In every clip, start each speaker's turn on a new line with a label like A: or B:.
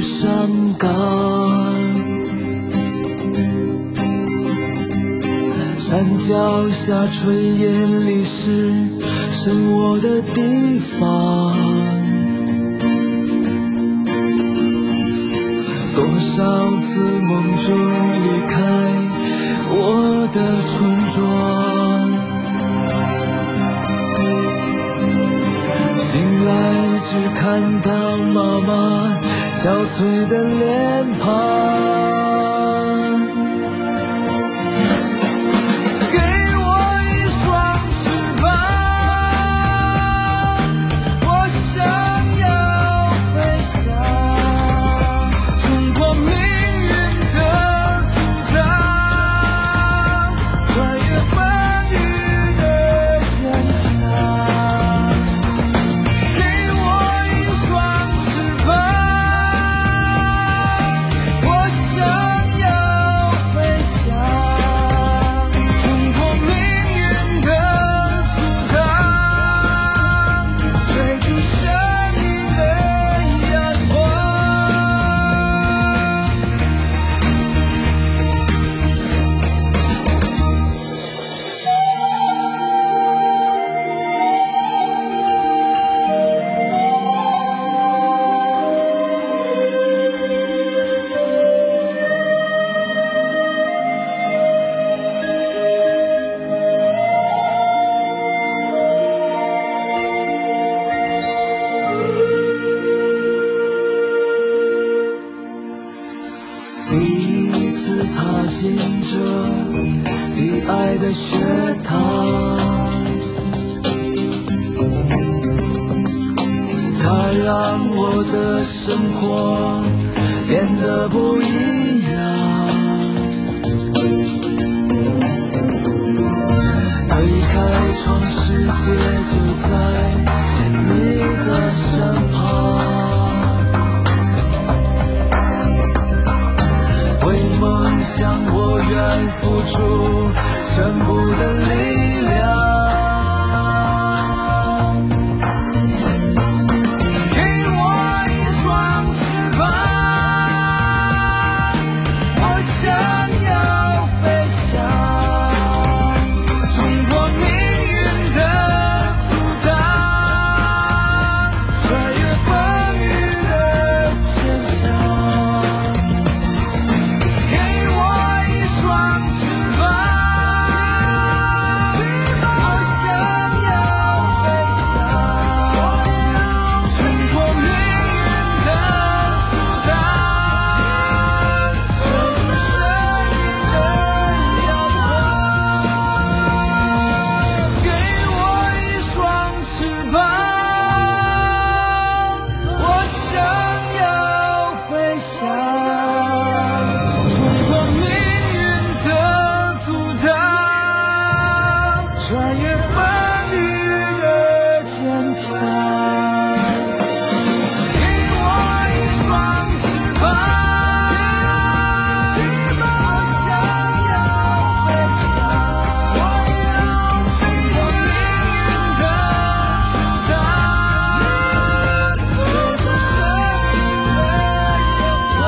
A: 心間，山腳下炊煙裡是生活的地方。多少次夢中離開我的村莊。醒來只看到媽媽憔悴的臉龐，給我一雙翅膀，我想要飛翔，衝破命運的阻擋，穿越風雨的堅強。給我一雙翅膀，我想要飛翔，衝破命運的阻擋，追逐生命的陽光。第一次踏进这低矮的学堂，它让我的生活变得不一样。推开窗，世界就在你的身旁。为梦想，我愿付出全部的力量。给我一双翅膀，我想要飞翔，冲破命运的阻挡，穿越风雨的坚强。給我一雙翅膀，我想要飛翔，衝破命運的阻擋，追逐生命的陽光。給我一雙翅膀，我想要飛翔。冲破命运的阻挡，穿越风雨的坚强。给我一双翅膀，我想要飞翔，冲破命运的阻挡，追逐生命的阳光。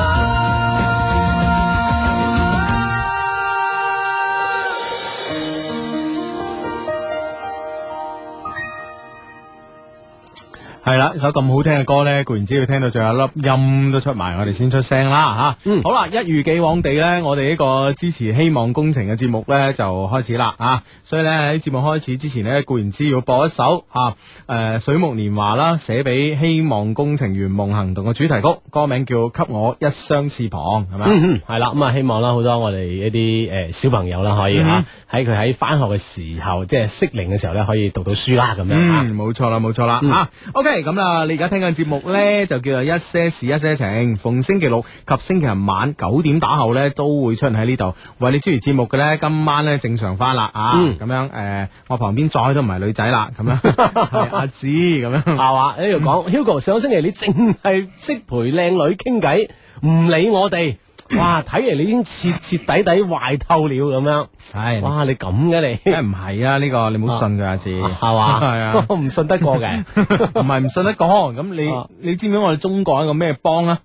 B: 系啦，首咁好聽嘅歌呢，固然之要聽到最後一粒音都出埋，我哋先出聲啦吓。嗯，好啦，一如既往地呢，我哋呢個支持希望工程嘅節目呢就開始啦啊！所以呢，喺節目開始之前呢，固然之要播一首啊诶、呃水木年華》啦，寫俾希望工程圓夢行動嘅主題曲，歌名叫《給我一雙翅膀》，係咪？
C: 系啦，咁啊，希望啦，好多我哋一啲诶小朋友啦，可
B: 嗯
C: 以吓啊喺佢喺翻學嘅時候，即係適齡嘅時候咧，可以讀到書啦，咁樣啊。
B: 嗯，冇錯啦，冇錯啦吓。OK，咁啦，你而家聽緊節目呢，就叫做一些事一些情，逢星期六及星期日晚九點打後呢，都會出現喺呢度。為你主持節目嘅呢，今晚呢正常翻啦啊，
C: 嗯
B: 咁樣诶，我旁邊再都唔係女仔啦，咁樣 係阿紫咁樣。
C: 係嘛？喺啊度講 Hugo 上個星期你淨係識陪靚女傾偈，唔理我哋。哇！睇嚟你已經徹徹底底壞透了咁樣。
B: 唉，
C: 哇！你咁嘅你
B: 梗係唔係啊？呢個你唔好信佢阿紫，
C: 係嘛？，
B: 係啊
C: 我唔 信得過嘅。
B: 唔係唔信得講。咁你你知唔知我哋中國一個咩幫啊？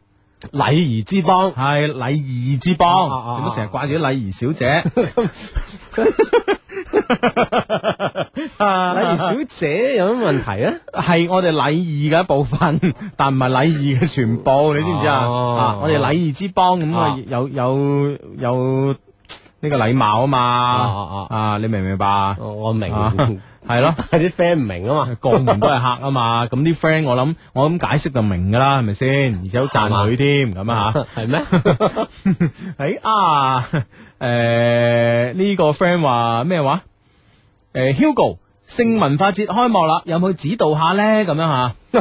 C: 禮儀之邦。
B: 系礼仪之邦，
C: 啊啊啊
B: 你都成日挂住啲礼仪小姐，
C: 禮儀小姐有乜問題啊？
B: 系我哋禮儀嘅一部分， 但唔係禮儀嘅全部，你知唔知啊？
C: 哦
B: 啊，我哋禮儀之邦咁啊
C: 啊，
B: 有有有呢個禮貌啊嘛
C: 啊，哦
B: 啊，你明唔明白啊？
C: 我我明，
B: 啊 係咯，
C: 但 係啲 friend 唔明啊嘛。
B: 個門都係客啊 嘛，咁啲 friend 我諗我咁解釋就明㗎啦，係咪先？而且好讚佢添，咁啊 吓。
C: 係咩？
B: 喺啊，诶、呢、個 friend 話咩話？诶、h u g o 性文化節開幕啦，有冇指導下咧？咁樣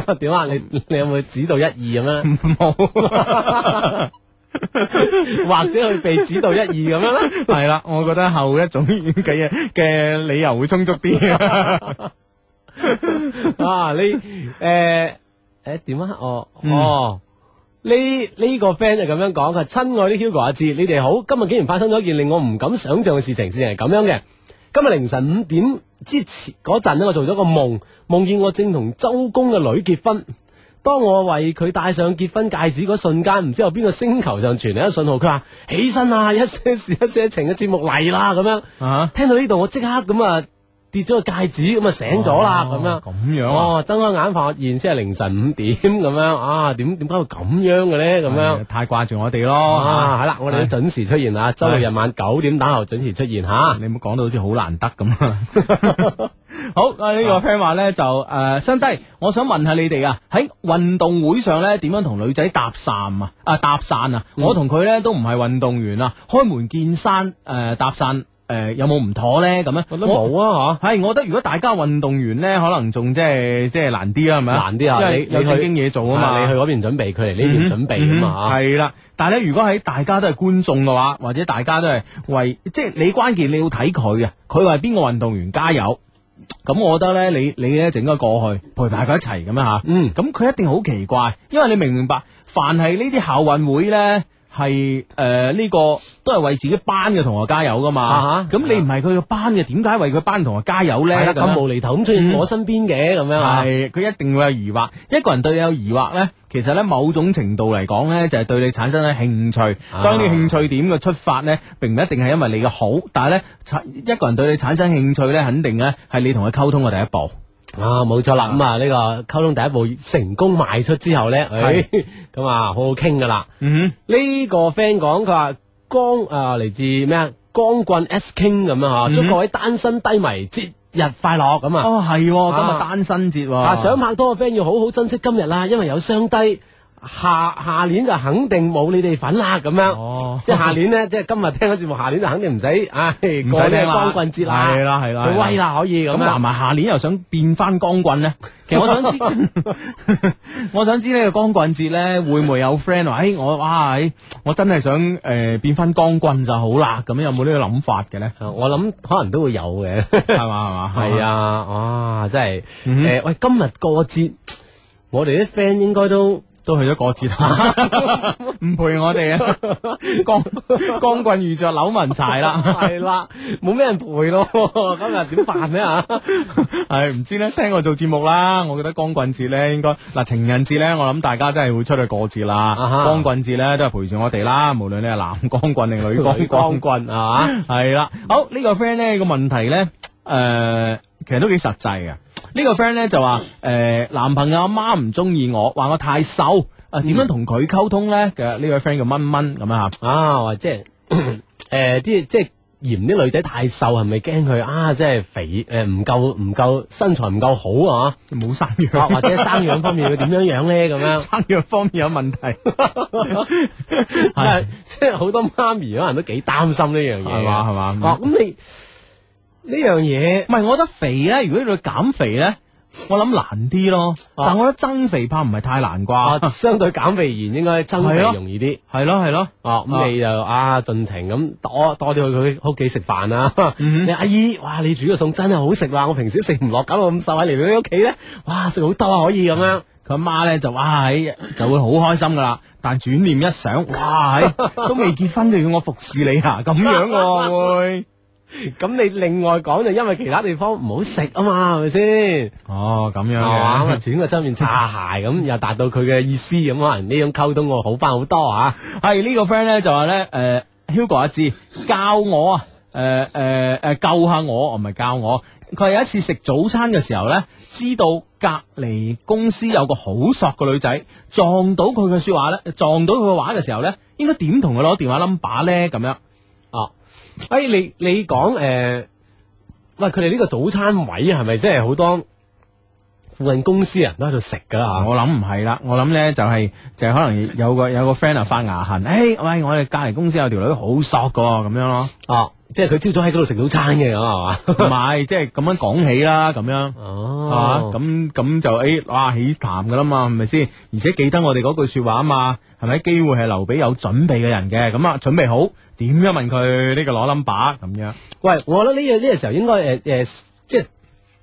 B: 吓，
C: 點啊？你你有冇指導一二咁樣？
B: 冇。
C: 或者佢被指導一二咁樣 咧？
B: 系啦，我覺得後一種嘅嘢嘅理由會充足啲。
C: 啊，你诶诶点啊？哦
B: 嗯
C: 哦。呢呢個 friend 就咁樣講，佢話親愛的 Hugo 阿志，你哋好，今日竟然發生咗一件令我唔敢想象嘅事情，事情係咁樣嘅。今日凌晨五點之前嗰陣咧，我做咗個夢，夢見我正同周公嘅女結婚。當我為佢戴上結婚戒指嗰瞬間，唔知由邊個星球上傳嚟一個信號，佢話：起身啊， 一些事一些情嘅節目嚟啦咁樣。
B: 啊
C: 聽到呢度，我即刻咁啊跌咗個戒指，咁啊醒咗啦咁樣。
B: 咁樣啊，
C: 哦，睜開眼發現先係凌晨五點咁樣啊？點點解會咁樣嘅咧？咁樣
B: 係哎太掛住我哋咯。
C: 啊，係啦，我哋都準時出現啊，周六日晚九點打後準時出現
B: 嚇
C: 吓。
B: 啊你唔好講到好似好難得咁啊。 好，啊呢個 friend 話咧就誒，相低，我想問下你哋啊，喺運動會上咧點樣同女仔搭訕啊？啊搭訕啊！
C: 嗯
B: 我同佢咧都唔係運動員啊，開門見山誒搭訕誒有冇唔妥咧？咁樣
C: 我都冇啊，
B: 係，我覺得如果大家運動員咧，可能仲即係即係難啲啊，係咪啊
C: 難啲啊
B: 因為
C: 你你
B: 有
C: 去
B: 正經嘢做啊嘛，
C: 你去嗰邊準備，佢嚟
B: 嗯
C: 呢邊準備啊嘛。
B: 系啦，但系咧，如果喺大家都係觀眾嘅話，或者大家都係為，即係你關鍵你要睇佢嘅，佢係邊個運動員加油。咁我覺得咧，你你咧就應該過去陪埋佢一齊咁樣吓。
C: 嗯
B: 咁佢一定好奇怪，因為你明唔明白？凡係呢啲校運會咧，係诶呢個都係為自己班嘅同學加油噶嘛
C: 啊。哈
B: 咁、你唔係佢嘅班嘅，點解為佢班同學加油咧？
C: 係啦，嗯
B: 樣
C: 咁無厘頭咁出現我身邊嘅咁樣啊。
B: 系，佢一定會有疑惑。一個人對你有疑惑呢，其實呢某種程度嚟講呢，就係對你產生咗興趣。
C: 啊
B: 當然你興趣點嘅出發呢，並唔一定係因為你嘅好，但係呢，產一個人對你產生興趣呢，肯定呢係你同佢溝通嘅第一步。
C: 啊，冇錯啦，咁啊呢個溝通第一步成功邁出之後咧，誒 咁啊好好傾噶啦。
B: 嗯，
C: 呢個 friend 講佢話光啊嚟自咩啊光棍 S King 咁樣啊，祝各位單身低迷節日快樂咁啊！
B: 哦係，今日
C: 啊
B: 單身節喎，
C: 啊想拍拖嘅 friend 要好好珍惜今日啦，因為有雙低，下下年就肯定冇你哋份啦咁樣。
B: 哦，
C: 即係下年咧，即係今日聽咗節目，下年就肯定唔使唉
B: 唔
C: 過
B: 使
C: 呢
B: 聽
C: 個
B: 啦
C: 光棍節啦，
B: 係啦係啦係
C: 佢
B: 啦
C: 威啦可以咁
B: 咁話
C: 樣。
B: 埋下年又想變翻光棍 呢？其實我想知， 我想知呢個光棍節呢，會唔會有 friend 話：，诶、我哇，哎我真係想诶、呃、变翻光棍就好啦。咁有冇呢個諗法嘅呢？
C: 啊我諗可能都會有嘅。
B: 係嘛 係嘛，
C: 系
B: 啊，
C: 啊，哇，真係
B: 嗯
C: 诶、誒喂，今日過節，我哋啲 friend 應該都
B: 都去咗過節啦， 唔陪我哋 啊，光光棍遇着柳文柴啦。
C: 係 啦，冇咩人陪咯，
B: 哦
C: 今
B: 啊
C: 日點辦 咧吓？
B: 系唔知咧，聽我做節目啦，我覺得光棍節咧應該嗱情人節咧，我諗大家真係會出去過節啦。
C: 啊哈
B: 光棍節咧都係陪住我哋啦，無論你係男光棍定女光
C: 女光
B: 棍，
C: 棍啊，
B: 係啦。好呢、個 friend 咧個問題咧，诶、其實都幾實際嘅。呢、個 friend 咧就話诶、誒男朋友阿媽唔中意我，話我太瘦，啊
C: 嗯
B: 點樣同佢溝通咧？嘅呢位 friend 叫蚊蚊咁樣吓。
C: 啊，或者 诶，誒啲、即係嫌啲女仔太瘦，係咪驚佢啊？即係肥诶，唔夠唔夠身材唔夠好啊？
B: 冇生養
C: 啊或者生養方面要點樣樣咧？咁樣。
B: 生養方面有問題，
C: 係即係好多媽咪可能都幾擔心呢樣嘢嘅，
B: 係嘛係嘛嗯
C: 哦，咁你呢樣嘢
B: 唔係，我覺得肥咧，如果你減肥咧，我諗難啲咯。
C: 啊
B: 但我覺得增肥怕唔係太難
C: 啊，
B: 啩。
C: 相對減肥言應該增肥
B: 係咯
C: 容易啲。
B: 係咯係咯，
C: 哦，
B: 啊
C: 咁你就啊盡情咁多多啲去佢屋企食飯啦。
B: 嗯
C: 你阿姨，哇！你煮嘅餸真係好食啦，我平時都食唔落，搞到咁瘦，喺嚟到你屋企咧，哇！食好多啊，可以咁樣。
B: 佢阿媽咧就哇喺就會好開心噶啦。但轉 念一想，哇喺都未結婚就要我服侍你啊，咁樣喎、會
C: 咁你另外講就因為其他地方唔好食啊嘛，係咪先？
B: 哦，咁樣
C: 係嘛咁啊，
B: 嘅。
C: 轉個側 面擦鞋咁，又達到佢嘅意思咁，可能呢種溝通我好翻好多啊！
B: 係呢個 friend 咧就話咧，誒，Hugo 阿志教我啊，誒誒誒救下我，哦唔係教我。佢話有一次食早餐嘅時候咧，知道隔離公司有個好索嘅女仔，撞到佢嘅説話咧，撞到佢嘅話嘅時候咧，應該點同佢攞電話 number 咧？咁樣
C: 哦，哎，你你講誒、呃喂，佢哋呢個早餐位係咪真係好多附近公司人都喺度食㗎啦？
B: 我諗唔係啦，我諗咧就係、就係、可能有個有個 friend 啊發牙痕，誒、喂，我哋隔離公司有條女好索嘅喎咁樣咯，
C: 哦，即係佢朝早喺嗰度食早餐嘅咁啊係
B: 唔
C: 嘛？
B: 係即係咁樣講起啦，咁樣。啊，
C: 哦，
B: 咁咁就诶，哇起談噶啦嘛，係咪先？而且記得我哋嗰句说話啊嘛，係咪？機會係留俾有準備嘅人嘅，咁啊，準備好點樣問佢呢個攞 number 咁樣？
C: 喂，我覺得呢、個呢、個時候應該誒誒，呃即係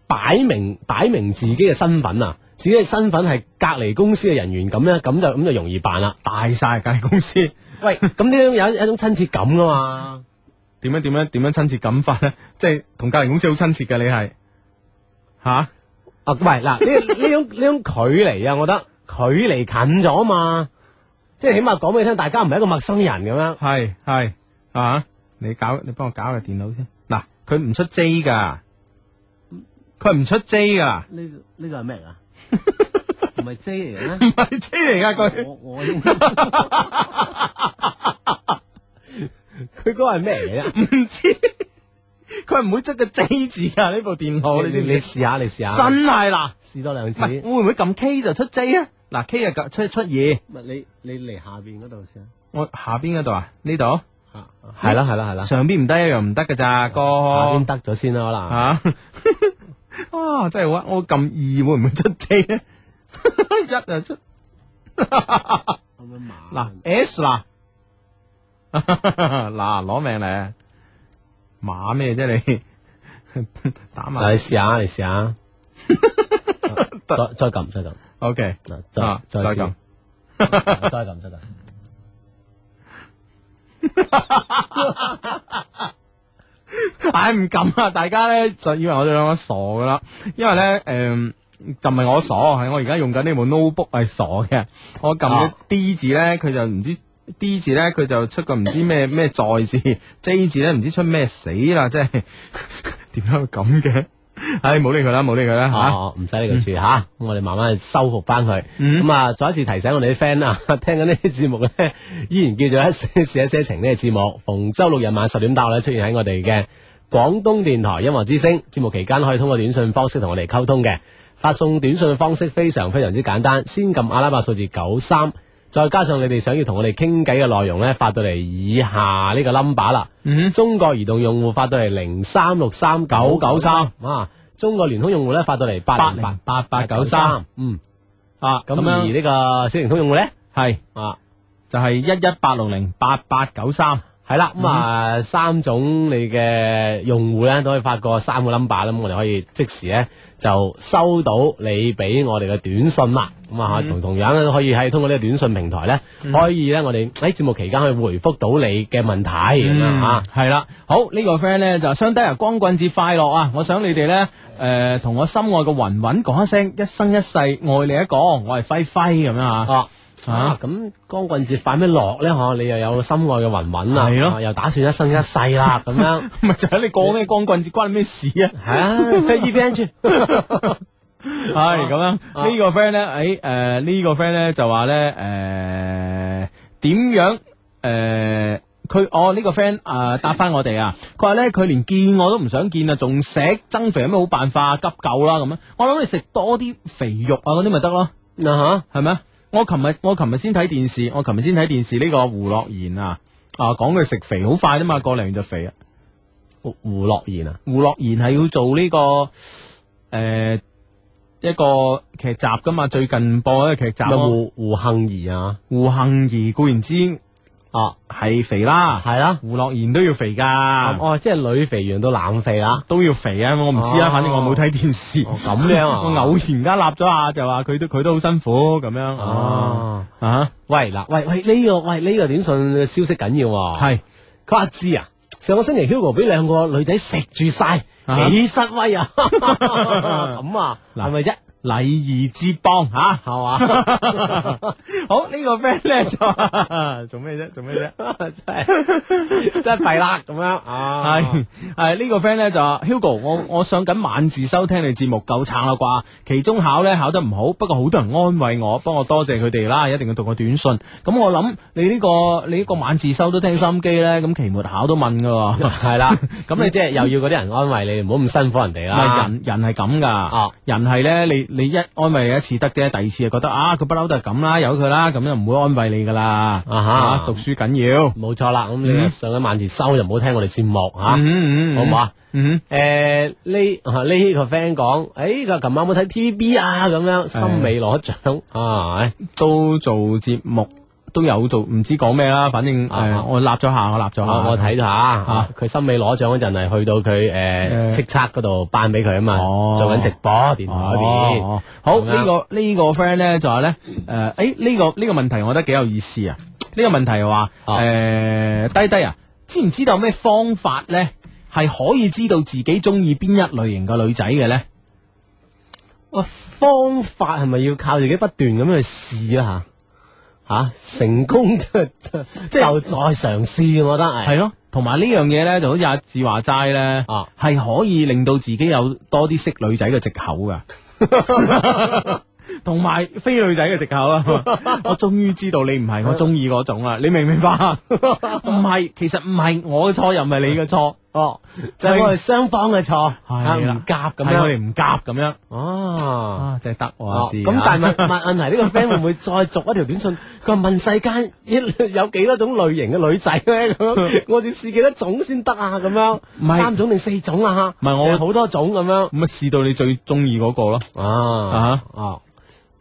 C: 擺明擺明自己嘅身份啊，自己嘅身份係隔離公司嘅人員咁樣，咁就咁就容易辦啦。
B: 大晒隔離公司
C: 喂，咁呢種有一一種親切感噶嘛？
B: 點樣點樣點樣親切感 法咧？即係同隔離公司好親切嘅，你係吓
C: 啊，喂，嗱，呢呢種 呢種距離啊，我覺得距離近咗啊嘛，即係起碼講俾你聽，大家唔係一個陌生人咁樣。
B: 係係啊！你搞你幫我搞個電腦先嗱，佢唔出 J 噶，佢唔出 J 噶，
C: 呢呢個係咩 啊？唔係 J 嚟 嘅
B: 唔係 J 嚟噶佢。
C: 我我 佢嗰個係咩嚟 嘅？
B: 唔知，佢唔會出個 J 字噶呢部電腦，你知唔
C: 哦你
B: 知？
C: 試下，你試下，
B: 真係嗱，
C: 試多兩
B: 唔
C: 次。
B: 係會唔會撳 K 就出 J 啊？嗱，K 就出出二，
C: 唔係你你嚟下邊嗰度先
B: 我下邊嗰度啊，呢度
C: 啊，係啦係啦係啦，下
B: 上邊唔得一樣唔得噶咋
C: 邊
B: 哥
C: 得咗先啦，可能
B: 啊！ 啊，真係好啊！我撳二會唔會出 J 咧？ 一啊出
C: 咁樣麻
B: 嗱 S 啦， 嗱攞命嚟，馬咩啫你？ 打
C: 嗱，
B: 埋
C: 你試下你試下， 啊再再撳再撳，
B: ，OK，
C: 嗱
B: 啊
C: 再再
B: 再撳
C: 試，啊再撳再撳。
B: 唉，唔敢啊！大家咧就以為我哋兩個傻噶啦，因為咧诶、誒就唔係我傻，係我而家用緊呢部 notebook 係傻嘅。我撳咗
C: 啊
B: D 字咧，佢就唔知 D 字咧，佢就出個唔知咩咩在字，J 字咧唔知出咩死啦，真係 點解會咁嘅？唉，冇理佢啦，冇理佢啦吓。
C: 哦，唔使理佢住吓，咁我哋慢慢去修復翻佢。咁啊，再一次提醒我哋啲 friend 啊， 聽緊呢啲節目咧，依然叫做一些事一些情呢個節目，逢周六日晚十點到咧出現喺我哋嘅廣東電台音樂之聲節目期間，可以通過短信方式同我哋溝通嘅。發送短信嘅方式非常非常之簡單，先撳阿拉伯數字九三，再加上你哋想要同我哋傾偈嘅內容咧，發到嚟以下呢個 number 啦。中國移動用戶發到嚟零三六三九九三啊，中國聯通用戶咧發到嚟八零八
B: 八
C: 八九三，嗯，
B: 啊，咁
C: 咁而
B: 樣
C: 呢個小靈通用戶咧
B: 係
C: 啊。
B: 就係一一八六零八八九三。
C: 系啦，咁啊、三種你嘅用戶咧都可以發過三個 number 啦，咁我哋可以即時咧就收到你俾我哋嘅短信啦。咁啊、同同樣咧都可以喺通過呢個短信平台咧，可以咧我哋喺節目期間可以回覆到你嘅問題咁樣
B: 啊
C: 吓。，
B: 系啦，好呢、個 friend 咧就相低啊，光棍節快樂啊！我想你哋咧，诶、同我心愛嘅雲雲講一聲，一生一世愛你一個，我係輝輝咁樣啊，
C: 哦
B: 啊
C: 啊，咁光棍節快咩落咧？嗬，你又有心愛嘅云云啦，
B: 係咯
C: 啊又打算一生一世 啦，咁樣
B: 咪就係你過咩光棍節關你咩事 啊？
C: 係啊，去 E B N 住，
B: 系咁樣呢個 friend 咧，诶诶呢個 friend 咧就話咧，诶點樣诶？佢我呢個 friend 啊答翻我哋啊，佢話咧佢連見我都唔想見啊，仲食增肥有咩好辦法啊？急救啦咁樣，我諗你食多啲肥肉啊嗰啲咪得咯。
C: 啊
B: 系咩？我琴日我琴日先睇電視，我琴日先睇電視呢個胡樂言啊，啊講佢食肥好快啫嘛，過零就肥啊。
C: 吓，胡樂言啊，
B: 胡樂言係要做呢、個诶、一個劇集噶嘛，最近播一個劇集
C: 咪
B: 咯。
C: 胡胡杏兒啊，
B: 胡杏兒固然之
C: 啊。
B: 係肥啦，
C: 係啦
B: 胡樂言都要肥噶，
C: 哦，即係女肥羊到冷肥啦。
B: 都要肥啊！我唔知啊，
C: 哦
B: 反正我冇睇電視。
C: 哦咁樣啊
B: 我偶然間立咗下就話佢都佢都好辛苦咁樣啊
C: 哦，
B: 啊，
C: 喂嗱，喂喂呢、個喂呢、個短信消息緊要喎、
B: 係
C: 佢話阿芝啊，上個星期 Hugo 俾兩個女仔食住晒，
B: 啊
C: 幾失威 啊！咁啊，
B: 嗱
C: 係咪啫？
B: 禮儀之邦吓，系嘛？好呢個 friend 咧就做咩啫？做咩啫？
C: 真係弊啦，咁樣啊，
B: 系系呢個 friend 咧就話 Hugo，我我上緊晚自修聽你節目夠撐啦啩，期中考咧考得唔好，不過好多人安慰我，幫我多謝佢哋啦，一定要讀個短信。咁我諗你呢、個你呢個晚自修都聽心機咧，咁期末考都問噶喎。
C: 係啦，咁你即係又要嗰啲人安慰你，唔好咁辛苦人哋
B: 唔係
C: 啦。
B: 人人係咁噶，
C: 啊
B: 人係咧，你你一安慰你一次得啫，第二次就覺得啊，佢不嬲都係咁啦，由佢啦，咁就唔會安慰你噶啦。
C: 哈
B: 啊讀書緊要。
C: 冇錯啦，咁你上緊晚自修就唔好聽我哋節目吓，
B: 嗯嗯嗯
C: 好唔好啊？
B: 嗯，
C: 诶，呢啊呢個 friend 講，诶，佢話琴晚有冇睇 TVB 啊？咁樣森美攞獎啊，唉
B: 都做節目都有做，唔知講咩啦，反正
C: 啊啊
B: 誒，我立咗下，我立咗
C: 我我
B: 下。
C: 睇咗下，啊佢森美攞獎嗰陣係去到佢诶
B: 誒
C: 叱咤嗰度頒俾佢啊嘛
B: 哦，
C: 做緊直播電台嗰邊，
B: 哦好
C: 啊咁樣
B: 呢個呢個 friend 咧就話咧，誒，誒呢個呢個問題我覺得幾有意思啊！呢個問題話
C: 啊
B: 誒低低啊，知唔知道有咩方法咧係可以知道自己中意邊一類型嘅女仔嘅咧？
C: 哇，方法係咪要靠自己不斷咁去試啦吓？吓，成功就就就再嘗試，我覺得係
B: 係咯，同埋呢樣嘢咧就好似阿志話齋咧，
C: 啊
B: 係可以令到自己有多啲識女仔嘅藉口噶。同埋非女仔嘅藉口啊！我終於知道你唔係我中意嗰種啦，你明唔明白？啊唔係，其實唔係我嘅錯，又唔係你嘅錯，
C: 哦，就係我哋雙方嘅錯，啊
B: 係啦
C: 唔夾咁
B: 係我
C: 樣
B: 哋唔夾咁樣
C: 哦。
B: 啊，真係得我阿
C: 哦
B: 志啊
C: 咁但 係問問問題，呢個 friend 會唔會再續一條短信？佢話 問 世間一有幾多種類型嘅女仔咧？咁樣我要試幾多種先得啊？咁樣
B: 唔係
C: 三種定四種啊？
B: 唔係我
C: 定好多種咁樣
B: 咁咪試到你最中意嗰個咯。
C: 啊
B: 啊
C: 啊！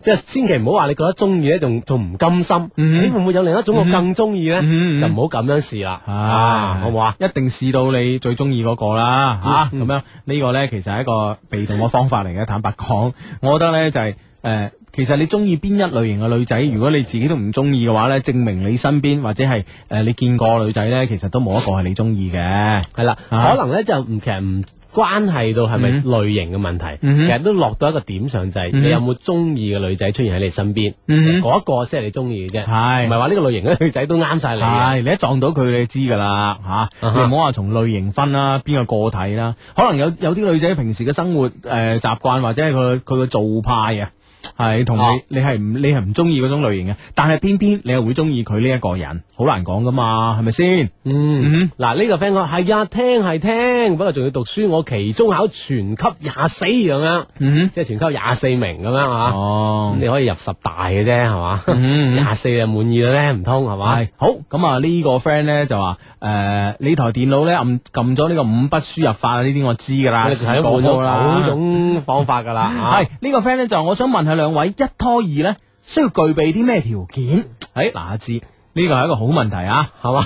C: 即係千祈唔好話你覺得中意咧，仲仲唔甘心？
B: 嗯
C: 你會唔會有另一種我更中意咧？
B: 嗯嗯嗯
C: 就唔好咁樣試啦，
B: 啊
C: 啊，，好唔好啊？？嗯
B: 一定試到你最中意嗰個啦，啊吓、咁、樣呢個呢，其實係一個被動嘅方法嚟嘅。坦白講，我覺得呢就係、呃其實你中意邊一類型嘅女仔，如果你自己都唔中意嘅話呢，證明你身邊或者係誒、呃你見過嘅女仔呢，其實都冇一個係你中意嘅。
C: 係啦，
B: 啊
C: 可能咧就唔其實唔關係到係咪類型嘅問題，
B: 嗯哼
C: 其實都落到一個點上就係
B: 嗯哼
C: 你有冇中意嘅女仔出現喺你身邊，嗰、
B: 嗯哼
C: 一個先係你中意嘅啫，
B: 係
C: 唔係話呢個類型嘅女仔都啱晒你嘅。
B: 係你一撞到佢，你就知噶啦吓，
C: 啊
B: 你
C: 哈
B: 唔好話從類型分啦，邊個個體啦，可能有有啲女仔平時嘅生活诶习惯或者係佢佢嘅做派啊，係同
C: 哦
B: 你你係唔你係唔中意嗰種類型嘅，但係偏偏你又會中意佢呢一個人，好難講噶嘛，係咪先？
C: 嗯，嗱呢、個 friend 講係啊，聽係聽，不過仲要讀書，我期中考全級廿四咁樣，
B: 嗯
C: 即係全級廿四名咁樣啊。咁
B: 哦。
C: 你可以入十大嘅啫，係嘛？
B: 嗯
C: 廿四就滿意啦咧，唔通係嘛？
B: 系好咁啊！呢個 friend 咧就話诶，你台電腦咧撳撳咗呢個五筆輸入法呢啲我知噶啦，
C: 我哋睇到
B: 試
C: 換
B: 過啦
C: 咗九種方法㗎啦，啊
B: 系哎呢、個 friend 咧就我想問下兩位，一拖二咧需要具備啲咩條件？诶、哎嗱，阿志，呢個係一個好問題啊，係嘛？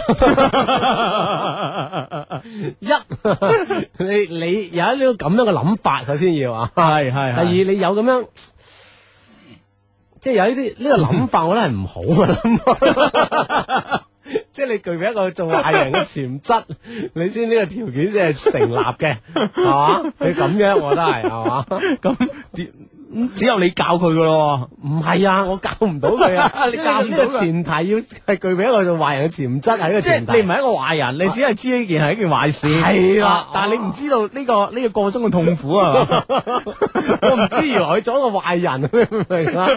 C: 一， 你你有一種咁樣嘅諗
B: 嗯
C: 法，首先要啊。
B: 係
C: 第二，
B: 係
C: 你有咁樣，即係有呢啲呢個諗法，我覺得係唔好嘅 諗法即係你具備一個做壞人嘅潛質，你先呢個條件先係成立嘅，係嘛？你咁樣，我覺得係係嘛？
B: 係，只有你教佢噶咯。
C: 唔係啊，我教唔到佢啊！
B: 你教唔到佢
C: 呢個前提要係具備一個做壞人嘅潛質喺個
B: 即係
C: 前提。
B: 你唔係一個壞人，你只係知呢件係一件壞事，
C: 係啦
B: 啊但係你唔知道呢、個呢、個過中嘅痛苦啊！
C: 我唔知原來佢做一個壞人，你明唔明啊？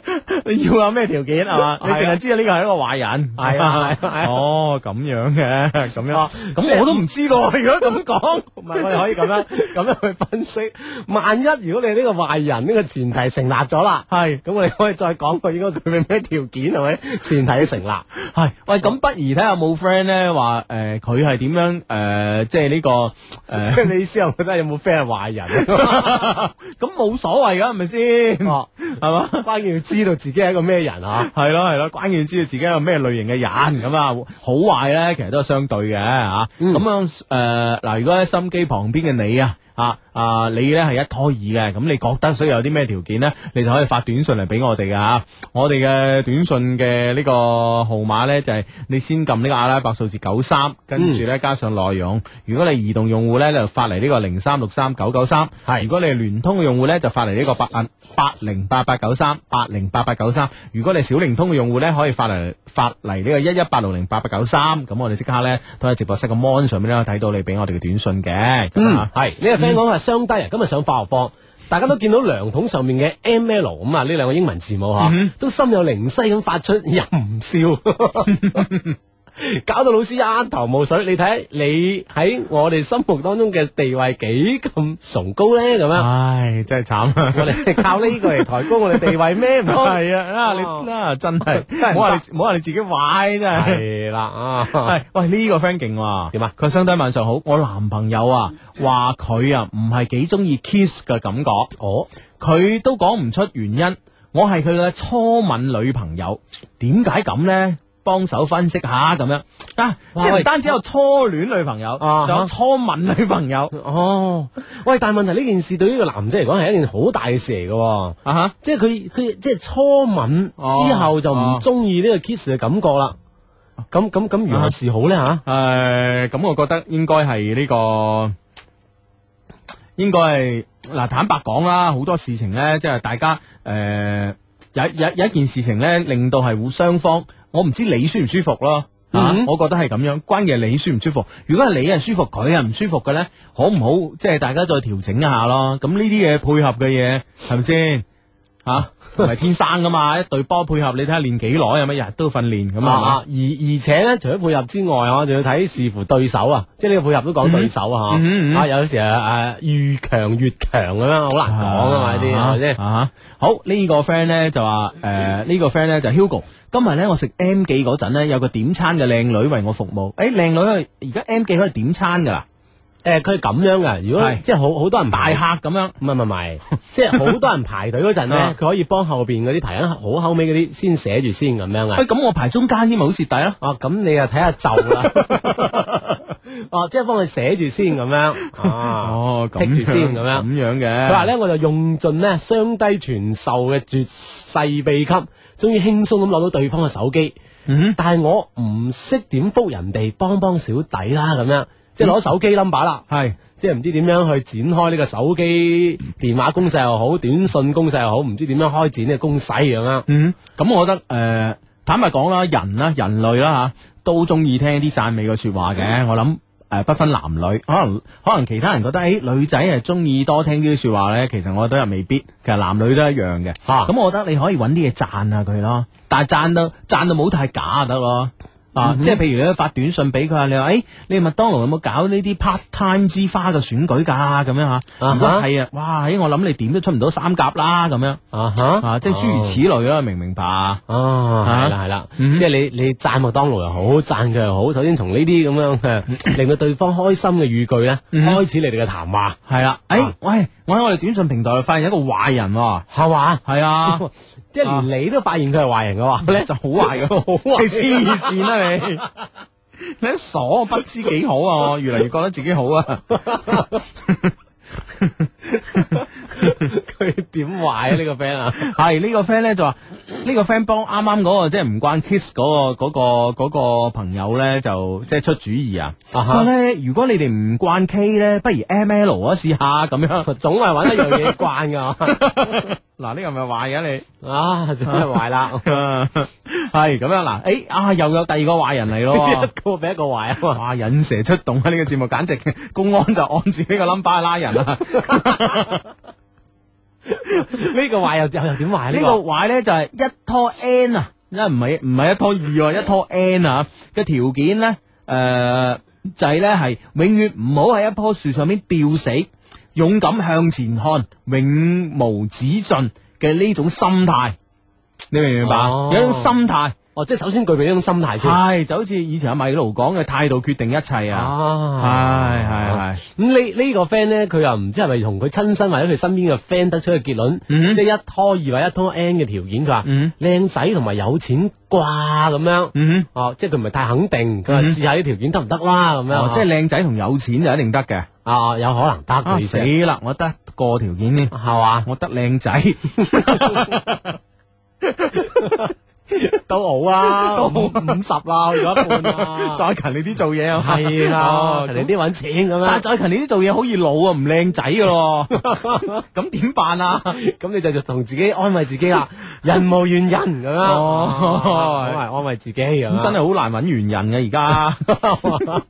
B: 你要有咩條件係嘛？你淨係知道呢個係一個壞人，
C: 係啊係啊係啊
B: 哦咁樣嘅，咁樣
C: 哦即
B: 咁
C: 係
B: 我都唔知喎。如果咁講，
C: 唔係，我哋可以咁 樣咁樣去分析。萬一如果你呢個壞人呢個前提成立咗 啦，
B: 係。
C: 咁我哋可以再講佢應該具備咩條件係咪？前提要成立，
B: 系喂，咁不如睇下有冇 friend 咧話诶，誒佢係點樣诶、誒即係呢、個
C: 即
B: 诶，
C: 係你意思，我覺得有冇 friend 係 壞人？
B: 咁冇所謂噶，係咪先？係
C: 哦，
B: 嘛？
C: 關鍵要知道自己係一個咩人啊！
B: 係咯係咯，關鍵知道自己有咩類型嘅人咁啊，好啊呃壞咧其實都係相對嘅吓。咁樣诶，誒嗱、如果喺心機旁邊嘅你啊，啊啊，你咧係一拖二嘅，咁你覺得需要有啲咩條件呢？你就可以發短信嚟俾我哋噶吓。我哋嘅短信嘅呢個號碼呢，就係你先撳呢個阿拉伯數字九三，跟住呢加上內容。如果你移動用戶呢，就發嚟呢個零三六三九九三。係，如果你係聯通嘅用戶呢，就發嚟呢個八嗯八零八八九三八零八八九三。如果你係小靈通嘅用戶呢，可以發嚟發嚟呢個一一八六零八八九三。咁我哋即刻呢，都喺直播室嘅 mon 上面呢，睇到你俾我哋嘅短信嘅。咁啊
C: 系呢個 friend 講係雙低啊，今日上化學課。大家都見到量筒上面嘅 M L 咁啊，呢兩個英文字母吓，都心有靈犀咁發出淫 笑，搞到老師一頭霧水。你睇你喺我哋心目當中嘅地位幾咁崇高咧？咁樣，
B: 唉，真係慘 啊！
C: 我哋 靠呢個嚟抬高我哋地位咩？ 唔通
B: 系啊，啊你啊 真係，唔好話你唔好話你自己壞真係。
C: 係啦啊！
B: 系，哎喂呢、個 friend 勁喎，
C: 點啊？
B: 佢相低晚上好，我男朋友啊話佢啊唔係幾中意 kiss 嘅感覺，哦，佢都講唔出原因，我係佢嘅初吻女朋友，點解咁呢？幫手分析下咁樣啊，即
C: 哇
B: 係
C: 喂
B: 唔單止有初戀女朋友，
C: 啊
B: 仲有初吻女朋友
C: 哦，喂，但係問題呢件事對於呢個男仔嚟講係一件好大嘅事嚟嘅喎。
B: 啊哈。
C: 即係佢佢即係初吻
B: 哦
C: 之後就唔中意呢個 kiss 嘅感覺啦。咁咁
B: 啊
C: 咁如何是好咧吓？
B: 诶、呃咁我覺得應該係呢個，應該係嗱，坦白講啦，好多事情呢，即係大家诶、有有有一件事情呢，令到係互雙方，我唔知你舒唔舒服咯。啊
C: 嗯
B: 我覺得係咁樣，關鍵係你舒唔舒服。如果係你係舒服，佢係唔舒服嘅呢，好唔好？即係大家再調整一下咯。咁呢啲嘢配合嘅嘢係咪先？吓，唔係天生噶嘛，一隊波配合，你睇下練幾耐啊？咪日日都訓練咁
C: 啊啊！
B: 啊
C: 而而且咧，除咗配合之外，啊，仲要睇視乎對手啊，即係呢個配合都講對手啊
B: 嗯嗯嗯
C: 吓。啊，有時啊，誒越強越強咁樣，好難講啊嘛呢啲，係咪先？
B: 啊好呢個 friend 咧就話誒呢個 friend 咧就 Hugo。今日咧，我食 M 記嗰陣咧，有個點餐嘅靚女為我服務。誒、靚女可以而家 M 記可以點餐㗎啦，
C: 誒，呃佢係咁樣噶。如果
B: 係
C: 即係好好多人
B: 大
C: 排，
B: 客咁樣。
C: 唔係唔係唔係，即係好多人排隊嗰陣 咧
B: 啊，
C: 佢可以幫後邊嗰啲排緊好後尾嗰啲先寫住先咁樣啊
B: 喂、。咁我排中間啲咪好蝕底咯。
C: 哦，咁你啊睇下就 啦。哦，即係幫佢寫住先咁樣。
B: 啊
C: 哦，
B: 剔
C: 剔住先咁樣
B: 咁樣嘅。
C: 佢話咧，我就用盡咧雙低傳授嘅絕世秘笈，終於輕鬆咁攞到對方嘅手機。
B: 嗯
C: 但係我唔識點覆人哋，幫幫小弟啦咁樣，
B: 嗯
C: 即係攞手機 number 啦。
B: 係
C: 即係唔知點樣去展開呢個手機電話攻勢又好，短信攻勢又好，唔知點樣開展呢個攻勢咁樣。
B: 嗯，咁我覺得誒、呃坦白講啦，人啦，人類啦嚇，都中意聽啲讚美嘅説話
C: 嗯
B: 嘅。我諗誒、呃不分男女，可能可能其他人覺得誒、欸女仔係中意多聽呢啲説話咧，其實我覺得又未必，其實男女都一樣嘅。咁、
C: 啊
B: 我覺得你可以揾啲嘢讚下佢咯，但係讚到讚到冇太假就得咯。
C: 嗯
B: 啊，即係譬如你發短信俾佢啊，你話誒、欸你麥當勞有冇搞呢啲 part time 之花嘅選舉㗎？咁樣嚇，如果
C: 啊哈
B: 係啊，哇！欸我諗你點都出唔到三甲啦，咁樣
C: 啊哈，
B: 啊，即係諸如此類啦，明唔明白啊？
C: 哦，
B: 啊
C: 係啦係啦，
B: 嗯
C: 即係你你讚麥當勞又好，讚佢又好，首先從呢啲
B: 嗯
C: 咁樣嘅令到對方開心嘅語句咧，開始你哋嘅談話，
B: 系啦，诶、
C: 啊
B: 哎喂，我喺我哋短信平台發現一個壞人喎、
C: 係嘛？
B: 係啊，
C: 即係連你都發現佢係壞人 嘅話咧， 就好壞嘅，好
B: 啊你
C: 壞。啊
B: 黐線啦 你，你一傻不知幾好啊！我越嚟越覺得自己好啊，
C: 佢點壞啊？呢個 friend 啊，
B: 係呢、個 friend 咧就話呢、個 friend 幫啱啱嗰個即係唔關 kiss 嗰、個嗰、個嗰、個朋友咧就即係出主意啊，
C: 啊
B: 佢
C: 哈
B: 話咧如果你哋唔慣 K 咧，不如 M L 啊試下咁樣。
C: 總係揾一樣嘢慣㗎
B: 嗱呢個咪壞嘅你。，
C: 啊，真係壞啦
B: 係咁樣嗱，誒啊又有第二個壞人嚟咯。
C: 一個比一個壞啊嘛。
B: 哇！引蛇出洞啊！呢、個節目簡直公安就按住呢個 number 拉人啊啦。
C: 呢個壞又又又點壞
B: 呢
C: 呢
B: 個
C: 個？
B: 壞咧就係一拖 n 啊，因為唔係唔係一拖二喎，一拖 n 啊嘅條件咧，誒、就係咧係永遠唔好喺一棵樹上面吊死，勇敢向前看，永無止盡嘅呢種心態，你明唔明白？
C: 哦
B: 有一種心態
C: 哦，即係首先具備呢種心態先。
B: 系就好似以前阿米卢講嘅態度決定一切啊，
C: 啊，
B: 係係係，
C: 咁呢呢個 friend 咧，佢又唔知係咪同佢親身或者佢身邊嘅 friend 得出嘅結論，
B: 嗯
C: 即係一拖二或一拖 N 嘅條件，佢話
B: 嗯
C: 靚仔同埋有錢啩咁樣，
B: 嗯
C: 哦，即係佢唔係太肯定，佢話試下啲條件得唔得啦咁
B: 哼，哦
C: 樣，，
B: 即係靚仔同有錢就一定得嘅，
C: 啊有可能得
B: 啊
C: 嘅意
B: 死
C: 思，
B: 啦，我得個條件添，
C: 係嘛，
B: 我得靚仔
C: 都好啊，
B: 都好
C: 五五十啦，去咗一半 啦
B: 再勤力啲做嘢啊，
C: 係
B: 哦
C: 啊，人哋啲揾錢咁
B: 但係
C: 樣，
B: 再勤力啲做嘢好易老啊，唔靚仔噶 咯，咁點辦啊？
C: 咁你就就同自己安慰自己啦，人無完人咁樣，
B: 哦
C: 安慰安慰自己咁樣
B: 咁真係好難揾完人嘅而 家。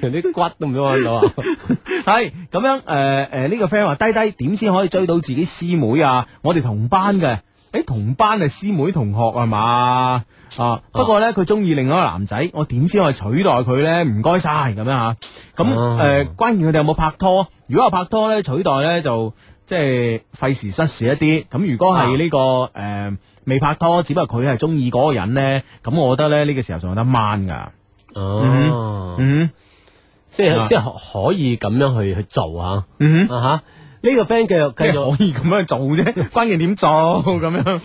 C: 人啲骨都唔知揾到啊！
B: 系咁样，诶、诶，呢、個个 friend 话低低點先可以追到自己師妹啊？我哋同班嘅，诶同班係師妹同學係嘛？啊，不過呢，佢中意另外一個男仔，我點先可以取代佢呢？唔該晒咁樣吓。咁
C: 哦
B: 诶、呃關鍵佢哋有冇拍拖？如果有拍拖呢，取代呢就即係費時失事一啲。咁如果係呢、個个呃未拍拖，只不過佢係中意嗰個人呢，咁我覺得呢，呢、個時候仲有得掹㗎。
C: 哦，
B: 嗯
C: 即
B: 啊
C: 係即係可可以咁樣去去做啊！
B: 嗯
C: 啊哈，呢個 friend 繼續
B: 咩
C: 繼續
B: 可以咁樣做啫？關鍵點做咁樣？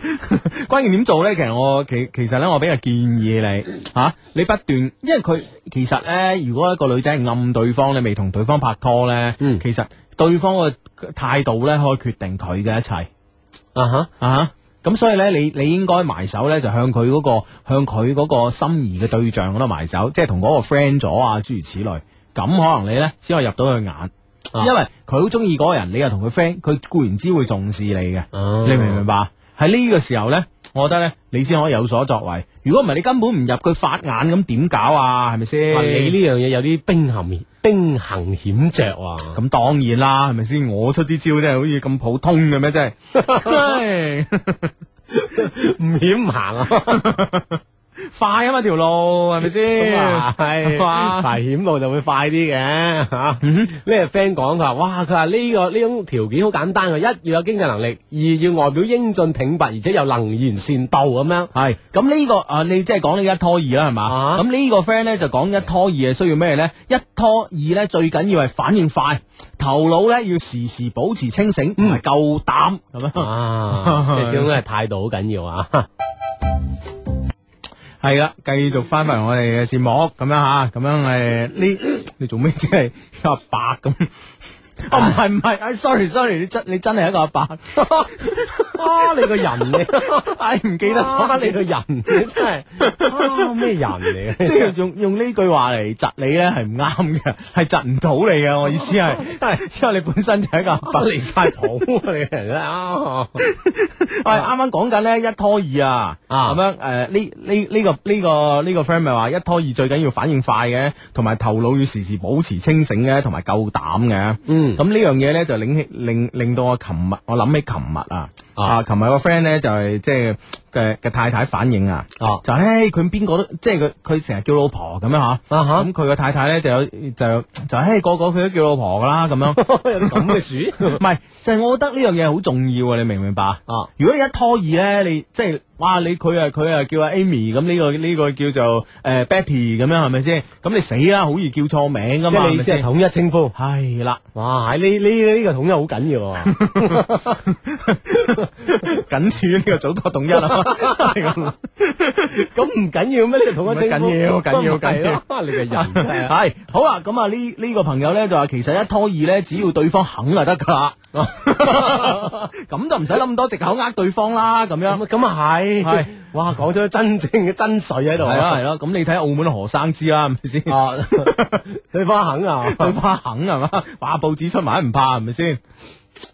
B: 關鍵點做咧？其實我其其實咧，我俾個建議你吓、啊你不斷，因為佢其實咧，如果一個女仔係暗對方，你未同對方拍拖咧，
C: 嗯
B: 其實對方嘅態度咧，可以決定佢嘅一切
C: 啊哈，
B: 啊。咁所以咧，你你應該埋手咧，就向佢嗰、個向佢嗰個心儀嘅對象嗰度埋手，即係同嗰個 friend 咗啊，諸如此類。咁可能你咧，只可以入到佢眼。
C: 啊
B: 因為佢好中意嗰個人，你又同佢 friend，佢固然之會重視你嘅，
C: 哦
B: 你明唔明白？喺呢個時候呢，我覺得呢，你先可以有所作為。如果唔係，你根本唔入佢法眼，咁點搞啊？係咪先？
C: 啊你呢樣嘢有啲兵行兵行險著喎。
B: 咁當然啦，係咪先？我出啲招真係好似咁普通嘅咩？真 係
C: 唔險唔行啊！
B: 快啊嘛條路係咪
C: 咁
B: 先
C: 啊？係
B: 哇
C: 排險路就會快啲嘅嚇。呢個 friend 講佢話：，哇！佢話呢個呢種條件好簡單嘅，一要有經濟能力，二要外表英俊挺拔，而且又能言善道咁樣。
B: 係咁呢個啊，你即係講呢一拖二啦，係嘛？
C: 啊
B: 咁呢個 friend 咧就講一拖二係需要咩咧？一拖二咧最緊要係反應快，頭腦咧要時時保持清醒同埋夠膽咁樣。
C: 啊，你始終都係態度好緊要啊！
B: 係啦，繼續翻返嚟我哋嘅節目咁樣吓，咁樣诶呢你做咩即係阿伯咁？哦，唔係唔係，哎，sorry sorry，你真你真係一個 阿伯，
C: 啊，你個人你。
B: 唉哎唔記
C: 記
B: 得
C: 得
B: 咗
C: 咗
B: 啊你
C: 你個
B: 個
C: 人，你真係啊咩人 嚟
B: 即
C: 嘅？
B: 係用用呢句話嚟窒你咧係唔啱嘅， 係窒唔到你嘅。我意思係，因為你本身就係一個阿伯
C: 哦不離晒譜啊！你個人真係啊！
B: 喂，啱啱講緊咧一拖二啊，咁
C: 啊
B: 樣诶呢呢呢個呢個呢個 friend 咪話一拖二最緊要反應快嘅，同埋頭腦要時時保持清醒嘅，同埋夠膽嘅。
C: 嗯
B: 咁呢樣嘢咧就令起令令到我琴日我諗起琴日啊，啊琴日個 friend 咧就係即係嘅嘅太太反應啊，
C: 哦
B: 就係佢邊個都即係佢佢成日叫老婆咁樣吓。
C: 啊
B: 咁佢個太太咧就有就就嘿個個佢都叫老婆噶啦咁樣，
C: 有啲咁嘅樹
B: 唔係就係我覺得呢樣嘢好重要啊！你明唔明白？
C: 啊！
B: 如果一拖二咧，你即係哇，你佢啊佢啊叫阿 Amy 咁呢、個呢、個叫做誒、呃 Betty 咁樣係咪先？咁你死啦，好易叫錯名噶
C: 即
B: 嘛，
C: 係你意思
B: 啊
C: 係
B: 係咪
C: 統一稱呼。
B: 先係啦，
C: 哇！喺呢呢呢個統一好緊要喎。
B: 僅次於呢個祖國統一 啊！
C: 咁唔緊要咩？呢個統一稱呼
B: 緊要緊要緊要
C: 係咯你個人真係 啊
B: 係好啊，咁啊呢呢個朋友咧就話其實一拖二咧，只要對方肯就得㗎啦， 咁就唔使諗咁多藉口呃對方啦，咁樣
C: 咁。咁啊係
B: 係
C: 哇！講咗真正嘅真水喺度
B: 係啦係
C: 啊！
B: 啦，咁你睇澳門何生知啦，係咪先？
C: 啊，對方肯啊！
B: 對方肯係嘛？話報紙出埋都唔怕係咪先？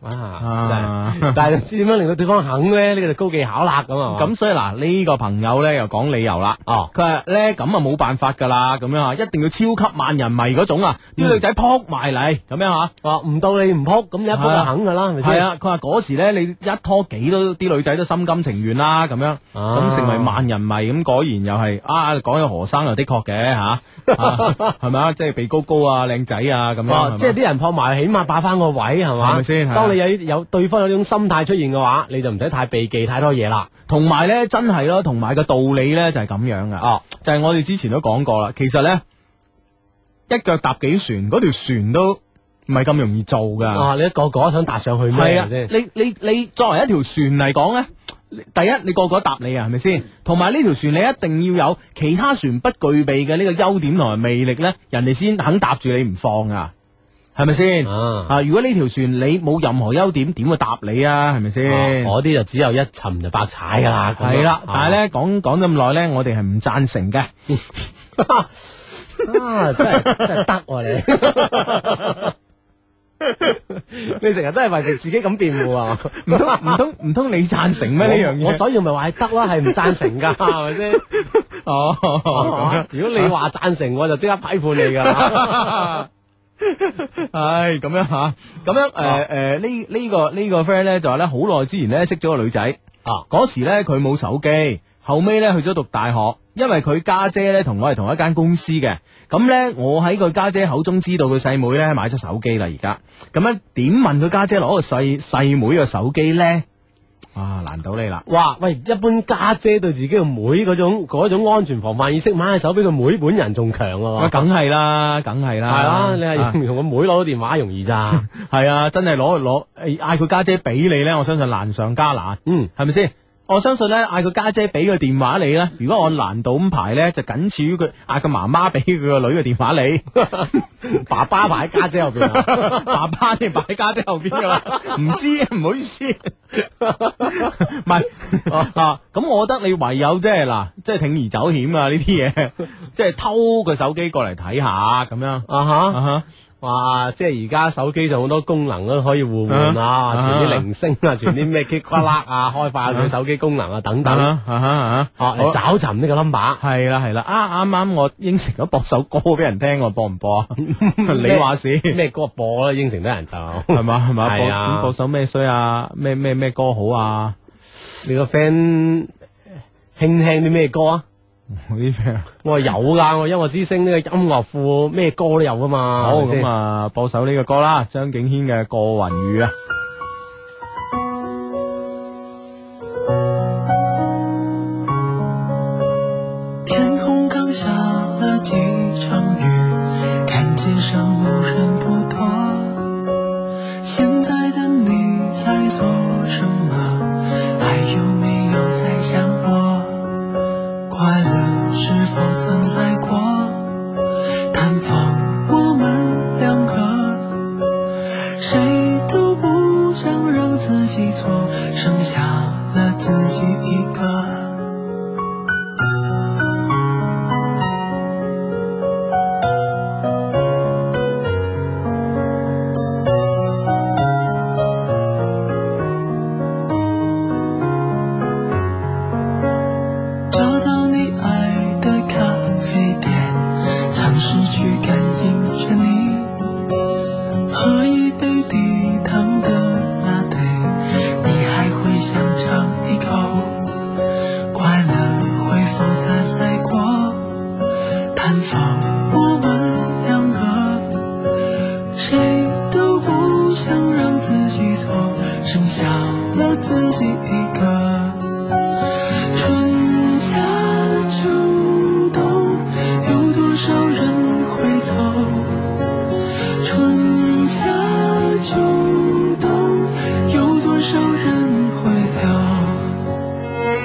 C: 啊，真係但係唔知點樣令到對方肯咧？呢個就高技巧啦咁啊！
B: 咁所以嗱，呢、個朋友咧又講理由啦。
C: 哦
B: 佢話咧咁啊冇辦法㗎啦，咁樣啊，一定要超級萬人迷嗰種啊，啲、女仔撲埋嚟咁樣啊。
C: 哇！哦唔到你唔撲，咁你一撲
B: 係啊
C: 就肯噶啦，係咪先？
B: 係啊，佢話嗰時咧，你一拖幾都啲女仔都心甘情願啦，咁樣咁、
C: 啊
B: 成為萬人迷，咁果然又係啊，講起何生又的確嘅吓，啊 係咪啊？即係鼻高高啊，靚仔啊，咁樣，係
C: 哦
B: 咪，
C: 即係啲人撲埋，起碼霸翻個位係嘛？
B: 係咪先係啊
C: 當你有有對方有呢種心態出現嘅話，你就唔使太避忌太多嘢啦。
B: 同埋咧真係咯，同埋個道理咧就係咁樣噶，
C: 哦，
B: 就係我哋之前都講過啦。其實咧一腳踏幾船，嗰條船都唔係咁容易做噶。
C: 啊，你一個個想搭上去咩
B: 係啊，
C: 先？
B: 你你你作為一條船嚟講咧，你第一你個個答你啊，係咪先？同埋呢條船你一定要有其他船不具備嘅呢個優點同埋魅力咧，人哋先肯搭住你唔放啊，係咪先？
C: 啊
B: 啊，如果呢條船你冇任何優點，點會搭你啊？係咪先？
C: 哦嗰啲就只有一沉就百踩噶啦，咁樣
B: 係啦，
C: 啊
B: 但係咧講講咁耐咧，我哋係唔贊成嘅。
C: 啊，真係真係得喎 你。你成日都係為自己咁辯護啊？
B: 唔通唔通唔通你贊成咩呢樣嘢？
C: 我所以咪話係得啦，係唔贊 成㗎，係咪先？
B: 哦，咁樣
C: 如果你話贊成，我就即刻批判你㗎 啦。
B: 唉，咁樣吓，咁樣诶诶，呢呢個呢個 friend 咧就話咧，好耐之前咧識咗個女仔，
C: 啊，
B: 嗰時咧佢冇手機，後尾咧去咗讀大學，因為佢家姐咧同我係同一間公司嘅，咁咧我喺佢家姐口中知道佢細妹咧買咗手機啦，而家咁樣點問佢家姐攞個細細妹嘅手機咧？啊，難到你啦！
C: 哇！喂，一般家姐對自己個妹嗰種嗰種安全防範意識，買手比個妹本人仲強
B: 喂
C: 喎。
B: 梗係啦，梗係
C: 係
B: 啦，
C: 啦，你
B: 啊
C: 係同個妹攞到電話容易 咋？
B: 系啊，真係攞攞誒嗌佢家姐俾你咧，我相信難上加難，
C: 嗯，
B: 係咪先？我相信咧，嗌佢家姐俾個電話你咧，如果按難度咁排咧，就僅次於佢嗌佢媽媽俾佢個女嘅電話 你，
C: 爸爸排喺家姐後邊啊。
B: 爸爸你擺喺家姐後邊噶啦，唔知唔好意思，唔係
C: 哦
B: 啊，咁我覺得你唯有即係嗱，即係鋌而走險啊呢啲嘢，即係偷個手機過嚟睇下咁樣
C: 啊
B: 啊
C: 哈！
B: 哈
C: 哇！即係而家手機就好多功能都可以互換
B: 啊
C: 啊，傳啲鈴聲啊，傳啲咩 k 呱啦啊，開發佢手機功能啊等
B: 啊
C: 等。
B: 哈啊哈啊哈
C: 哦，嚟找尋呢個 number。
B: 系啦系啦，啊啱啱我應承咗播首歌俾人聽，我播唔 播啊？你話事
C: 咩歌播啦？應承得人就
B: 係嘛係嘛？
C: 係
B: 播
C: 啊
B: 咁播首咩衰啊？咩咩咩歌好啊？
C: 你個 friend 呃輕輕啲咩歌啊？
B: 嗰啲咩啊？
C: 我話有噶，我音樂之星呢個音樂庫咩歌都有噶嘛。
B: 好
C: 係咪先
B: 咁，啊，播首呢個歌啦，張敬軒嘅《過雲雨》啊。
A: 天空刚下了几场雨，看街上路人不多。现在的你在做什么？还有没有在想我？快乐是否曾来过？探访我们两个。谁都不想让自己错，剩下了自己一个。找到你爱的咖啡店，尝试去感应着你，喝一杯低糖的拿铁，你还会想尝一口？快乐会否再来过？探访我们两个，谁都不想让自己错，剩下了自己一个。春夏秋冬，有多少人会走？春夏秋冬，有多少人会留？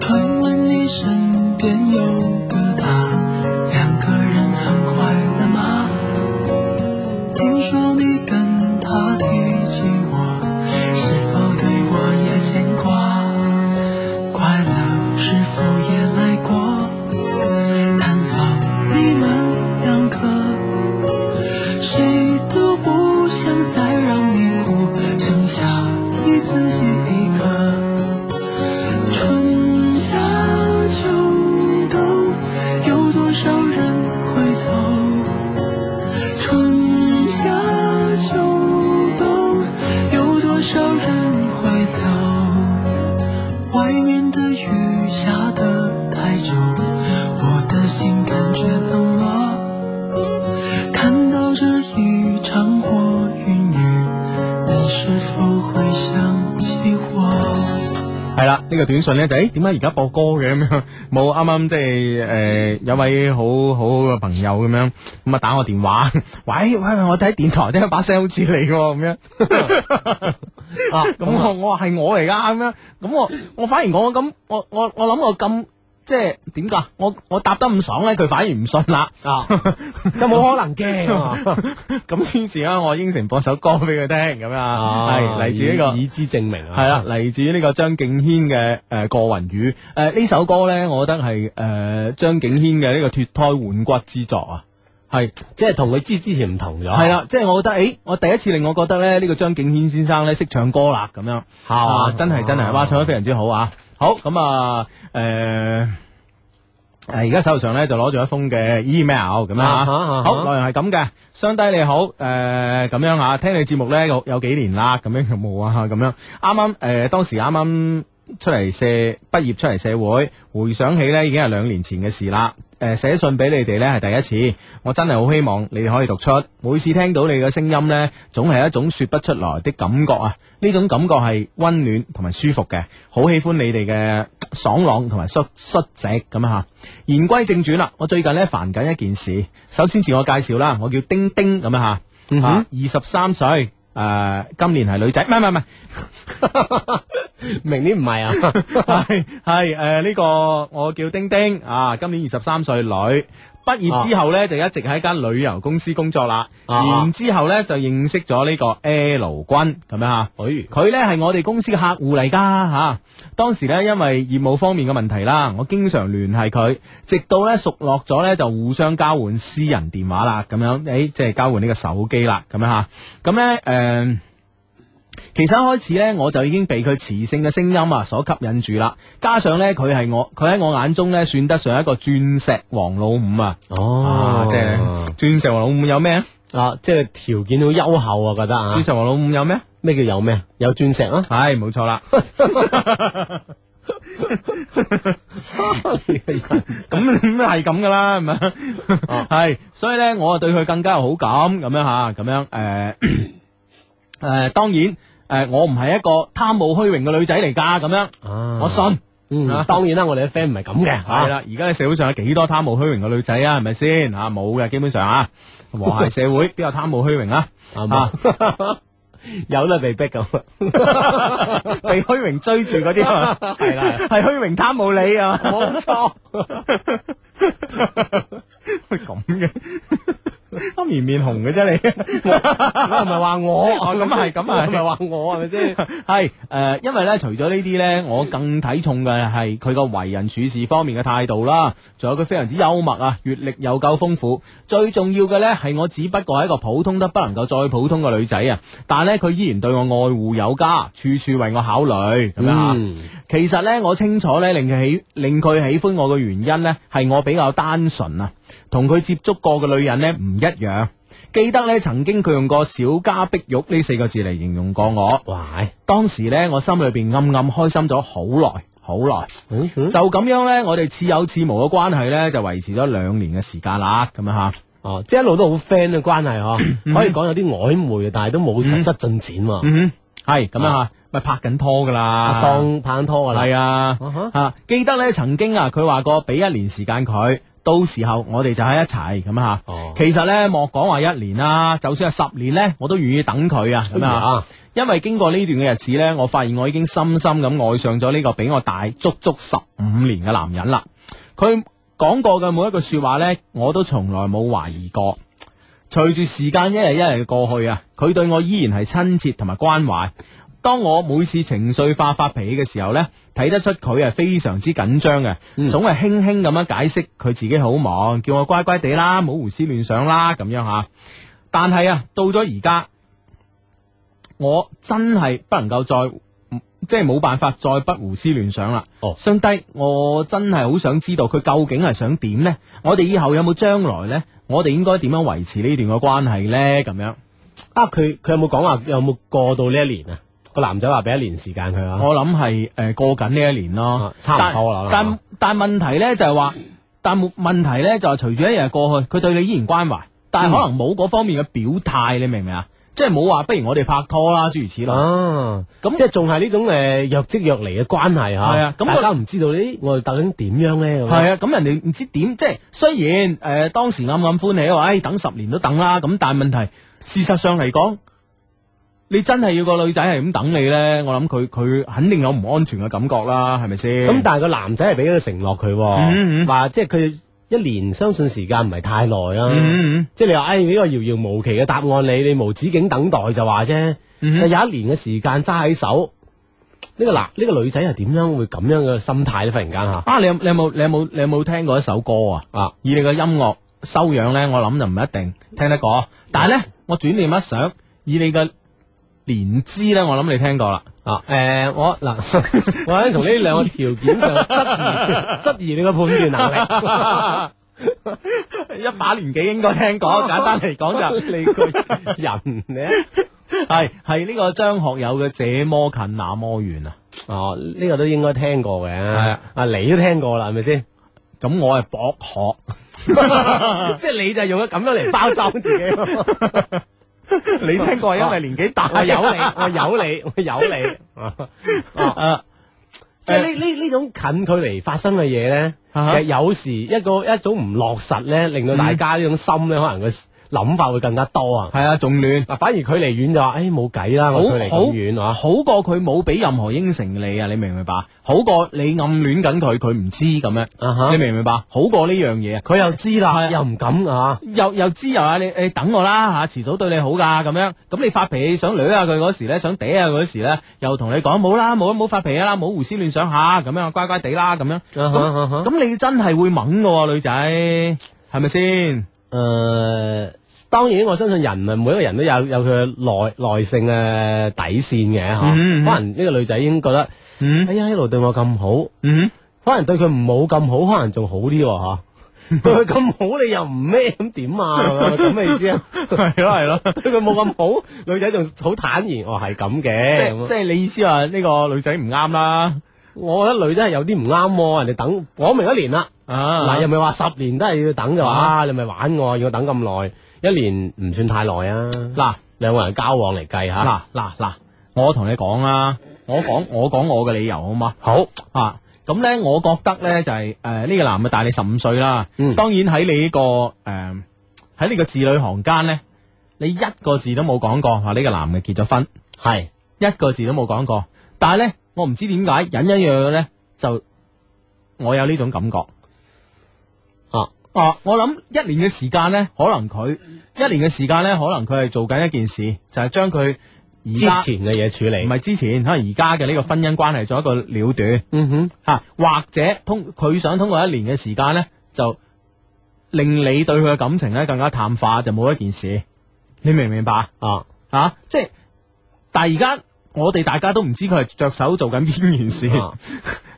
A: 传闻你身边有个他，两个人很快乐吗？听说你跟他提起我，是否对我也牵挂？快乐是否也来过？探访你们两个，谁都不想再让你哭，剩下你自己一个。春夏秋冬，太重，我的心感觉到我看到这一场火云雨，你是否会想起我？
B: 系啦，呢、個短信咧就诶哎點解而家播歌嘅咁樣？冇啱啱即係诶有位好好好嘅朋友咁樣咁啊打我電話，喂喂喂，我睇電台聽把聲好似你喎咁樣。
C: 啊，
B: 咁我我話係我嚟㗎咁樣，咁我我反而我咁我我我諗我咁即係點㗎？我我答得唔爽咧，佢反而唔信啦。
C: 啊，有冇可能嘅？
B: 咁於是咧，我應承播首歌俾佢聽咁 啊，係嚟自呢個。
C: 以資證明啊，
B: 系啦，嚟自呢個張敬軒嘅诶《過雲雨》诶呢首歌咧，我覺得係诶張敬軒嘅呢個脱胎換骨之作啊，係
C: 即係同佢之之前唔同咗，
B: 係，啦，即係我覺得诶，我第一次令我覺得咧呢個張敬軒先生咧識唱歌啦咁樣，
C: 係嘛
B: 啊真係真係，哇唱得非常之好啊！好咁啊诶。诶，而家手頭上咧就攞住一封嘅 email 咁樣
C: 啊
B: 啊，
C: 哈啊哈
B: 好內容係咁嘅，相低你好，诶咁樣啊，聽你節目咧有有幾年啦，咁樣有冇啊 咁樣，啱啱诶當時啱啱出嚟社畢業出嚟社會，回想起咧已經係兩年前嘅事啦。誒寫信俾你哋呢係第一次，我真係好希望你哋可以讀出。每次聽到你嘅聲音呢， 總係一種說不出來的感覺啊！呢種感覺係温暖同埋舒服嘅，好喜歡你哋嘅爽朗同埋率率直咁啊！言歸正傳啦，我最近呢煩緊一件事，首先自我介紹啦，我叫丁丁咁啊
C: 嗯
B: 嚇，啊二十三歲，誒、今年係女仔，唔係 唔係唔 係。
C: 明年唔係啊，
B: 系系诶呢個我叫丁丁啊，今年二十三歲女，畢業之後呢，就一直喺間旅遊公司工作啦，
C: 啊
B: 然之后咧就認識咗呢個 L 君咁樣啊。
C: 哎
B: 佢呢係我哋公司嘅客戶嚟噶吓，當時呢，因為業務方面嘅問題啦，我經常聯繫佢，直到呢熟落咗呢，就互相交換私人電話啦，咁樣诶即係交換呢個手機啦，咁樣吓，咁呢。诶、其實一開始呢，我就已經被佢磁性嘅聲音啊所吸引住啦，加上呢，佢係我佢喺我眼中呢，算得上一個鑽石王老五啊，啊
C: 哦，
B: 即係鑽石王老五有咩啊？
C: 啊，即係條件好優厚啊，覺得啊
B: 鑽，石王老五有咩啊？
C: 咩叫有咩？有鑽石 啊，
B: 唉，冇錯啦。
C: 啊
B: 咁咁系咁噶啦，系咪？
C: 哦
B: 系，所以咧，我啊對佢更加有好感，咁樣吓，咁樣 诶诶，當然诶、誒我唔係一個貪慕虛榮嘅女仔嚟㗎，咁樣
C: 啊
B: 我信。
C: 嗯，當然啦，我哋啲 friend 唔係咁嘅，
B: 系
C: 嚇，
B: 啦，而家嘅社會上有幾多貪慕虛榮嘅女仔啊？係咪先 啊？冇嘅，基本上啊，和諧社會邊有貪慕虛榮啊？
C: 係嘛
B: 啊
C: 有都係被逼咁，
B: 被虛榮追住嗰啲啊，
C: 係啦，
B: 係虛榮貪慕你啊！冇錯，咁嘅，黑面面紅嘅啫你，
C: 唔係話我，
B: 哦咁係咁係
C: 唔係話我係咪先？
B: 係诶、誒因為咧，除咗呢啲咧，我更睇重嘅係佢個為人處事方面嘅態度啦，仲有佢非常之幽默啊，閱歷又夠豐富。最重要嘅咧係我只不過係一個普通得不能夠再普通嘅女仔啊，但係咧佢依然對我愛護有加，處處為我考慮咁樣啊。
C: 嗯
B: 其實呢，我清楚呢，令佢喜令佢喜歡我嘅原因呢，係我比較單純啊，同佢接觸過嘅女人呢唔一樣。記得呢，曾經佢用過小家碧玉呢四個字嚟形容過我，
C: 哇，
B: 當時呢，我心裏邊暗暗開心咗好耐，好耐。
C: 嗯嗯
B: 就咁樣呢，我哋似有似無嘅關係呢，就維持咗兩年嘅時間啦，咁樣吓。
C: 哦，即係一路都好 friend 嘅關係嗬，可以講有啲曖昧，但係都冇實質進展喎。
B: 嗯，啊係咁樣吓，咪拍緊拖噶啦，
C: 啊當拍緊拖㗎啦，嗯
B: 系啊
C: 哈，
B: 啊，記得咧曾經啊，佢話過俾一年時間佢，到時候我哋就喺一齊咁啊。
C: 哦
B: 其實咧，莫講話一年啦，就算係十年咧，我都願意等佢啊。咁啊
C: 啊，
B: 因為經過呢段嘅日子咧，我發現我已經深深咁愛上咗呢個比我大足足十五年嘅男人啦。佢講過嘅每一句說話咧，我都從來冇懷疑過。隨住時間一日一日嘅過去啊，佢對我依然係親切同埋關懷。當我每次情緒化發脾氣嘅時候呢，睇得出佢係非常之緊張嘅，總係輕輕咁樣解釋佢自己好忙，叫我乖乖地啦，唔好胡思亂想啦咁樣吓。但係啊，到咗而家，我真係不能夠再。嗯即係冇辦法再不胡思亂想啦。
C: 哦
B: 相低，我真係好想知道佢究竟係想點呢？我哋以後有冇將來呢？我哋應該點樣維持呢段嘅關係呢？咁樣。
C: 啊，佢佢有冇講話有冇過到呢一年啊？
B: 哦
C: 個男仔話俾一年時間佢啊，
B: 呃我諗係诶过紧呢一年咯
C: 啊，差唔多啦
B: 但
C: 我諗
B: 但但問題咧就係話，但問問題咧就係隨住一日過去，佢對你依然關懷，
C: 嗯
B: 但係可能冇嗰方面嘅表態，你明唔明啊？即係冇話不如我哋拍拖啦，諸如此類。
C: 啊，
B: 咁
C: 咁即係仲係呢種诶若即若離嘅關係吓，
B: 係啊咁
C: 大
B: 個
C: 家唔知道呢，我哋究竟點樣咧？咁樣
B: 係啊，咁人哋唔知點，即係雖然誒、呃、當時暗暗歡喜話，誒、等十年都等啦，咁但係問題事實上嚟講，你真係要個女仔係咁等你咧，我諗佢佢肯定有唔安全嘅感覺啦，係咪先？
C: 咁但係個男仔係俾咗個承諾佢
B: 嗯嗯
C: 喎，話即係佢一年相信時間唔係太耐啊啦。
B: 嗯嗯
C: 即係你話，哎呢個遙遙無期嘅答案，你你無止境等待就話啫。
B: 嗯
C: 但有一年嘅時間揸喺手，呢個男呢個女仔係點樣會咁樣嘅心態咧？忽然間吓
B: 啊，你有你有冇你有冇你有冇聽過一首歌啊？
C: 啊，
B: 以你嘅音樂修養咧，我諗就唔一定聽得過。但係咧，我轉念一想，以你嘅年資咧，我諗你聽過 啦。
C: 啊，诶，我嗱， 我喺從呢兩個條件 上質疑質疑你嘅判斷能力。
B: 一把年紀應該聽 過，簡單嚟講就
C: 你個人咧，
B: 係係呢個張學友嘅《這麼近那麼遠》啊。
C: 哦，呢個都應該聽過嘅。
B: 啊
C: 啊，你都聽過啦，係咪先？
B: 咁我係博學，
C: 即係你就用咗咁樣嚟包裝自 己。
B: 你聽過係因為年紀 大，
C: 我有你，我有你，我有你。
B: 啊
C: 即係呢呢呢種近距離發生嘅嘢咧，其
B: 呃啊哈
C: 實有時一個一種唔落實咧，令到大家呢種心咧，可能個諗法會更加多啊。
B: 係啊，仲亂。
C: 嗱，反而距離遠就話，誒冇計啦，
B: 好
C: 我距離咁遠
B: 好
C: 啊。
B: 好過佢冇俾任何應承你啊！你明唔明白？好過你暗戀緊佢，佢唔知咁樣。
C: 啊哈
B: 你明唔明白？好過呢樣嘢啊！
C: 佢又知啦，又唔敢啊。
B: 又又知又話你你等我啦吓，遲早對你好噶咁樣。咁你發脾氣想捋下佢嗰時咧，想嗲下佢嗰時咧，又同你講冇啦，冇冇發脾氣啦，冇胡思亂想下咁樣，乖乖地啦咁樣。
C: 啊哈啊哈
B: 咁咁你真係會猛噶喎，女仔係咪先？
C: 誒、當呃然我相信人啊，每一個人都有有佢嘅耐耐性嘅底線嘅嚇。
B: 嗯嗯
C: 可能呢個女仔已經覺得，
B: 嗯
C: 哎呀一路對我咁好，
B: 嗯，
C: 可能對佢唔冇咁好，可能仲好啲喎嚇。 對佢咁好，你又唔咩咁點啊？ 係咪咁嘅意思啊？
B: 係咯係咯，
C: 對佢冇咁好，女仔仲好坦然，哦係咁
B: 即
C: 嘅。
B: 係
C: 咁
B: 即
C: 啊
B: 係你意思話呢個女仔唔啱啦
C: 我覺得女仔係有啲唔啱喎，人哋等講明一年啦，
B: 啊！
C: 嗱又咪話十年都係要等就話，
B: 啊
C: 啊你咪玩我，要我等咁耐，一年唔算太耐啊。
B: 嗱
C: 兩個人交往嚟計嚇。
B: 嗱嗱嗱，我同你講啦，我講我講我嘅理由好嘛？
C: 好，
B: 啊，咁咧，我覺得咧就係誒呢個男嘅大你十五歲啦。
C: 嗯
B: 當然喺你呢、個誒喺、你個字裏行間咧，你一個字都冇講過話呢個男嘅結咗婚，
C: 係
B: 一個字都冇講過。但係咧，我唔知點解隱隱約約咧就我有呢種感覺。
C: 啊，
B: 啊！我諗一年嘅時間咧，可能佢一年嘅時間咧，可能佢係做緊一件事，就係將佢而
C: 之
B: 家
C: 前嘅嘢處
B: 唔
C: 理。
B: 係之前，可能而家嘅呢個婚姻關係做一個了斷。
C: 嗯哼，
B: 吓、啊或者通佢想通過一年嘅時間呢，就令你對佢嘅感情呢更加淡化，就冇一件事。你明唔明白
C: 啊，
B: 啊？即係，但係而家我哋大家都唔知佢係着手做緊邊件事。
C: 啊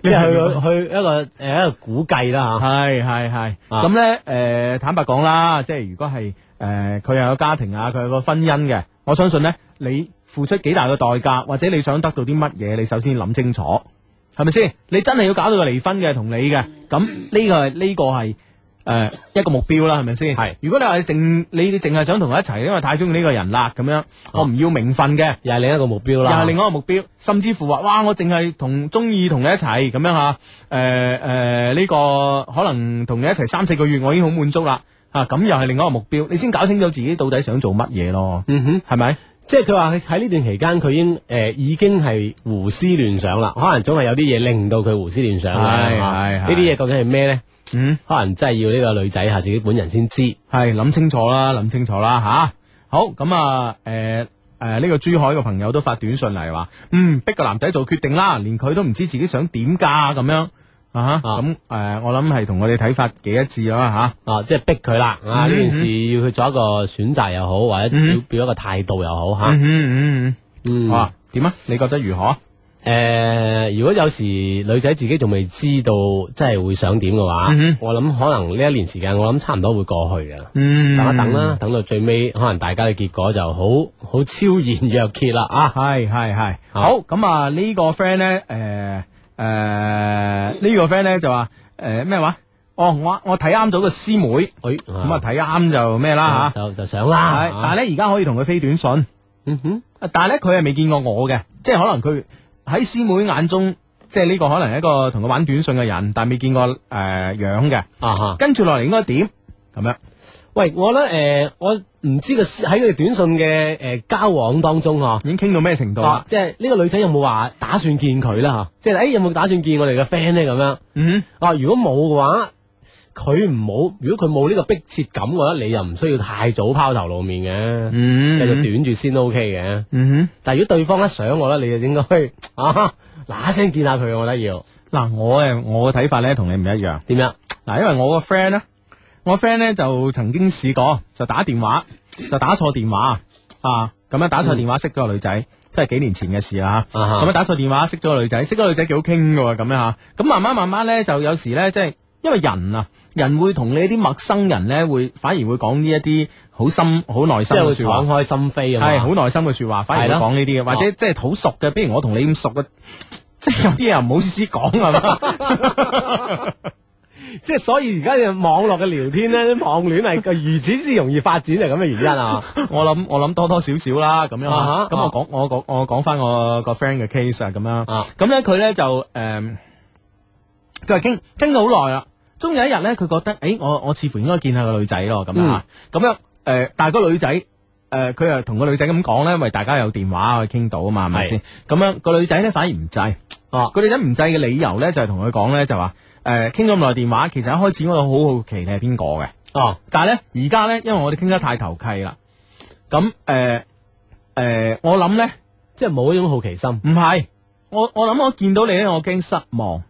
B: 你
C: 即
B: 明
C: 係
B: 唔明白
C: 去去一個诶一個估計啦吓。
B: 係係係，
C: 啊
B: 咁呢，诶、坦白講啦，即係如果係诶佢又有家庭啊，佢有個婚姻嘅，我相信呢，你付出幾大嘅代價，或者你想得到啲乜嘢，你首先諗清楚，係咪先？你真係要搞到佢離婚嘅同你嘅，咁呢個係呢、個係诶一個目標啦，係咪先？
C: 係
B: 如果你話你淨你淨係想同佢一齊，因為太中意呢個人啦，咁
C: 哦
B: 樣我唔要名分嘅。
C: 又係另一個目標
B: 又
C: 啦。
B: 係另外一個目標，甚至乎話哇，我淨係同中意同你一齊咁樣吓，誒誒呢個可能同你一齊三四個月，我已經好滿足啦，啊咁又係另外一個目標，你先搞清楚自己到底想做乜嘢咯，
C: 嗯哼，
B: 係咪？
C: 即係佢話喺呢段期間，佢已經诶已經係胡思亂想啦。可能總係有啲嘢令到佢胡思亂想嘅
B: 係
C: 嚇
B: 係係
C: 呢啲嘢究竟係咩咧？
B: 嗯，
C: 可能真係要呢個女仔吓自己本人先知。
B: 係諗清楚啦，諗清楚啦吓、好咁啊，誒誒呢個珠海嘅朋友都發短信嚟話，嗯，逼個男仔做決定啦，連佢都唔知自己想點㗎咁樣啊哈，
C: 啊
B: 咁誒、我諗係同我哋睇法幾一致啦吓。
C: 啊，即係逼佢啦！啊，呢件事要佢做一個選擇又好，或者表表一個態度又好吓。
B: 嗯嗯
C: 嗯
B: 嗯，哇，點啊？你覺得如何？
C: 誒、呃如果有時女仔自己仲未知道，真係會想點嘅話，
B: 嗯哼
C: 我諗可能呢一年時間，我諗差唔多會過去嘅。
B: 嗯
C: 等一等啦，等到最尾，可能大家嘅結果就好 好超然若揭啦啊！
B: 係係係，呃好咁啊！呢個 friend 咧，誒誒呢個 friend 咧就話诶咩话？哦，我我睇啱咗個師妹，
C: 誒
B: 咁啊睇啱就咩啦吓。
C: 哎啊就啊就上啦
B: 係，但係咧而家可以同佢飛短信，啊
C: 嗯哼，
B: 但係咧佢係未見過我嘅，即係可能佢喺師妹眼中，即係呢個可能係一個同佢玩短信嘅人，但係未見過诶、呃、样嘅。
C: 啊哈。
B: 跟住落嚟應該點咁樣？
C: 喂，我咧诶、呃我唔知個喺佢哋短信嘅诶、呃交往當中嗬。
B: 已經傾到咩程度
C: 啊
B: 啦？
C: 即係呢個女仔有冇話打算見佢啦吓？即係诶、欸有冇打算見我哋嘅 friend 咧咁樣？
B: 嗯哼，
C: 啊，如果冇嘅話，佢唔好，如果佢冇呢個迫切感嘅話，你又唔需要太早拋頭露面嘅，
B: 嗯
C: 繼續短住先 OK 嘅。
B: 嗯
C: 但係如果對方一想我咧，你就應該啊嗱聲見下佢，我覺得要
B: 哼，嗱，我诶我嘅睇法咧同你唔一樣。
C: 點樣？
B: 嗱，因為我個 friend 咧，我 friend 咧就曾經試過，就打電話，就打錯電話啊，咁樣打錯電話識咗個女仔，即係幾年前嘅事啦吓。
C: 啊哈
B: 咁樣打錯電話識咗個女仔，識咗個女仔幾好傾嘅喎，咁樣吓。咁慢慢慢慢咧，就有時咧，即係因為人啊，人會同你啲陌生人咧，會反而會講呢一啲好深、好內
C: 即
B: 心
C: 係會
B: 嘅説話
C: 敞。開心扉咁
B: 系
C: 啊
B: 好耐心嘅说話，反而
C: 係
B: 會
C: 咯哦
B: 講呢啲嘅，或者即係好熟嘅，比如我同你咁熟嘅，即係有啲人唔好意思講係嘛，
C: 即係所以而家嘅網絡嘅聊天咧，啲網戀 係個啊如此之容易發展就係咁嘅原因啊。
B: 我諗我諗多多少少啦，咁樣
C: 啊
B: 啊
C: 哈
B: 咁我講我講我講翻我個 friend 嘅 case 啊，咁
C: 啊
B: 樣，咁咧佢咧就诶，誒佢話傾傾咗好耐啦，終有一日咧，佢覺得诶，我我似乎應該見下個女仔咯，咁樣
C: 嗯
B: 啊，咁樣诶，誒但係個女仔。诶，佢又同個女仔咁講咧，因為大家有電話可以傾到啊嘛，係咪
C: 係
B: 先？咁樣個女仔咧反而唔制，
C: 哦
B: 佢哋仔唔制嘅理由咧，就係同佢講咧，就話誒傾咗咁耐電話，其實一開始我好好奇你係邊個嘅，
C: 哦，
B: 但係咧而家咧，因為我哋傾得太投契啦，咁誒誒，我諗咧
C: 即係冇嗰種好奇心。
B: 唔係，我我諗我見到你咧，我驚失望。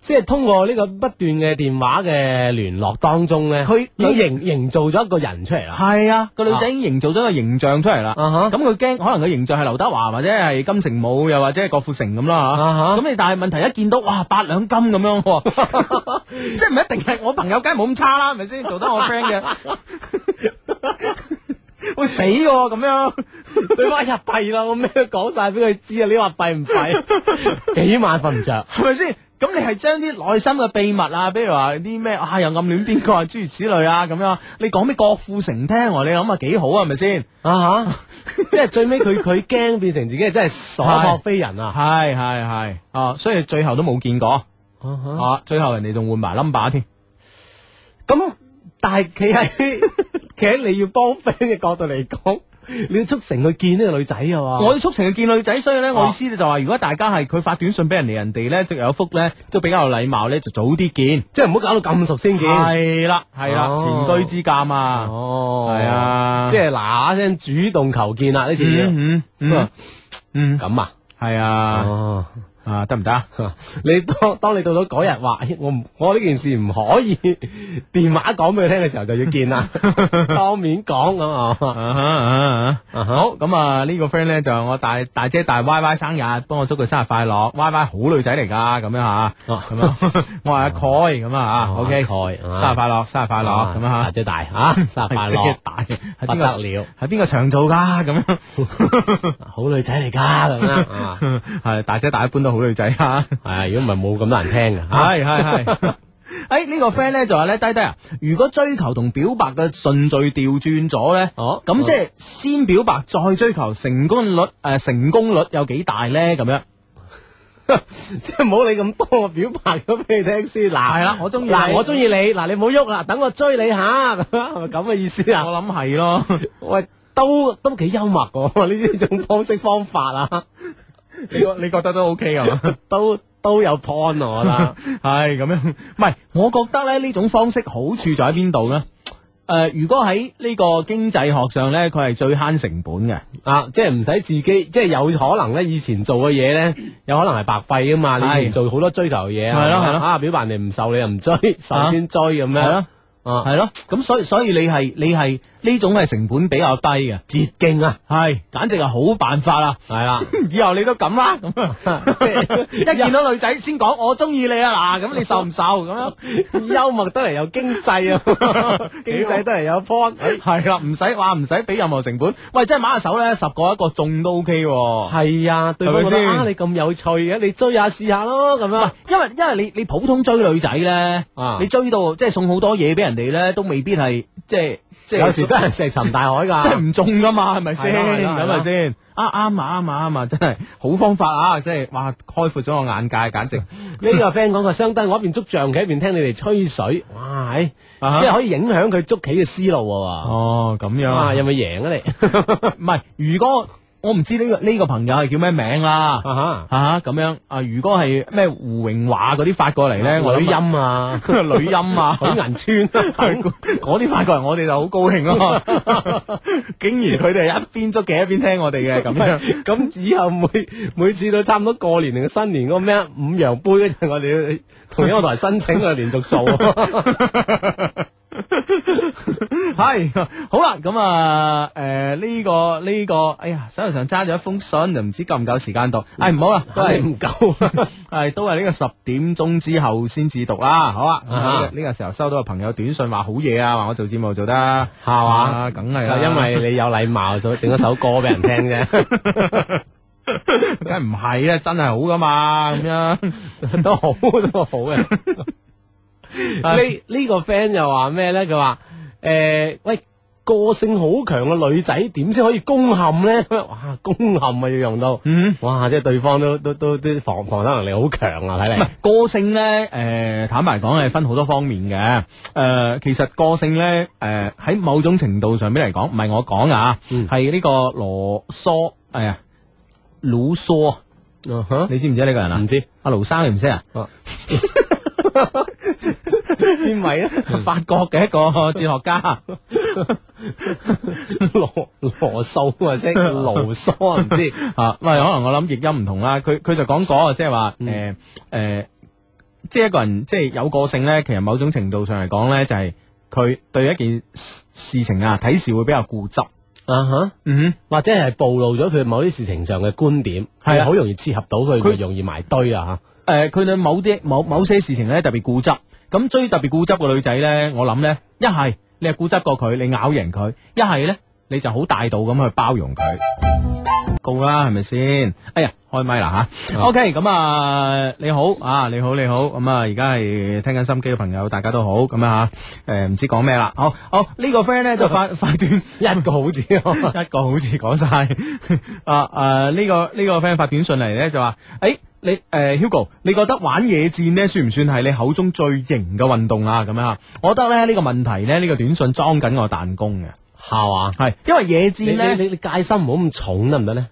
C: 即係通過呢個不斷嘅電話嘅聯絡當中咧，
B: 佢
C: 已經營營造咗一個人出嚟啦。
B: 係啊，個女仔已經營造咗個形象出嚟啦。
C: 啊哈
B: 咁佢驚，可能個形象係劉德華或者係金城武，又或者係郭富城咁啦嚇。
C: 啊哈
B: 咁你但係問題一見到，哇八兩金咁樣 喎，即係唔一定係我朋友，梗係冇咁差啦，係咪先？做得我 friend 嘅，會死喎咁 樣。
C: 對方哎呀弊啦，我咩都講晒俾佢知啊！你話弊唔弊？ 幾晚瞓唔着。
B: 系咪先？咁你係將啲內心嘅秘密啊，比如話啲咩啊，又暗戀邊個啊，諸如此類啊，咁樣。你講俾郭富城聽喎，你諗下幾好啊，係咪先？
C: 啊哈！即係最尾 佢佢驚變成自己係真係所託非人啊！
B: 係係係啊，所以最後都冇見過
C: 啊哈
B: 啊，最後人哋仲換埋 number 添。
C: 咁但係企 喺企喺你要幫 friend 嘅角度嚟講，你要促成佢見呢個女仔啊嘛。
B: 我要促成佢見女仔，所以咧，我意思就話，如果大家係佢發短信俾人哋，人哋咧就有福咧，都比較有禮貌咧，就早啲見。
C: 即係唔好搞到咁熟先見。
B: 係啦，係啦，
C: 哦
B: 前居之鑑啊，
C: 哦
B: 係啊，
C: 即係嗱嗱聲主動求見啦！呢次要
B: 嗯嗯嗯，
C: 咁啊。
B: 係啊，
C: 哦，
B: 啊得唔 得啊？
C: 你當当你到咗嗰日話，咦我唔我呢件事唔可以 電話講俾佢聽嘅時候就要見 啦，當面講咁啊，
B: 啊哈啊哈
C: 啊哈
B: 好咁啊！呢個 friend 咧就我大大姐大 Y Y 生日，幫我祝佢生日快樂。Y Y 好女仔嚟㗎，咁樣吓，咁啊，我係阿蓋咁啊
C: 哦
B: 吓，OK，
C: 阿蓋啊
B: 生日快樂，生日快樂，咁啊
C: 大姐大吓，生日
B: 吓，
C: 快
B: 大姐
C: 樂，
B: 大喺
C: 不
B: 邊
C: 得
B: 個
C: 了，
B: 喺邊個場做㗎？咁樣
C: 好女仔嚟噶咁樣 啊，
B: 系大姐大一般都好女仔吓，
C: 係啊，如果唔係冇咁多人聽嘅啊吓，
B: 系系 系。诶，呢個 friend 咧就話咧，低低啊，如果追求同表白嘅順序調轉咗咧，
C: 哦
B: 咁即係先表白再追求，成功率诶成功率有幾大咧？咁樣
C: 即係唔好理咁多，我表白咗俾你聽先，嗱
B: 係啦我鍾意
C: 嗱
B: 你
C: 我中意你，嗱你唔好喐啦，等我追你下，咁樣係咪咁嘅意思 啊？
B: 我諗係咯，
C: 喂，都都幾幽默喎，呢種方式方法啊，
B: 你覺你觉得都 OK 啊？
C: 都都有 point 啊我覺 得。
B: 係咁樣，唔係，我覺得咧呢種方式好處在喺邊度咧？诶、如果喺呢個經濟學上咧，佢係最慳成本嘅。
C: 啊，即系唔使自己，即系有可能咧，以前做嘅嘢咧，有可能系白费噶嘛。你
B: 係
C: 以前做好多追求嘅嘢，
B: 係咯
C: 嘛
B: 係咯
C: 啊，表白啊人哋唔受你又唔追，首先追咁樣，
B: 係咯
C: 啊，
B: 系咯，咁所以所以你係你係呢种系成本比较低嘅，
C: 捷徑啊，
B: 系简直系好办法啦。
C: 係啦，
B: 以後你都咁啦，咁 啊，即係一見到女仔先講我中意你啊嗱，咁你受唔受咁樣？
C: 幽默得嚟有經濟 啊，經濟得嚟有 point，
B: 係哎啦，唔使話唔使俾任何成本，喂，即係馬下手咧，十個一個中都 OK 喎。
C: 係啊，對方覺
B: 係咪
C: 得
B: 先
C: 啊你咁有趣嘅，你追下試下咯，咁樣
B: 因為因為你你普通追女仔咧，
C: 啊
B: 你追到即係送好多嘢俾人哋咧，都未必係即係即係
C: 有時真係石沉大海 㗎，
B: 即係唔中噶嘛，係咪先？
C: 係啦係啦
B: 咁咪先？啊啱啊啱啊啱啊！真係好方法啊！即係哇，開闊咗我眼界，簡 直。
C: 呢個 friend 講佢相低，我一邊捉象棋一邊聽你哋吹水，哇！係
B: 啊哈
C: 即係可以影響佢捉棋嘅思路喎。
B: 哦，咁樣
C: 啊，有冇贏啊你？
B: 唔係，如果我唔知呢、個呢、個朋友係叫咩名啦。
C: 啊哈，
B: 啊咁樣啊！如果係咩胡榮華嗰啲發過嚟咧，我
C: 女
B: 諗
C: 音啊，
B: 女音啊，
C: 許銀 川
B: 嗰啲發過嚟，我哋就好高興 咯。竟然佢哋係一邊捉棋一邊聽我哋嘅咁樣，
C: 咁以後每每次到差唔多過年定新年嗰個咩啊五羊杯嗰陣，我哋要同一個台申請，我哋連續做。
B: 係好啦。咁啊，誒呢個呢個，哎呀，手頭上揸咗一封信，就唔知夠唔夠時間讀。唉，唔好啦，都係
C: 肯定唔夠。
B: 系都系呢个十点钟之后先至读啦，好啊！
C: 啊哈
B: 呢、個个时候收到個朋友短信话好嘢啊，话我做节目做得系
C: 嘛
B: 梗系
C: 就因為你有禮貌，所以整咗首歌俾人聽 啫，
B: 梗唔系啊，真系好噶嘛，咁样
C: 都好都好嘅。呢呢個 friend 又話咩咧？佢話誒喂，個性好強嘅女仔點先可以攻陷咧？ 哇，攻陷啊要用到，
B: 嗯。
C: 哇！即係對方都都都都防防守能力好強啊，睇嚟。
B: 個性咧，誒、坦白講係分好多方面嘅。誒、其實個性咧，誒、喺某種程度上邊嚟講，唔係我講啊，
C: 嗯
B: 係呢、個羅梭，哎呀，魯梭，
C: 嗯哼
B: 你知唔知呢個人啊？
C: 唔知
B: 阿盧生你唔識啊？
C: 邊位啊咧？
B: 法國嘅一個哲學 家。
C: 羅羅素 啊，識盧梭啊唔知。
B: 啊，喂，可能我諗譯音唔同啦。佢佢就講嗰個即係話誒誒，即係一個人即係有個性咧，其實某種程度上嚟講咧，就係、佢對一件事事情啊睇事會比較固執。
C: 啊哈，
B: 嗯
C: 或者係暴露咗佢某啲事情上嘅觀點，
B: 係啊
C: 係好容易切合到佢，
B: 佢
C: 佢容易埋堆啊
B: 哼，誒、佢對某啲某某些事情咧特別固執。咁追特別固執嘅女仔咧，我諗咧，一係你係固執過佢，你咬贏佢；一係咧，你就好大度咁去包容佢。告啦，係咪先？哎呀，開咪啦吓。OK，咁啊，你好啊，你好，你好。咁啊，而家係聽緊心機嘅朋友，大家都好。咁啊，誒唔知講咩啦。好，好呢個 friend 咧就 發發短一個好字，一個好字講晒。 啊啊，呢個呢個 friend 發短信嚟咧就話，誒。你誒、Hugo，你覺得玩野戰呢算唔算係你口中最型嘅運動啊？咁樣啊，我覺得咧呢、個問題咧呢、個短信裝緊我彈弓嘅，
C: 嚇，係嘛？
B: 係因為野
C: 你
B: 戰
C: 你
B: 咧。
C: 你你戒心唔好咁重得唔得咧？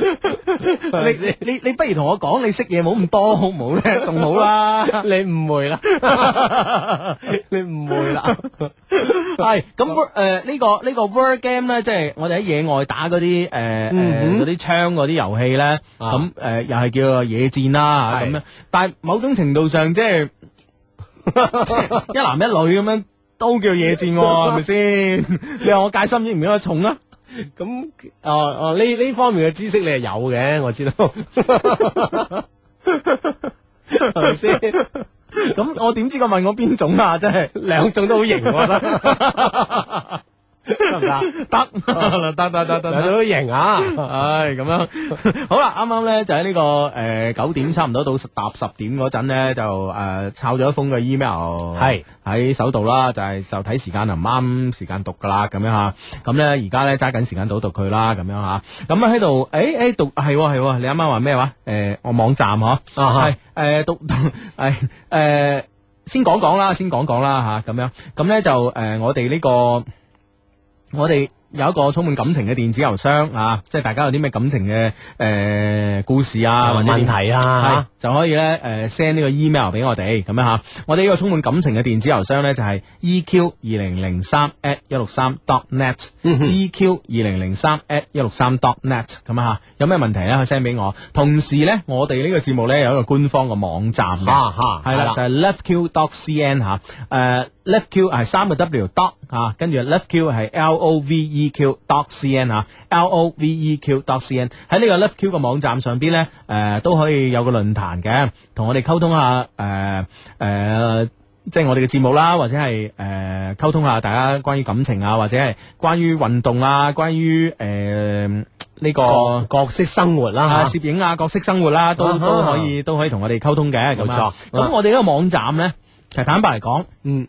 B: 你你你不如同我講，你識嘢冇咁多，好唔好 咧？仲好啦，
C: 你誤會啦，你誤會啦，
B: 係咁誒呢個呢個 word game 咧，即係我哋喺野外打嗰啲誒誒
C: 嗯
B: 嗰啲槍嗰啲遊戲咧，咁誒又係叫做野戰啦
C: 啊係
B: 咁樣。但係某種程度上，即 係一男一女咁樣都叫野戰喎，係咪 先？你話我戒心應唔應該重啊？
C: 咁哦哦呢呢方面嘅知識你係有嘅，我知道，係咪先？
B: 咁我點知佢問我邊種啊？真係
C: 兩種都好型，我覺得得唔得？
B: 得啊得得得得
C: 兩種都型啊！
B: 唉，咁樣 好啦，啱啱咧就喺呢、個诶九、點差唔多到十搭十點嗰陣咧，就诶抄咗一封嘅 email
C: 係
B: 喺手度啦，就係就睇時間就唔啱時間讀噶啦，咁樣吓，咁咧而家咧揸緊時間讀讀佢啦，咁樣吓，咁啊喺度诶诶讀係喎係喎，你啱啱話咩話？诶、我網站嗬，
C: 啊
B: 係诶 讀係诶先 ờ, 講講啦，先講講啦吓，咁樣咁咧就诶、呃我哋呢、個我哋有一個充滿感情嘅電子郵箱啊，即係大家有啲咩感情嘅誒故事啊，或者
C: 問
B: 點
C: 題
B: 係
C: 啊，
B: 就可以咧誒 send 呢個 email 俾我哋咁樣吓。我哋呢個充滿感情嘅電子郵箱咧就係 eq 二零零三 at 一六三 dot
C: 嗯
B: net，eq 二零零三 at 一六三 dot net 咁啊吓。有咩問題咧可以 send 俾我。同時咧，我哋呢個節目咧有一個官方嘅網站嘅。
C: 啊哈
B: 係啦，就係 loveq.cn 吓，誒 loveq 係三個 W dot 啊，跟住 loveq 係 L O V E Q dot cn 吓，L O V E Q dot cn 喺呢個 loveq 嘅網站上邊咧，誒都可以有個論壇嘅，同我哋溝通下誒誒。即係我哋嘅節目啦，或者係誒溝通下大家關於感情啊，或者係關於運動啊，關於誒呢個
C: 角角色生活啦
B: 啊，
C: 嚇
B: 攝影啊，角色生活啦，
C: 啊
B: 都
C: 哈
B: 都可以都可以同我哋溝通嘅，咁
C: 冇
B: 啊
C: 錯
B: 咁
C: 啊
B: 我哋呢個網站咧，其實坦白嚟講，
C: 嗯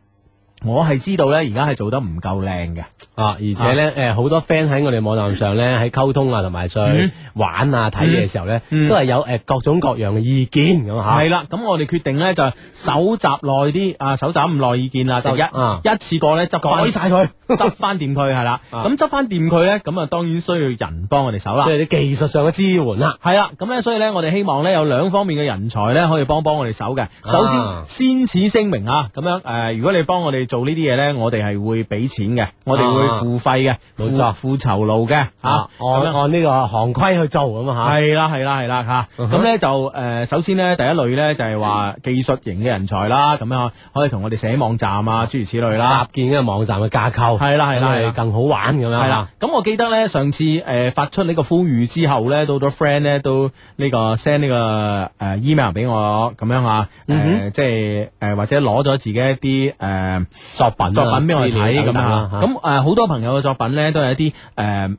B: 我係知道咧，而家係做得唔夠靚嘅，
C: 啊，而且咧誒好多 friend 喺我哋網站上咧喺溝通啊，同埋上去玩啊睇嘢嘅時候咧，
B: 嗯
C: 都係有誒各種各樣嘅意見咁啊嚇。
B: 係啦。咁我哋決定咧就搜集耐啲啊，搜集唔耐意見啦，就
C: 搜
B: 一
C: 啊
B: 一次過咧執
C: 改
B: 翻
C: 晒佢，
B: 執翻掂佢係啦。
C: 啊
B: 咁執翻掂佢咧，咁啊當然需要人幫我哋手啦
C: 即。係啲技術上嘅支援啊啦。
B: 系啦，啊咁咧，所以咧，我哋希望咧有兩方面嘅人才咧，可以幫幫我哋手嘅。首先，
C: 啊
B: 先此聲明啊，咁樣诶、呃如果你幫我哋做呢啲嘢咧，我哋係會俾錢嘅，我哋會
C: 啊
B: 付費嘅，
C: 冇
B: 付
C: 錯
B: 付酬勞嘅，吓
C: 啊，
B: 咁
C: 按
B: 樣。
C: 按呢個行規去做咁啊
B: 係啦，係啦，係啦吓，
C: 嗯
B: 咁
C: 哼嗯
B: 咧就诶，呃首先咧第一類咧就係話技術型嘅人才啦，咁樣可以同我哋寫網站啊，諸如此類
C: 嚇，
B: 啦
C: 搭。建呢個網站嘅架構，
B: 係啦係啦
C: 咁咪
B: 係啦
C: 更好玩咁樣
B: 系啦，咁啊我記得咧，上次誒、呃、發出呢個呼籲之後咧，到咗 friend 咧都呢個 send 呢、個呃 email 俾我咁樣啊，誒、即係誒、呃或者攞咗自己一啲誒、呃
C: 作品啊
B: 作品俾我哋
C: 資料
B: 睇
C: 等
B: 咁
C: 等
B: 啊
C: 啦，嚇
B: 咁誒好多朋友嘅作品咧都係一啲誒。呃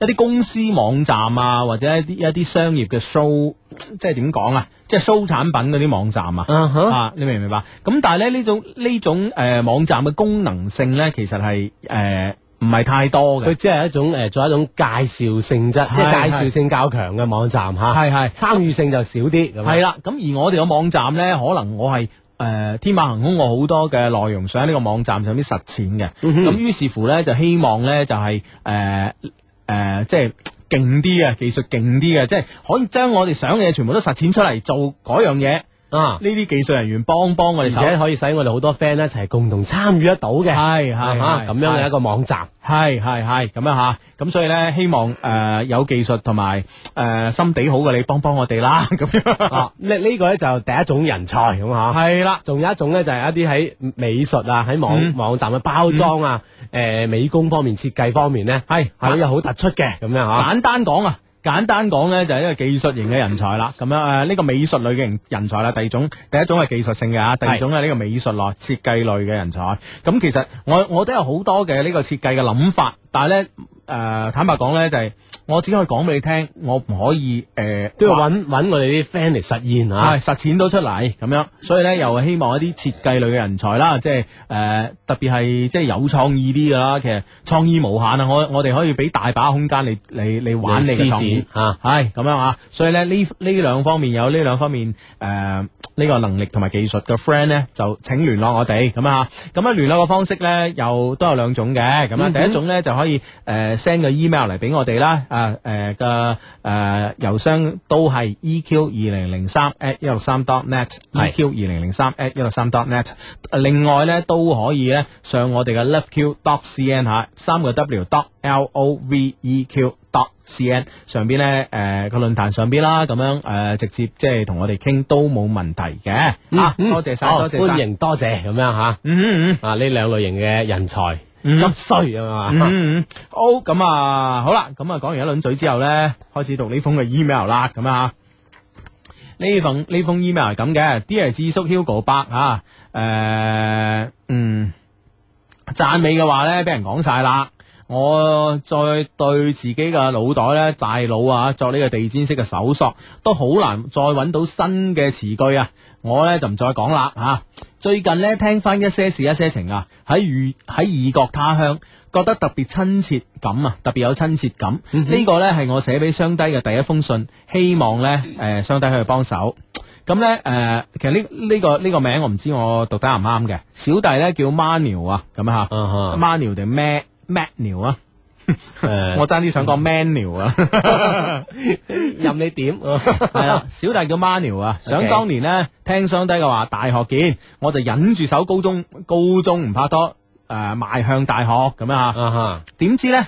B: 一啲公司網站啊，或者一啲一啲商業嘅 show，即係點講啊？即係 show 產品嗰啲網站啊，
C: 啊哈
B: 啊，你明唔明白？咁但係咧呢種呢種誒、呃、網站嘅功能性咧，其實係誒唔係太多嘅
C: 佢。只係一種誒，做一種介紹性質，即
B: 係
C: 係介紹性較強嘅網站嚇。
B: 係係
C: 參與性就少啲咁樣。
B: 啊係啦，咁而我哋嘅網站呢，可能我係。誒、天馬行空，我好多嘅內容想喺呢個網站上面實踐嘅，咁、於是乎呢，就希望呢，就係誒誒，即係勁啲嘅技術勁啲嘅，即係可以將我哋想嘅嘢全部都實踐出嚟做嗰樣嘢。呢
C: 啊，
B: 啲技術人員幫幫我
C: 而
B: 哋手，
C: 且可以使我哋好多 friend 一齊共同參與得到嘅。
B: 係係
C: 啊
B: 係
C: 哈咁樣嘅一個網站。
B: 係係係咁樣吓，咁所以呢，希望誒、有技術同埋誒心地好嘅你幫幫我哋啦，咁樣
C: 啊，呢呢個咧就第一種人才咁嚇。
B: 係啦。
C: 仲有一種咧，就係一啲喺美術啊，喺網、網站嘅包裝啊，誒、美工方面、設計方面咧，係係有好突出嘅咁樣嚇。
B: 簡單講啊。簡單講呢，就係一個技術型嘅人才啦，咁樣誒呢、個美術類嘅人人才啦，第二種第一種係技術性嘅啊，第二種係呢個美術類設計類嘅人才。咁其實我我都有好多嘅呢個設計嘅諗法，但係呢，誒坦白講呢，就係、我只可以講俾你聽，我唔可以誒、呃
C: 都要揾揾我哋啲 friend 嚟實現啊
B: 係！實踐到出嚟咁樣，所以咧又希望一啲設計類嘅人才啦，即係誒、呃特別係即係有創意啲嘅啦。其實創意無限啊，我我哋可以俾大把空間你你你玩你嘅
C: 嚟施
B: 創意
C: 展啊
B: 係咁樣啊。所以咧呢呢兩方面有呢兩方面誒。呃呢個能力同埋技術嘅 friend 呢，就請聯絡我哋咁啊，咁啊聯絡嘅方式呢，又都有兩種嘅，咁啊第一種呢，就可以誒 send 個 email 嚟俾我哋啦，啊誒嘅誒郵箱都係 eq 二零零三 at 一六三 dot net，eq 二零零三 at 一六三 dot net。另外呢，都可以呢，上我哋嘅 loveq dot cn 嚇，三個 w dot l o v e q。dot cn 上呃邊咧，誒個論壇上邊啦，咁樣誒直接即係同我哋傾都冇問題嘅啊！多謝晒，
C: 嗯好
B: 多謝晒
C: 歡，迎多謝咁樣嚇。
B: 嗯嗯
C: 啊，呢兩類型嘅人才急需啊
B: 嗯
C: 嘛。
B: 嗯嗯，好咁啊，好啦，咁啊講完一輪嘴之後咧，開始讀呢封嘅 email 啦，咁啊。呢封呢封 email 係咁嘅，Dear 智叔 Hugo 伯啊，誒、嗯，讚美嘅話呢，俾人講晒啦。我再對自己嘅腦袋呢，大腦啊，作呢個地氈式嘅搜索，都好難再揾到新嘅詞句啊！我呢就唔再講啦嚇。最近呢，聽翻一些事一些情啊，喺異喺異國他鄉，覺得特別親切感啊，特別有親切感。呢、個呢係我寫俾雙低嘅第一封信，希望呢誒、呃、雙低可以幫手。咁咧誒，其實呢、呢個呢、個名我唔知我讀得啱唔啱嘅。小弟咧叫 Manuel 啊，咁啊
C: 啊哈呃
B: ，Manuel 定咩 Manuel 啊？
C: 诶
B: 我争啲想讲 menu 啊，
C: 任你 点，
B: 系啦，小弟叫 menu 啊，想当年呢，听相低嘅话，大学见，我就忍住手高中高中唔拍拖，诶、迈向大學咁樣啊，
C: 啊哈，
B: 點知呢？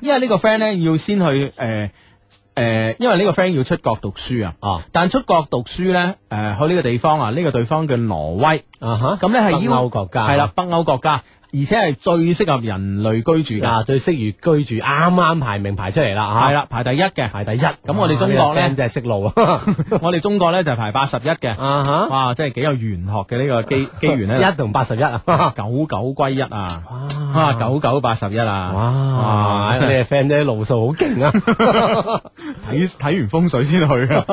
B: 因為呢個 friend 呢，要先去诶诶、呃因為呢個 friend 要出國讀書啊，
C: 哦，
B: 但出國讀書呢，诶、去呢個地方啊，呢、個對方叫挪威。
C: 啊哈，
B: 咁咧係
C: 北
B: 要
C: 歐國家
B: 係啦，北歐國家，而且係最適合人類居住㗎，
C: 啊，最適宜居住，啱啱排名排出嚟啦吓，
B: 係啦，排第一嘅，
C: 排第一。啊咁
B: 我哋中國呢
C: 真係識 路啊，
B: 我哋中國咧就係排八十一嘅，
C: 啊哈，
B: 哇，真係幾有玄學嘅呢個機機緣咧，
C: 一同八十一啊，
B: 九九歸一啊，啊，九九八十一啊，
C: 哇，你哋啊 friend 啲路數好勁 啊！
B: 睇睇完風水先去啊，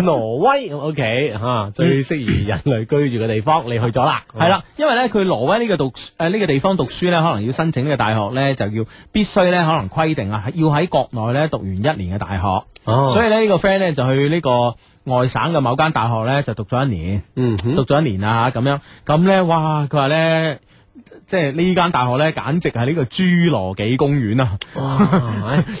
C: 挪威咁 OK 吓，最適宜人類居住嘅地方，你去咗 啦，
B: 係啦，因為咧佢挪威呢個讀誒呢個地方讀書咧，可能要申請呢個大學咧，就要必須咧可能規定啊，要喺國內咧讀完一年嘅大學，
C: 哦，
B: 所以咧呢個 friend 咧就去呢個外省嘅某間大學咧就讀咗一年。
C: 嗯哼，
B: 讀咗一年啦咁樣，咁咧哇，佢話咧。即係呢間大學咧，簡直係呢個侏羅紀公園啊！
C: 哇，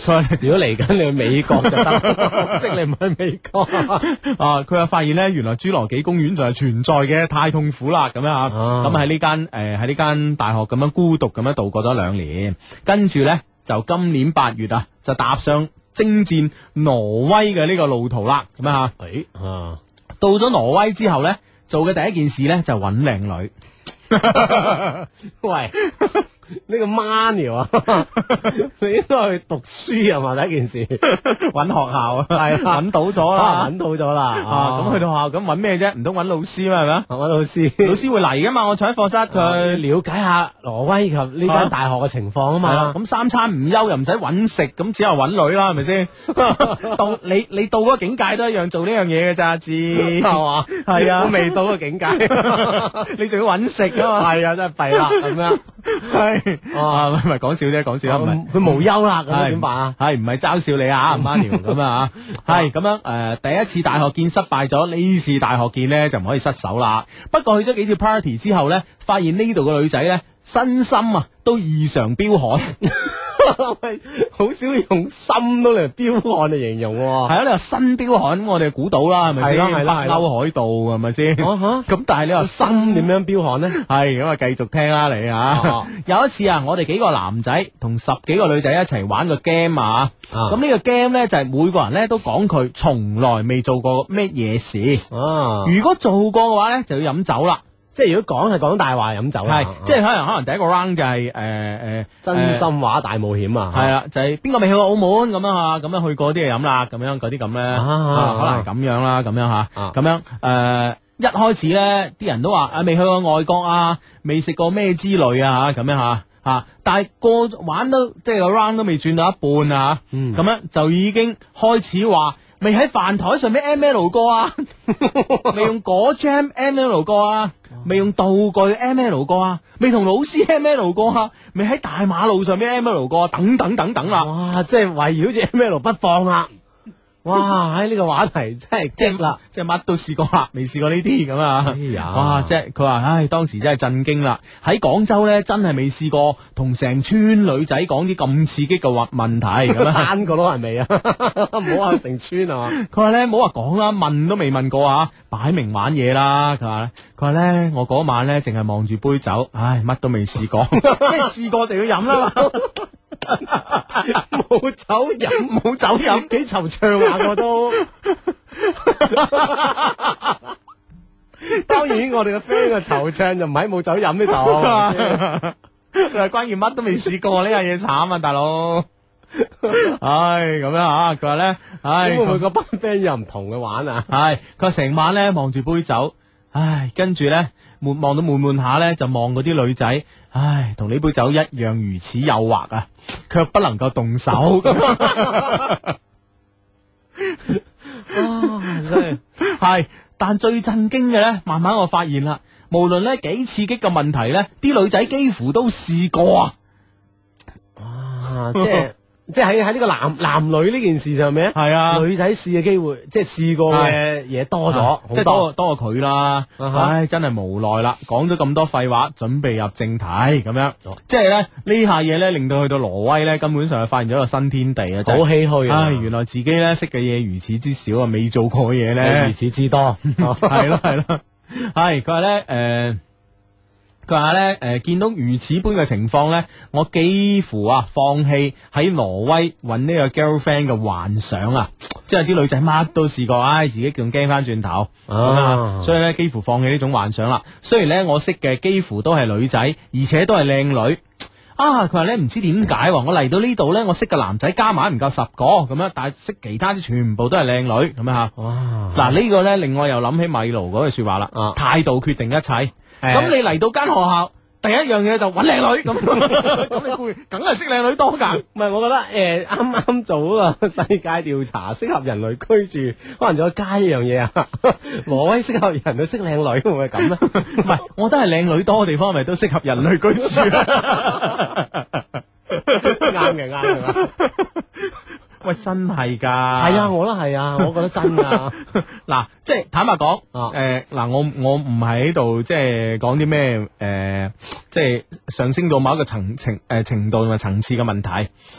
C: 佢如果嚟緊你去美國就得， 可惜你唔去美 國。
B: 啊，佢又發現咧，原來侏羅紀公園就係存在嘅，太痛苦啦咁樣啊！
C: 啊
B: 咁喺呢間誒喺呢間大學咁樣孤獨咁樣度過咗兩年，跟住咧就今年八月啊，就踏上征戰挪威嘅呢個路途啦，咁樣啊！
C: 誒啊，
B: 到咗挪威之後咧，做嘅第一件事咧就揾靚女。
C: 喂， 呢個 money 啊， 你應該去讀書啊嘛，第一件事
B: 揾學 校啊，係揾到咗
C: 啊
B: 啦
C: 揾。到咗啦，？
B: 啊，咁去到學校咁揾咩啫？唔通揾老師嘛，係咪啊
C: 揾老師
B: 老師會嚟噶嘛？我坐喺課室
C: 去
B: 佢。
C: 了解下挪威及呢間大學嘅情況啊
B: 係啦
C: 嘛，。
B: 咁三餐唔休又唔使揾食，咁只有揾女啦，係咪 先？到你你到嗰個境界都一樣做呢樣嘢嘅咋，知
C: 嘛？
B: 係啊
C: 我未到個境界，
B: 你仲要揾食啊嘛？
C: 係啊，真係弊啦咁樣。
B: 係啊，唔係唔係講笑啫，講笑啊唔係。
C: 佢無憂啦，咁樣
B: 係
C: 點辦啊？？
B: 系唔係嘲笑你 啊，媽聊咁啊？係咁樣诶，第一次大學見失敗咗，呢次大學見呢就唔可以失手啦。不過去咗幾次 party 之後呢，發現呢度嘅女仔呢，身心啊都異常彪悍。
C: 喂好少用心都嚟標案嚟形容
B: 係
C: 喎。
B: 啊，你話身彪悍，咁我哋估到啦，係咪先？
C: 係啦係啦係
B: 北
C: 啦
B: 歐海盜係咪先？
C: 啊哈
B: 咁但係你話心
C: 心點樣標悍呢？
B: 係咁啊，繼續聽啦你
C: 哦
B: 啊！ 有一次啊，我哋幾個男仔同十幾個女仔一齊玩個 game 啊，
C: 啊
B: 咁呢個 game 呢，就係每個人呢都講佢從來未做過咩嘢事，
C: 啊，
B: 如果做過嘅話呢，就要飲酒啦，
C: 即係如果講係講大話飲酒啦，
B: 係即係可能可能第一個 round 就係誒誒
C: 真心話大冒險啊！
B: 系啦，就係邊個未去過澳門咁樣啊？咁樣去過啲就飲啦，咁樣嗰啲咁咧，
C: 啊
B: 啊可能係咁樣啦，咁樣吓，
C: 啊
B: 咁樣诶，一開始咧，啲人都話啊，未去過外國啊，未食過咩之類啊，咁樣吓吓，但係過玩都即係個 round 都未轉到一半啊，
C: 嗯
B: 咁樣就已經開始話。未喺飯台上面 M L 過 啊，未用果 jam M L 過啊，未用道具 M L 過啊，未同老師 M L 過啊，未喺大馬路上面 M L 過啊，等等等等啦。
C: 哇！即係圍繞住 M L 不放啊啦！哇！喺呢個話題真係激啦！哎
B: 即係乜都試過啦，未試過呢啲咁啊！
C: 呀
B: 哇！即係佢話，唉，當時真係震驚啦！喺廣州咧，真係未試過同成村女仔講啲咁刺激嘅話問題 咁啊！
C: 單個都係未啊？唔好話成村啊！
B: 佢話咧，唔好話講啦，問都未問過啊，擺明玩嘢啦！佢話咧，佢話咧，我嗰晚咧淨係望住杯酒，唉，乜都未試過，即係試過就要飲啦 嘛，
C: 冇 酒飲，冇酒 飲，幾惆悵
B: 啊
C: 下我都。當然，我哋嘅 friend 嘅惆悵就唔喺冇酒飲呢度。
B: 佢話關鍵乜都未試過，呢樣嘢慘啊，大佬！唉，咁樣啊，佢話咧，唉，
C: 會唔會個班 friend 有唔同嘅玩啊？
B: 系，佢成晚咧望住杯酒，唉，跟住咧悶望到悶悶下咧，就望嗰啲女仔，唉，同呢杯酒一樣如此誘惑啊， 卻不能夠動手。 系，但最震驚嘅咧，慢慢我發現啦，無論咧幾刺激嘅問題咧，啲女仔幾乎都試過啊。
C: 啊，即係即係喺喺呢個男男女呢件事上面咧，
B: 係啊
C: 女仔試嘅機會，即係試過嘅嘢多咗，啊好
B: 哦即係多多過佢啦。
C: 啊哈
B: 唉，真係無奈啦，講咗咁多廢話，準備入正題咁樣。
C: 哦
B: 即係咧呢下嘢咧，令到去到挪威咧，根本上係發現咗一個新天地啊！真係
C: 好唏噓啊
B: 唉，原來自己咧識嘅嘢如此之少啊，未做過嘅嘢咧
C: 如此之多，
B: 係咯係咯，係佢話咧誒。呃佢話咧，誒、見到如此般嘅情況咧，我幾乎啊放棄喺挪威揾呢個 girlfriend 嘅幻想啊！即係啲女仔乜都試過，唉、自己仲驚翻轉頭咁啊！所以咧，幾乎放棄呢種幻想啦。雖然咧，我識嘅幾乎都係女仔，而且都係靚女。啊！佢話咧唔知點解喎，我嚟到呢度咧，我識嘅男仔加埋唔夠十個咁樣，但係識其他啲全部都係靚女咁樣嚇。嗱呢個咧令我又諗起米盧嗰句説話啦，
C: 啊
B: 態度決定一切。咁你嚟到間學校，第一樣嘢就揾靚女 咁，咁你會梗係識靚女多㗎。
C: 唔係，我覺得誒啱啱做嗰個世界調查，適合人類居住，可能仲有加一樣嘢啊， 挪威適合人類識靚女，會唔會咁咧？
B: 唔係，我覺得係靚女多嘅地方，咪都適合人類居住啊。
C: 啱嘅，啱嘅。
B: 喂，真係㗎。係
C: 係啊，我都係 啊，我覺得真㗎。
B: 嗱，即係坦白講，
C: 啊
B: 誒，嗱，我我唔喺度即係講啲咩誒，即係上升到某一個層程誒程度同埋層次嘅問題。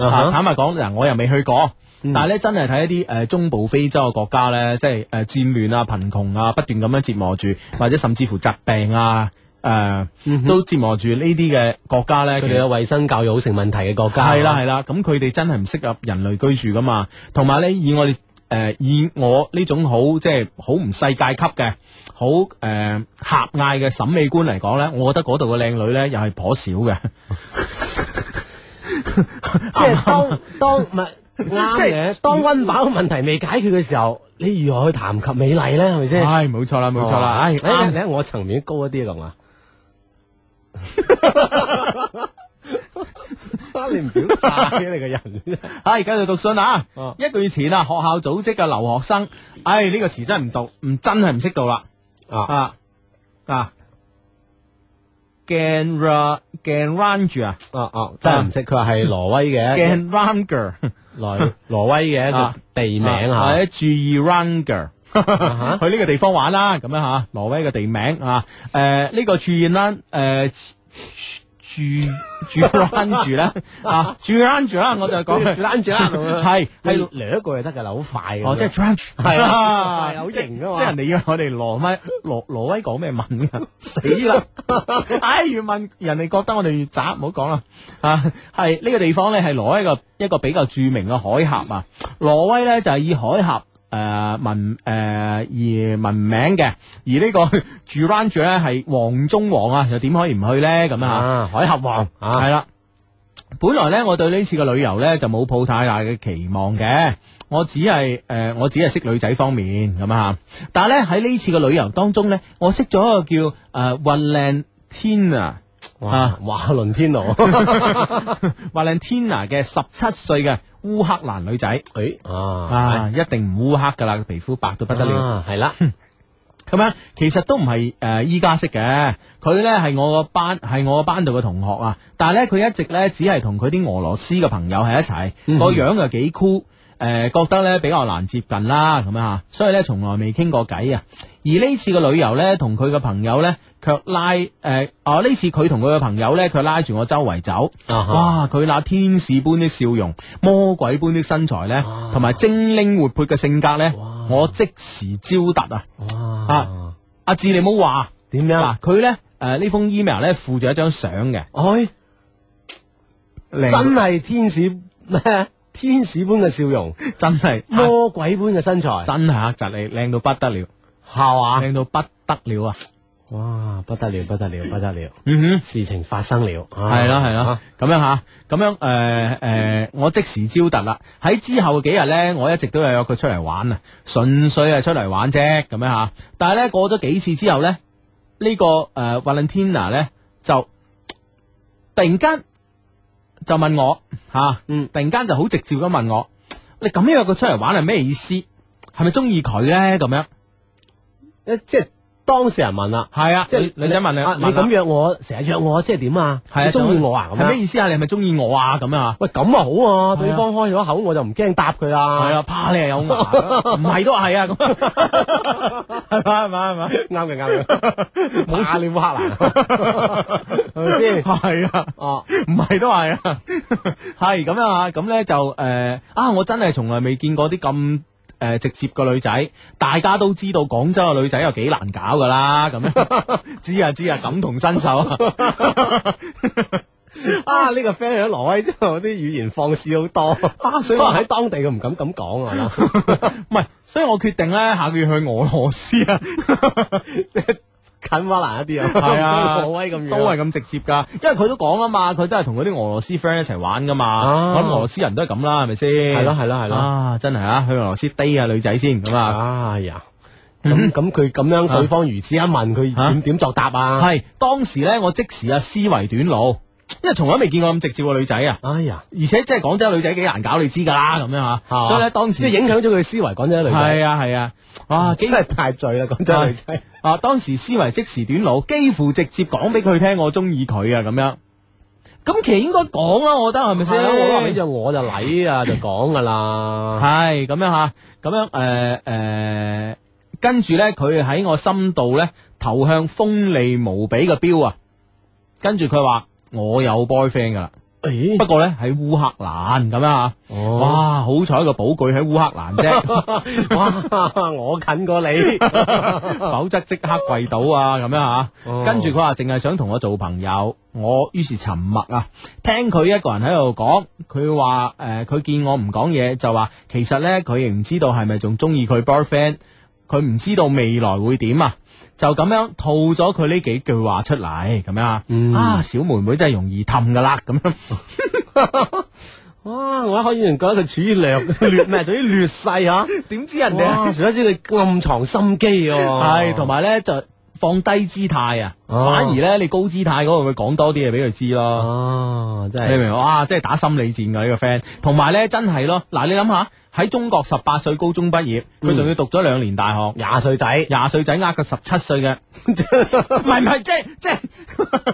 C: 啊哈嗯
B: 啊坦白講，嗱，我又未去過。但係咧，真係睇一啲誒中部非洲嘅國家咧，即係誒戰亂啊、貧窮啊，不斷咁樣折磨住，或者甚至乎疾病啊，誒都折磨住呢啲嘅國家咧，
C: 嗯佢哋嘅衞生教育啊好成問題嘅國家，
B: 系啦，系啦，咁佢哋真係唔適合人類居住噶嘛，同埋咧以我哋誒、呃以我呢種好即係好唔世界級嘅好誒狹隘嘅審美觀嚟講咧，我覺得嗰度嘅靚女咧又係頗少 嘅，
C: 即係當當 唔啊係啱
B: 即
C: 嘅，
B: 係
C: 當温飽問題未解決嘅時候，你如何去談及美麗咧？係咪先？哦
B: 唉冇錯啦冇錯啦，唉
C: 係嘛誒
B: 啱
C: 你喺我層面高一啲咁 啊！你唔表達嘅你個人，
B: 唉繼續讀信啊
C: 哦！
B: 一個月前啊，學校組織嘅留學生，唉呢個詞真係唔讀，唔真係唔識讀啦
C: 啊
B: 啊啊 g a n r a g a n r a n g e 啊
C: 啊啊！真係唔識，佢話係挪威
B: g a
C: 嘅
B: n r a n g e r
C: 挪挪威嘅一個
B: 啊
C: 地名嚇。
B: 或者注意 Ranger。去呢個地方玩啦，咁樣吓，挪威嘅地名啊，诶、呢、個個 g r a n 诶 g r a n 住啦，啊 g r a n 住啦，我就講佢
C: 攬住啦，
B: 係
C: 啊係
B: 係
C: 掠一個就得㗎啦，好快嘅。
B: 哦，即係 Drench，
C: 係啊係啊好型㗎嘛
B: 即係人哋以為我哋挪威挪挪威講咩文 啊，死啦！唉，越問人哋覺得我哋越渣，唔好講啦。啊，係呢個地方咧係挪威一個一個比較著名嘅海峽啊。挪威咧就係以海峽。誒、文誒、而聞名嘅，而呢個 g r a n g e 咧係黃中黃啊，又點可以唔去咧咁啊？
C: 啊，海峽王啊。
B: 系啦。本來咧，我對呢次嘅旅遊咧就冇抱太大嘅期望嘅，我只係誒、呃我只係識女仔方面咁啊。但係咧喺呢次嘅旅遊當中咧，我識咗一個叫呃誒 Valentina
C: 哇
B: 啊
C: 華倫 天奴，
B: Valentina 嘅十七歲嘅烏克蘭女仔
C: 誒啊，
B: 啊，一定唔烏黑噶啦，皮膚白到不
C: 不
B: 得
C: 得
B: 了。嗯
C: 了，係啦，
B: 咁樣其實都唔係誒依家識嘅，佢呢係我個班係我個班度嘅同學啊，但係呢，佢一直呢只係同佢啲俄羅斯嘅朋友喺一齊，
C: 嗯
B: 個樣又幾酷，誒覺得呢比較難接近啦咁樣啊，所以呢，從來未傾過偈啊。而呢次嘅旅遊呢，同佢嘅朋友呢，卻拉誒、呃哦呢次佢同佢嘅朋友呢，佢拉住我周圍走，
C: 啊哈
B: 哇！佢那天使般的笑容、魔鬼般的身材呢，
C: 啊
B: 同埋精靈活潑嘅性格呢，我即時招突啊！
C: 哇
B: 啊，阿志你冇話啊
C: 點樣
B: 嗱，佢咧誒呢封 email 咧附咗一張相嘅，
C: 哎，
B: 真
C: 真係天使咩？天使般嘅笑容，
B: 真係啊
C: 魔鬼般嘅身材，係
B: 真係黑窒你，靚到不得了，
C: 嘛？
B: 靚到不得了啊！
C: 哇，不得了，不得了，不得了，
B: 嗯哼。
C: 事情發生了，啊
B: 係
C: 係
B: 啦係啦，咁樣吓，咁樣誒誒，我即時招突啦。喺之後幾日咧，我一直都有約佢出嚟玩啊，純粹係出嚟玩啫，咁樣吓。但係咧過咗幾次之後咧，呢、個誒、呃 Valentina 咧就突然間就問我吓，
C: 嗯
B: 突然間就好直接咁問我，你咁樣約佢出嚟玩係咩意思？係咪中意佢咧？咁樣
C: 誒即係當事人問啦，
B: 系啊，
C: 即係
B: 女女仔問你，
C: 啊你咁約我，成日約我，即係點啊？
B: 系
C: 你中意我啊？咁
B: 係咩
C: 樣
B: 意思啊？你係咪中意我啊？咁啊？
C: 喂，咁啊好啊，對方開咗口，我就唔驚答佢啦。
B: 係 啊，怕你係 有牙，唔係都係 啊，咁係嘛係嘛係
C: 啱嘅啱嘅，冇下你烏克 蘭，啊係咪先？
B: 嘛，係啊。
C: 哦，
B: 唔係都係啊，係咁樣啊，咁咧就诶、呃啊，我真係從來未見過啲咁。诶、直接嘅女仔，大家都知道廣州嘅女仔有幾難搞噶啦，咁 樣知啊知啊，感同身受啊，
C: 啊呢個 friend 喺挪威之後，啲語言放肆好多，
B: 啊所
C: 可
B: 以我
C: 能喺當地佢唔敢咁講啊係嘛。
B: 唔係，所以我決定咧下個月去俄羅斯啊，
C: 近烏克蘭一啲啊，
B: 係 啊
C: 挪威咁樣，
B: 都係咁直接噶，因為佢都講啊嘛，佢都係同嗰啲俄羅斯 friend 一齊玩噶嘛，
C: 啊
B: 我諗俄羅斯人都係咁啦，係咪先？
C: 係咯係咯係咯，
B: 啊，真係啊，去俄羅斯 d 下女仔先咁啊。
C: 哎呀，咁咁佢咁樣對方如此一問，佢
B: 嗯啊
C: 點點作答啊？
B: 系當時咧，我即時啊思維短路，因為從來未見過咁直接嘅女仔啊，
C: 哎呀，
B: 而且即係廣州女仔幾難搞，你知㗎啦，咁樣
C: 係嘛
B: 吓，所以咧當時
C: 即係影響咗佢思維，講真，女仔
B: 係啊係啊，哇！
C: 真係太醉啦，講真，女仔。
B: 啊，當時思維即時短路，幾乎直接講俾佢聽我中意佢啊，咁樣。咁其實應該講啦，我覺得係咪
C: 係啊我諗你
B: 先？
C: 就我就禮啊，就講噶啦。
B: 係咁樣吓，咁樣诶诶，跟住咧，佢喺我心度咧投向鋒利無比嘅標啊，跟住佢話我有 boyfriend 㗎啦。
C: 咦
B: 不過咧喺烏克蘭咁樣啊，
C: 哦
B: 哇！好彩個寶具喺烏克蘭啫，
C: 哇，我近過 你。
B: 否則即刻跪倒啊咁樣啊。
C: 哦
B: 跟住佢話淨係想同我做朋友，我於是沉默啊，聽佢一個人喺度講，佢話诶佢見我唔講嘢，就話其實咧佢亦唔知道係咪仲中意佢 boyfriend，佢唔知道未來會點啊。就咁樣套咗佢呢幾句話出嚟，咁樣啊，啊小妹妹真係容易氹噶啦，咁樣
C: 哇！我一開始仲覺得佢處於 劣劣咩，處於劣勢啊！
B: 點知人
C: 哇！除咗知佢暗藏心機喎，
B: 系，同埋咧就放低姿態啊，
C: 哦
B: 反而咧你高姿態嗰個會講多啲嘢俾佢知咯。
C: 啊，真
B: 你明唔
C: 係
B: 明？哇，即係打心理戰㗎呢個 friend，同埋咧真係咯，嗱你諗下喺中國十八歲高中畢業，
C: 嗯
B: 佢仲要讀咗兩年大學，
C: 廿歲仔，
B: 廿歲仔呃個十七歲 嘅，唔係唔係，即係即係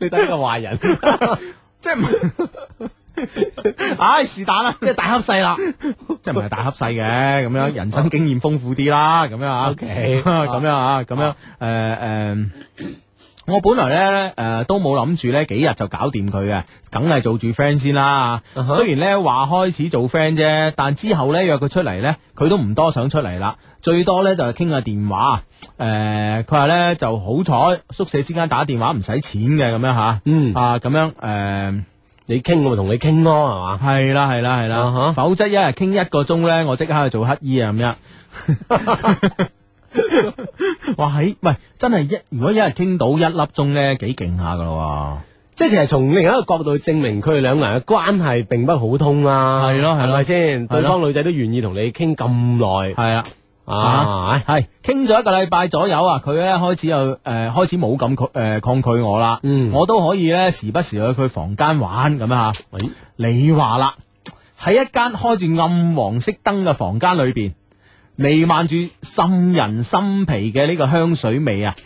C: 你睇個壞人，
B: 即係唔係， 唉是但啦，
C: 即係大恰細啦。
B: 即係唔係大恰細嘅咁樣，人生經驗豐富啲啦，咁樣啊
C: OK
B: 咁樣啊，咁樣誒誒。我本來咧誒、呃都冇諗住咧幾日就搞掂佢嘅，梗係做住 friend 先啦。
C: Uh-huh
B: 雖然咧話開始做 friend 啫，但之後咧約佢出嚟咧，佢都唔多想出嚟啦，最多咧就係傾下電話。誒佢話咧就好彩宿舍之間打電話唔使錢嘅咁樣嚇，
C: 嗯
B: 啊咁樣誒。呃
C: 你傾我咪同你傾咯，係嘛？
B: 系啦系啦系
C: 啊
B: 啦
C: 哈，
B: 否則一日傾一個鐘咧，我即刻去做乞衣啊咁 樣。哇喺，喂，真係一如果一日傾到一粒鐘咧，幾勁下噶咯
C: 即係其實從另一個角度證明佢哋兩個人嘅關係並不好通啦。
B: 係咯係咯
C: 係啊咪先？
B: 咯
C: 對方女仔都願意同你傾咁
B: 喎，
C: 耐
B: 係啦。
C: 啊！唉
B: 系傾咗一個禮拜左右啊，佢咧開始又誒、呃、開始冇咁誒抗拒我啦，
C: 嗯
B: 我都可以咧時不時去佢房間玩咁啊。
C: 咦
B: 你話啦，喺一間開住暗黃色燈嘅房間裏邊，瀰漫住沁人心脾嘅呢個香水味啊！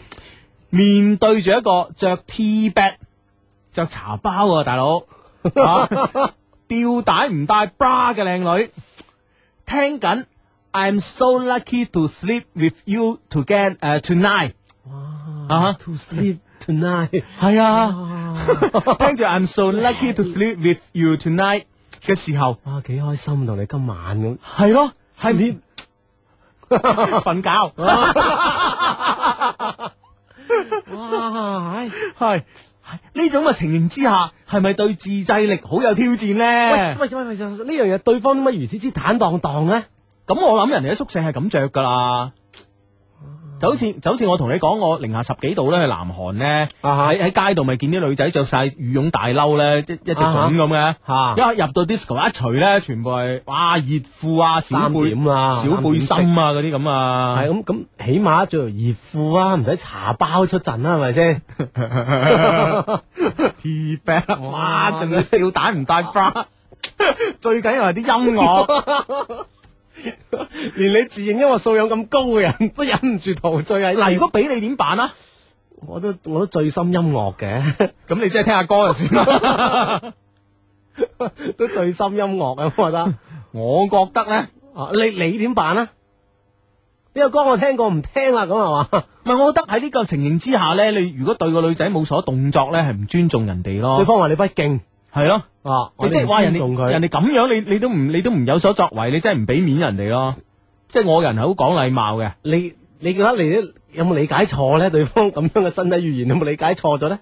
B: 面對住一個着 T b a g 着茶包啊，大 佬，啊吊帶唔帶 bra 嘅靚女，聽緊 I'm so lucky to sleep with you together、tonight 啊！
C: To sleep tonight，
B: 系啊， 聽住 I'm so lucky to sleep with you tonight 嘅時候，
C: 哇，幾開心同你今晚咁。
B: 係咯，系你瞓 覺，
C: 哇！唉
B: 係係呢種嘅情形之下，係咪對自制力好有挑戰咧？
C: 喂喂喂，呢樣嘢對方點解如此之坦蕩蕩咧？
B: 咁我諗人哋喺宿舍係咁着噶啦。
C: 嗯
B: 就好似就好似我同你講，我零下十幾度咧，去南韓咧，
C: 啊
B: 喺喺街度咪見啲女仔着晒羽絨大褸咧，一一隻
C: 啊
B: 粽咁嘅。
C: 嚇
B: 一入到 disco 一除咧，全部係哇熱褲啊、小
C: 三
B: 背
C: 點啊
B: 小背心啊嗰啲咁啊
C: 係。咁咁，起碼着條熱褲啊，唔使茶包出陣啊啦，係咪先？
B: T b a c 哇，
C: 哇
B: 仲要吊帶唔帶 bra，最緊要係啲音樂。
C: 连你自认音乐素养咁高嘅 人都忍唔住陶醉啊喺
B: 嗱，如果俾你點辦啊？
C: 我都我都醉心音樂 嘅，
B: 咁你即係聽下歌就算啦。
C: 都醉心音樂嘅， 我覺得。
B: 我覺得咧，
C: 啊，你你點辦啊？呢個歌我聽過唔聽啦，咁係嘛？
B: 唔係我覺得喺呢個情形之下咧，你如果對個女仔冇所動作咧，係唔尊重人哋
C: 對
B: 咯，
C: 方話你不敬
B: 係咯。
C: 啊，
B: 你即係話
C: 話
B: 人
C: 同
B: 哋
C: 佢
B: 人哋咁樣，你你都唔你都唔有所作為，你真係唔俾面人哋咯。即係我人係好講禮貌嘅，
C: 你你覺得你有冇理解錯咧？對方 咁樣嘅身體語言有冇理解錯咗咧？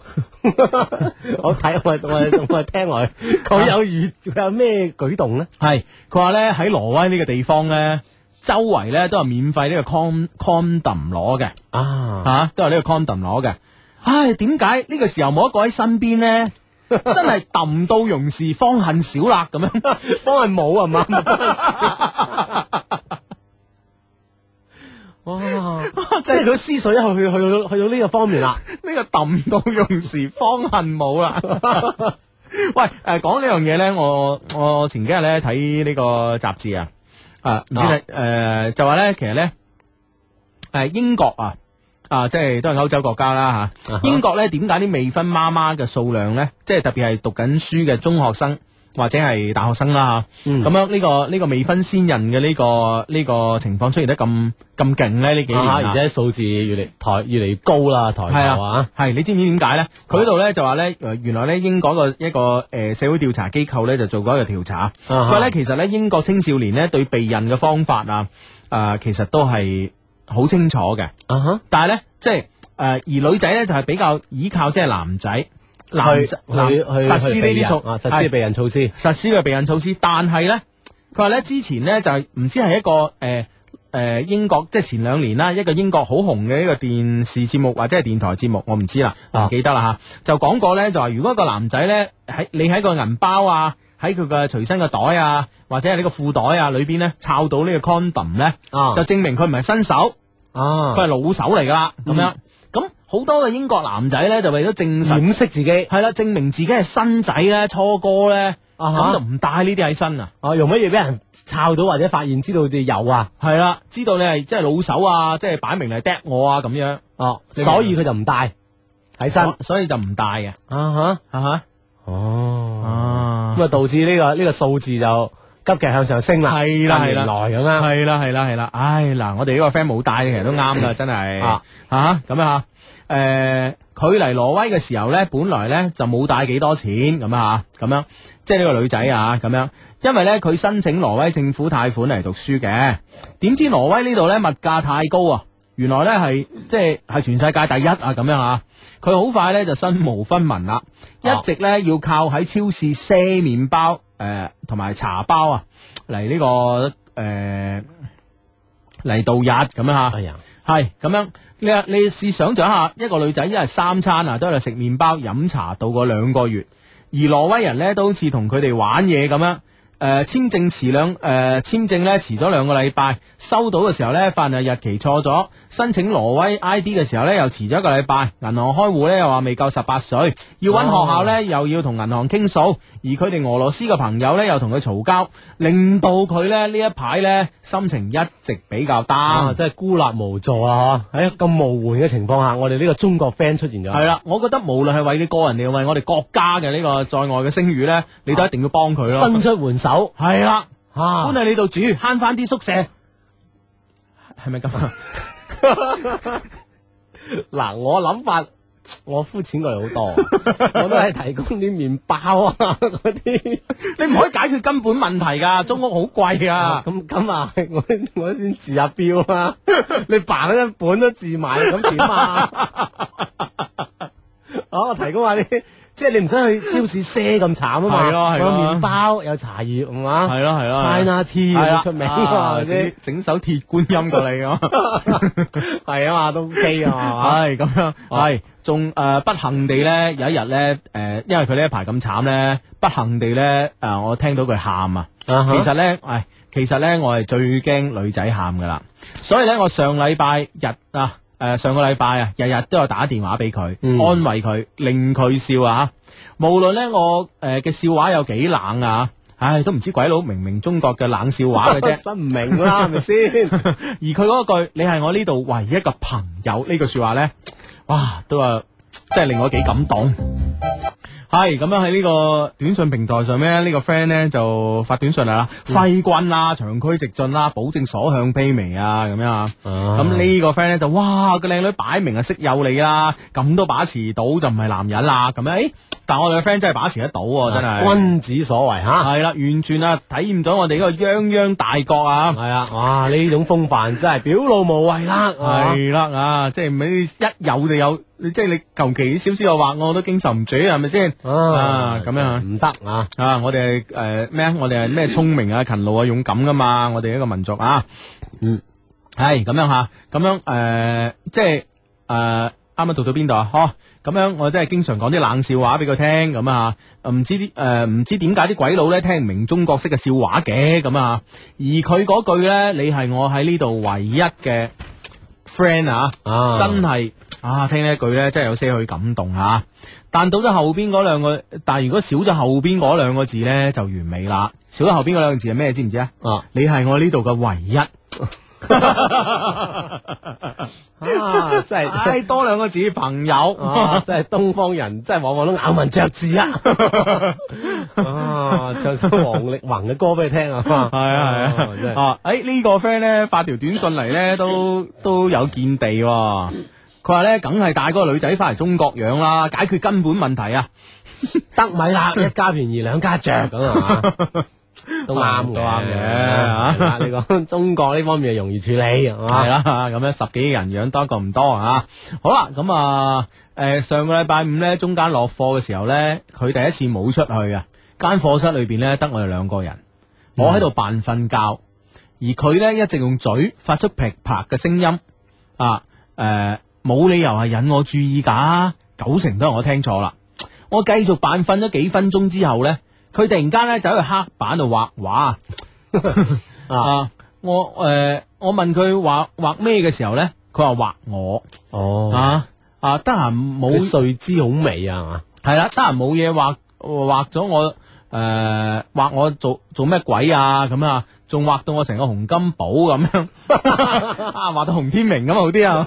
C: 我睇我我我聽落去，佢有語佢有咩舉動咧？
B: 係佢話咧喺挪威呢個地方咧，周圍咧都係免費呢個 con condom 攞嘅。
C: 啊
B: 吓、，都係呢個 condom 攞嘅。唉，點解呢個時候冇一個喺身邊 咧？真係揼到容時方恨少啦咁樣。
C: 方係冇啊嘛， 哇！即係佢思緒一去去去到去到呢個方面啦。
B: 呢個揼到用時方恨冇啦。 喂，誒、講呢樣嘢咧，我我前幾日咧睇呢個雜誌啊，啊唔知你誒、就話咧，其實咧誒、英國啊啊，即係都係歐洲國家啦嚇。
C: 啊哈
B: 英國咧點解啲未婚媽媽嘅數量咧，即係特別係讀緊書嘅中學生或者係大學生啦嚇，咁、
C: 嗯
B: 樣呢、個呢、個未婚先孕嘅呢、個呢、個情況出現得咁咁勁咧呢幾年
C: 啊
B: 啊
C: 而且數字越嚟台越嚟越高啦，台
B: 系
C: 頭
B: 啊
C: 啊，，
B: 系你知唔知點解咧？佢嗰度咧就話咧，誒原來咧英國個一個誒社會調查機構咧就做過一個調查，佢
C: 啊哈
B: 話咧其實咧英國青少年咧對避孕嘅方法啊，誒其實都係好清楚嘅，
C: 啊哈，
B: 但係咧即係誒而女仔咧就係比較依靠即係男仔男
C: 啊去
B: 仔男
C: 去去
B: 實施呢
C: 去避
B: 啲
C: 孕
B: 措
C: 啊，實施
B: 係
C: 避孕措施
B: 實施嘅避孕措施，但係咧，佢話咧之前咧就係唔知係一個誒誒、呃呃英國即係前兩年啦，一個英國好紅嘅一個電視節目或者係電台節目，我唔知啦，
C: 啊
B: 唔記得啦吓，就講過咧就話如果一個男仔咧喺你喺個銀包啊。喺佢嘅隨身嘅袋啊，或者係呢個褲袋啊裏邊咧，摷到呢個 condom 咧，
C: 啊
B: 就證明佢唔係新手，
C: 啊，嗯
B: 佢係老手嚟噶啦，咁樣。咁好多嘅英國男仔咧，就為咗證實
C: 掩飾自己
B: 系啦，證明自己係新仔咧，初哥咧，
C: 啊
B: 咁
C: 哈
B: 就唔帶呢啲喺身啊。
C: 啊，用乜嘢俾人抄到或者發現知道佢哋有啊，
B: 系啦，知道你係即係老手啊，即係擺明嚟掟我啊咁樣，
C: 哦，
B: 你明唔明
C: 所以佢就唔戴喺身
B: 所所以就唔帶嘅，
C: 啊
B: 啊哈
C: 吓，哦，
B: 啊，
C: 咁啊導致呢個呢個數字就急劇向上升啦，
B: 係啦
C: 近
B: 係啦
C: 年來咁啦，
B: 係啦係啦係啦，唉嗱，我哋呢個 friend 冇帶，其實都啱 噶，真係
C: 啊
B: 啊咁啊，诶，佢嚟挪威嘅時候咧，本來咧就冇帶幾多錢咁啊，咁樣即係呢個女仔啊，咁樣，因為咧佢申請挪威政府貸款嚟讀書嘅，點知挪威呢度咧物價太高啊！原來咧係即係係全世界第一啊咁樣啊！佢好快咧就身無分文啦，
C: 啊
B: 一直咧要靠喺超市赊麵包誒同埋茶包啊嚟呢、個誒嚟、度日咁樣啊嚇。
C: 哎呀，
B: 係咁樣，你你試想像一下，一個女仔一日三餐啊都喺度食麵包、飲茶度過兩個月，而挪威人呢，都好似同佢哋玩嘢咁樣。誒、簽證遲兩誒、簽證咧遲咗兩個禮拜，收到嘅時候咧發現日期錯咗，申請挪威 ID 嘅時候咧又遲咗一個禮拜，銀行開戶咧又話未夠十八歲，要揾學校咧又要同銀行傾訴，而佢哋俄羅斯嘅朋友咧又同佢嘈交，令到佢咧呢一排咧心情一直比較 down、
C: 啊，真係孤立無助啊，嗬，喺咁無援嘅情況下，我哋呢個中國 friend 出現咗，
B: 系啦，我覺得無論係為你個人定係為我哋國家嘅呢個在外嘅聲譽咧，你都一定要幫佢咯。
C: 伸出援手
B: 係啦，
C: 啊
B: 搬。去你度住，慳翻啲宿 舍，係咪咁啊？
C: 嗱，我諗法我膚淺過你好多，啊 我都係提供啲麵包啊嗰啲，
B: 你唔可以解決根本問題㗎，租屋好貴㗎。
C: 咁咁啊，我我先治下標 啊，你扮嗰張本都自買，咁點啊？ 哦，我提供下啲，即係你唔使去超市赊咁慘啊嘛，
B: 係咯係咯
C: 有麵包有茶葉係嘛，
B: 係咯係咯係咯
C: China Tea
B: 係啦
C: 好出名啊，
B: 啊整
C: 啲
B: 整首鐵觀音過嚟㗎。
C: 係啊嘛，都 OK 啊 嘛，
B: 係咁樣，係仲誒不幸地咧，有一日咧誒，因為佢呢一排咁慘咧，不幸地咧誒，我聽到佢喊啊。
C: 啊哈
B: 其實咧，唉，其實咧，我係最驚女仔喊噶啦，所以咧，我上禮拜日啊，诶、上個禮拜啊，日日都有打電話俾佢，
C: 嗯
B: 安慰佢，令佢笑啊。無論咧我诶嘅、笑話有幾冷啊，系唉，都唔知鬼佬明唔明中國嘅冷笑話嘅啫。
C: 真唔明啦，係咪先？
B: 而佢嗰句你係我呢度唯一嘅朋友呢句说話呢，哇，都話真係令我幾感動。係咁樣喺呢個短信平台上面呢、呢個 friend 呢就發短信啦，揮軍啦，長驅直進啊啦，保證所向披靡啊，咁樣啊。咁呢個 friend 呢就哇個靚女擺明係識有你啦，咁都把持到就唔係男人啦，咁樣誒，但我哋嘅 friend 真係把持得到喎，真係。
C: 君子所為吓，
B: 係啦，完全啊體驗咗我哋呢個泱泱大國啊！
C: 係啊，哇！呢種風範真係表露無遺啦，係嘛
B: 系啦啊，即系唔係一有就有，你即系你求其少少又話我都經受唔住，係咪先？啊，咁樣啊
C: 唔得啊！
B: 啊，我哋係诶咩啊？我哋係咩聰明啊、勤勞啊、勇敢噶嘛？我哋一個民族啊，
C: 嗯，
B: 哎係咁樣吓，咁樣诶，即係诶。啱啱讀到邊度啊？嗬，咁樣我真係經常講啲冷笑話俾佢聽咁啊，唔知啲誒唔知點解啲鬼佬咧聽唔明中國式嘅笑話嘅咁啊，而佢嗰句咧，你係我喺呢度唯一嘅 friend 啊，
C: 啊
B: 真係啊，聽呢一句咧，真係有些許感動啊！但到咗後邊嗰兩個，但如果少咗後邊嗰兩個字咧，就完美啦。少咗後邊嗰兩個字係咩？知唔知啊？
C: 啊
B: 你係我呢度嘅唯一，
C: 啊！真係
B: 唉，多兩個字朋友。
C: 啊！真係東方人，真係往往都咬文嚼字啊！啊，唱首王力宏嘅歌俾你聽 啊！係
B: 啊係
C: 真係
B: 啊，诶、呢、個 friend 咧發條短信嚟咧，都都有見地喎、佢話咧，梗係帶嗰個女仔翻嚟中國養啦，解決根本問題啊！
C: 得米啦， 一家便宜兩家着咁啊嘛，都啱嘅，
B: 都啱嘅啊
C: 係啦你講中國呢方面容易處理係
B: 系
C: 嘛？
B: 啦，咁樣十幾人養多一個唔多啊！好啦，咁啊，诶、上個禮拜五咧，中間落課嘅時候咧，佢第一次冇出去啊，間課室裏边咧得我哋兩個人，我喺度扮瞓覺，而佢咧一直用嘴發出噼啪嘅聲音啊，诶、冇理由係引我注意噶，九成都係我聽錯啦。我繼續扮瞓咗幾分鐘之後咧，佢突然間咧走去黑板度畫畫。 啊，我诶、呃我問佢畫畫咩嘅時候咧，佢話畫我
C: 哦，
B: 啊啊，得閒冇
C: 冇睡之好美啊係嘛？
B: 係啦，得閒冇嘢畫畫咗我诶、呃、畫我做做咩鬼啊咁啊，仲畫到我成個洪金寶咁樣 啊，畫到洪天明咁好啲啊！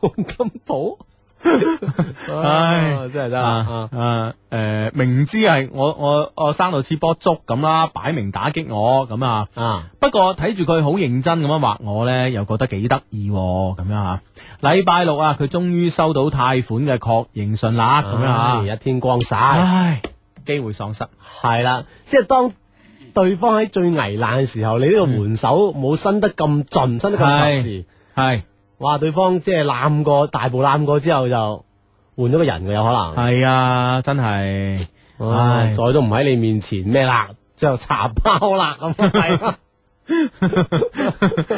C: 洪金 寶，
B: 唉
C: 啊真係得
B: 啊
C: 啊！
B: 啊诶，明知係我我我生到似波竹咁啦，擺明打擊我咁啊！
C: 啊，
B: 不過睇住佢好認真咁樣畫我呢，又覺得幾得意喎咁樣吓。禮拜六啊，佢終於收到貸款嘅確認信啦，咁樣
C: 唉
B: 吓。
C: 一天光晒，
B: 唉，機會喪失。
C: 係啦，即係當對方喺最危難嘅時候，你呢個援手冇伸得咁盡，伸得咁
B: 係
C: 及時，
B: 係
C: 哇！對方即係攬過大步攬過之後就換咗個人嘅有可能。
B: 係啊，真係。唉
C: 唉，再都唔喺你面前咩啦，最後茶包啦咁啊係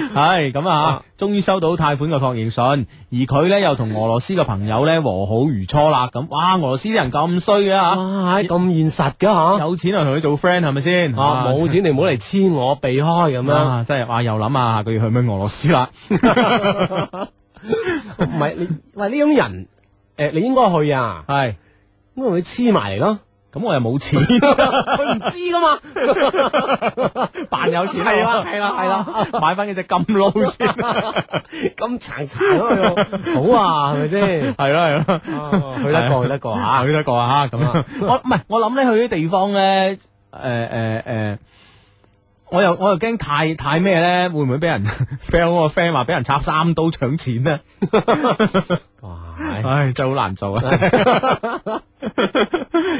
B: 系咁啊，終於收到貸款嘅確認信，而佢呢又同俄羅斯嘅朋友呢和好如初啦。咁哇，俄羅斯啲人咁衰嘅吓，
C: 哇，咁現實嘅吓，
B: 有錢就同佢做 friend 係咪先？
C: 啊冇錢你唔好嚟黐我，避開咁 樣，
B: 啊，真係哇，又諗啊，下個月去咩俄羅斯啦？
C: 唔係你喂呢種人，诶你應該去啊，
B: 係
C: 咁咪會黐埋嚟 咯，
B: 咁我又冇錢。
C: 佢唔知噶嘛，
B: 扮有錢
C: 係啦係啦係
B: 啦， 買翻幾隻金撈先，
C: 咁殘殘咯 佢，好啊，係咪先？
B: 係咯係咯，
C: 啊去得過去得過吓，
B: 去得過啊咁啊！我唔係我諗咧，去啲地方咧，誒誒誒。我又我又驚太太咩咧，會唔會俾人 俾我個 friend 話俾人插三刀搶錢咧？
C: 哇，
B: 唉，真係好難做啊！真係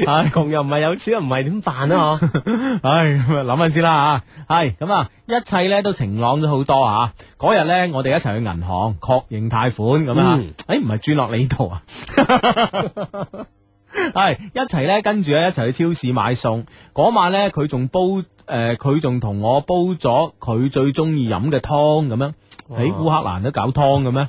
B: 唉，
C: 窮又唔係有錢又唔係點辦啊？嗬
B: 唉，咁啊諗下先啦吓，係咁啊，一切咧都晴朗咗好多啊！嗰日咧，我哋一齊去銀行確認貸款咁啊
C: 嗯，
B: 誒唔係轉落你度啊， 係一齊咧，跟住咧一齊去超市買餸。嗰晚咧，佢仲煲誒，佢仲同我煲咗佢最中意飲嘅湯咁樣。喺烏克蘭都搞湯嘅咩？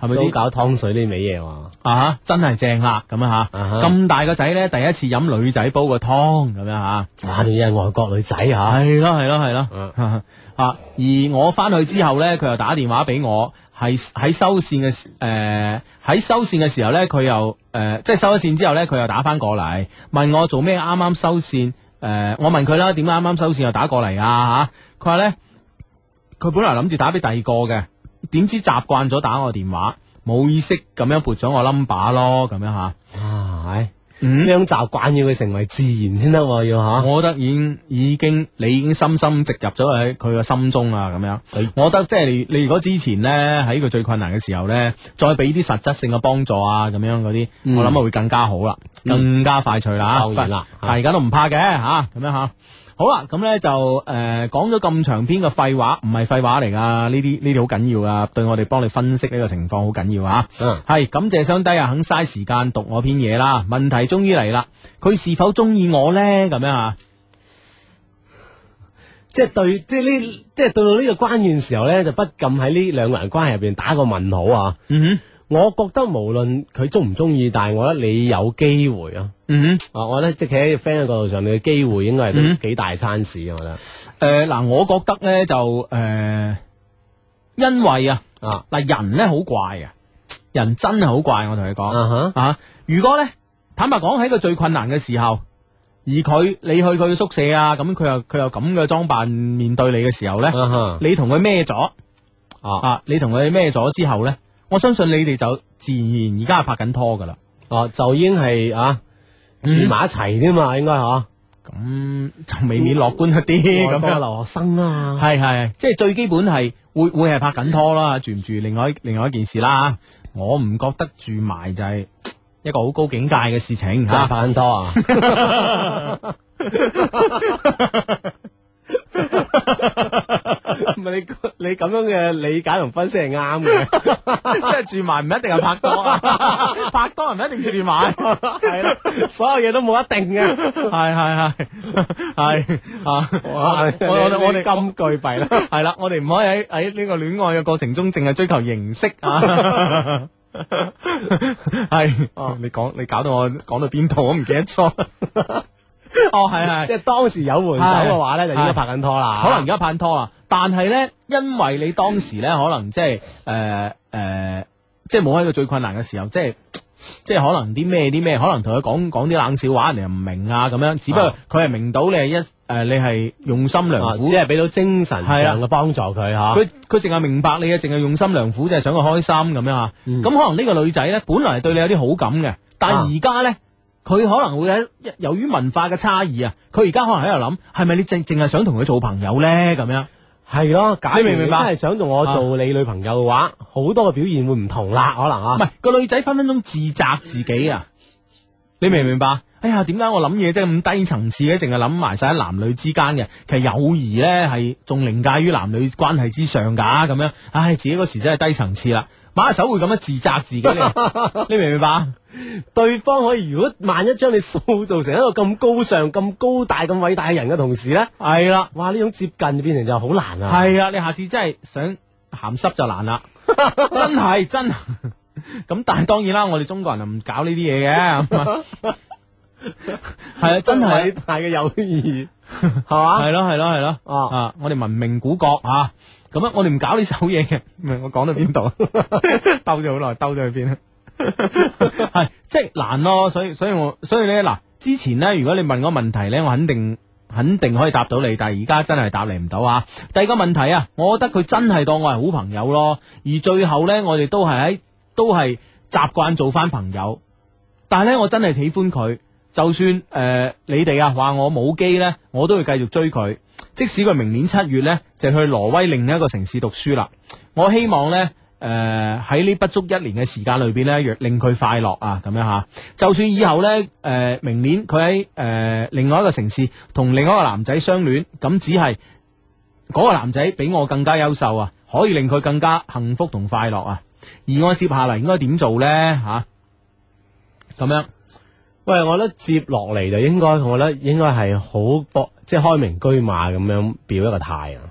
B: 係咪
C: 都
B: 啲
C: 搞湯水呢味嘢喎。
B: 啊真係正啦咁啊吓！
C: 啊哈
B: 咁大個仔咧，第一次飲女仔煲嘅湯咁樣吓。
C: 哇！仲要係外國女仔 吓，
B: 啊系咯系咯系咯，啊！而我翻去之後呢，佢又打電話俾我，係喺收線嘅诶喺收線嘅時候咧，佢又诶、呃即係收咗線之後咧，佢又打翻過嚟問我做咩啱啱收線。诶、我問佢啦，點解啱啱收線又打過嚟啊？吓，佢話咧，佢本來諗住打俾第二個嘅，點知習慣咗打我電話，冇意識咁樣撥咗我 number 咯，咁樣吓。
C: 啊，
B: 嗯
C: 呢種習慣要佢成為自然先得喎，要吓。
B: 我覺得已經已經你已經深深植入咗喺佢個心中啦，咁樣。我覺得即係你你如果之前呢，喺佢最困難嘅時候呢，再俾啲實質性嘅幫助啊，咁樣嗰啲，我諗啊會更加好啦，更加快脆啦。啊
C: 嗯當然啦
B: 但但而家都唔怕嘅吓，咁樣吓。好啦，咁呢就诶讲咗咁長篇嘅廢話，唔係廢話嚟噶，呢啲呢啲好緊要噶，對我哋幫你分析呢個情況好緊要啊。
C: 嗯
B: 係感謝相低啊，肯嘥時間讀我篇嘢啦。問題終於嚟啦，佢是否中意我呢？咁樣啊？
C: 即係對，即係呢，即係到到呢個關鍵時候咧，就不禁喺呢兩個人關係入邊打個問號啊！
B: 嗯哼，
C: 我覺得無論佢中唔中意，但係我覺得你有機會啊！
B: 嗯哼，
C: 啊，我覺得即係企喺 friend 嘅角度上，你嘅機會應該係都幾大餐事啊！我覺得
B: 诶呃嗱、我覺得呢就诶、呃因為啊，
C: 啊
B: 嗱人呢好怪啊，人真係好怪，我同你講。
C: 啊哈，
B: 啊，如果咧坦白講喺佢最困難嘅時候，而佢你去佢宿舍啊，咁佢又佢又咁嘅裝扮面對你嘅時候咧，
C: 啊哈
B: 你同佢孭咗
C: 啊
B: 啊，你同佢孭咗之後咧，我相信你哋就自然而家係拍緊拖噶啦。
C: 哦，就已經係啊住埋一齊添嘛，應該啊嗬，
B: 咁就未免樂觀一啲咁
C: 外國
B: 樣，
C: 留學生啊，
B: 係係，即係最基本係會會係拍緊拖啦，住唔住另外一另外一件事啦。啊我唔覺得住埋就係一個好高境界嘅事情
C: 真係
B: 嚇
C: 拍緊拖啊！ 唔係你你咁樣嘅理解同分析係啱嘅，
B: 即系住埋唔一定系拍拖啊，拍拖唔一定住埋，
C: 係啦，所有嘢都冇一定嘅。
B: 系系系系啊！
C: 哇！
B: 我
C: 我
B: 我
C: 我
B: 我
C: 我
B: 哋
C: 哋咁具弊啦，
B: 系啦，我哋唔可以喺喺呢个恋爱嘅过程中，净系追求形式 啊！系，哦，你讲你搞到我讲到边度，我唔记得 咗。哦，系
C: 即
B: 系，
C: 係當時有援手嘅話咧，就應該拍緊拖啦。
B: 可能而家拍拖啦，但系咧，因为你当时咧，可能即系诶诶，即系冇喺佢最困难嘅时候，即系。即係可能啲咩啲咩，可能同佢講講啲冷笑話，人哋又唔明啊咁樣。只不過佢係明到你係一誒、呃你係用心良
C: 啊
B: 苦
C: 只，係俾到精神
B: 係啊
C: 上嘅幫助佢嚇。
B: 佢佢淨係明白你啊，淨係用心良苦，就係想佢開心咁樣啊。咁、可能呢個女仔呢，本來對你有啲好感嘅，但
C: 嗯啊
B: 係而家呢，佢可能會喺由於文化嘅差異啊，佢而家可能喺度諗，係咪你淨淨係想同佢做朋友呢？咁樣
C: 係咯，假如
B: 你
C: 你
B: 明唔
C: 真
B: 明白
C: 係想同我做你女朋友嘅話，好多嘅表現會唔同啦，可能
B: 唔
C: 啊
B: 係。個女仔分分鐘自責自己啊！你明唔明白？哎呀，點解我諗嘢真係咁低層次嘅，淨係諗埋晒喺男女之間嘅？其實友誼呢係仲凌駕於男女關係之上㗎，咁樣。唉，自己嗰時真係低層次啦，馬手會咁樣自責自己，你你明唔明白？
C: 對方可以如果萬一將你塑造成一個咁高尚、咁高大、咁偉大嘅人嘅同時咧，
B: 係啦，
C: 哇！呢種接近就變成就好難啊。
B: 係啦，你下次真係想鹹濕就難啦，真係真係。咁但係當然啦，我哋中國人就唔搞呢啲嘢嘅，咁啊係啊，真係
C: 偉大嘅友誼，係嘛？
B: 系咯系咯系咯，
C: 啊
B: 啊！我哋文明古國啊，咁啊，我哋唔搞呢首嘢嘅。 唔係我講到邊度 啊？兜咗好耐，兜咗去邊啊？ 係即係難咯，所以所以我所以咧嗱，之前咧如果你問我問題咧，我肯定肯定可以答到你，但係而家真係答你唔到啊！第二個問題啊，我覺得佢真係當我係好朋友咯，而最後咧我哋都係喺都係習慣做翻朋友。但系咧，我真係喜歡佢，就算诶、呃你哋啊話我冇機呢，我都會繼續追佢。即使佢明年七月呢，就去挪威另一個城市讀書啦，我希望呢，诶喺呢不足一年嘅時間裏边呢，若令佢快樂啊咁樣吓。就算以後呢，诶、明年佢喺诶另外一個城市同另外一個男仔相戀，咁只係嗰個男仔比我更加優秀啊，可以令佢更加幸福同快樂啊。而我接下嚟應該點做呢？吓、咁樣。
C: 喂，我覺得接落嚟就應該，我覺得應該係好博，即係開明車馬咁樣表一個態啊！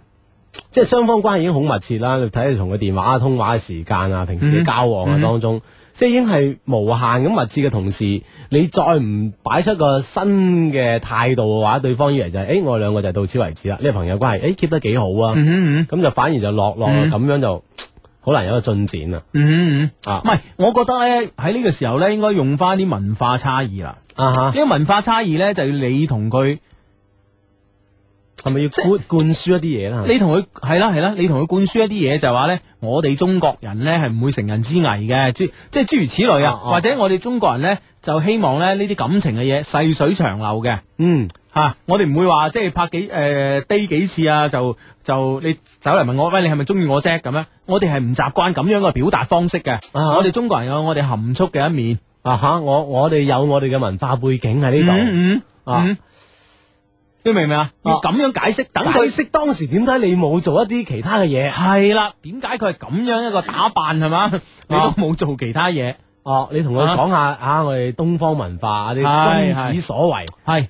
C: 即係雙方關係已經好密切啦，你睇你同佢電話通話嘅時間啊，平時嘅交往
B: 嗯
C: 啊當中，即係已經係無限咁密切嘅同時，你再唔擺出個新嘅態度嘅話，對方以為就係、誒、哎我哋兩
B: 嗯
C: 哎個就到此為止啦，呢個朋友關係誒 keep 得幾好啊，咁、就反而就落落啦咁樣就好難有一個進展啊！
B: 嗯嗯
C: 啊
B: 唔系，我覺得咧喺呢個時候咧，應該用翻啲文化差異啦。
C: 啊
B: 呢
C: 哈，
B: 個文化差異咧，就要你同佢，
C: 係咪要
B: 即
C: 灌灌輸一啲嘢啦？
B: 你同佢係啦係啦，你同佢灌輸一啲嘢就係話咧，我哋中國人咧係唔會成人之危嘅，諸即係諸如此類啊，
C: 啊啊
B: 或者我哋中國人咧就希望咧呢啲感情嘅嘢細水長流嘅。
C: 嗯
B: 吓、我哋唔會話即係拍幾诶低、幾次啊，就就你走嚟問我，喂，你係咪中意我啫？咁樣，我哋係唔習慣咁樣嘅表達方式嘅。
C: 啊
B: 我哋中國人有我哋含蓄嘅一面。
C: 啊哈，我我哋有我哋嘅文化背景喺呢
B: 嗯
C: 度啊。
B: 你明唔明啊？要咁樣解釋，等
C: 解
B: 佢
C: 釋當時點解你冇做一啲其他嘅嘢？
B: 係啦。點解佢係咁樣一個打扮係嘛？你都冇做其他嘢，
C: 哦，你同佢
B: 啊
C: 講下啊，我哋東方文化啊
B: 係
C: 啲君子所為。
B: 係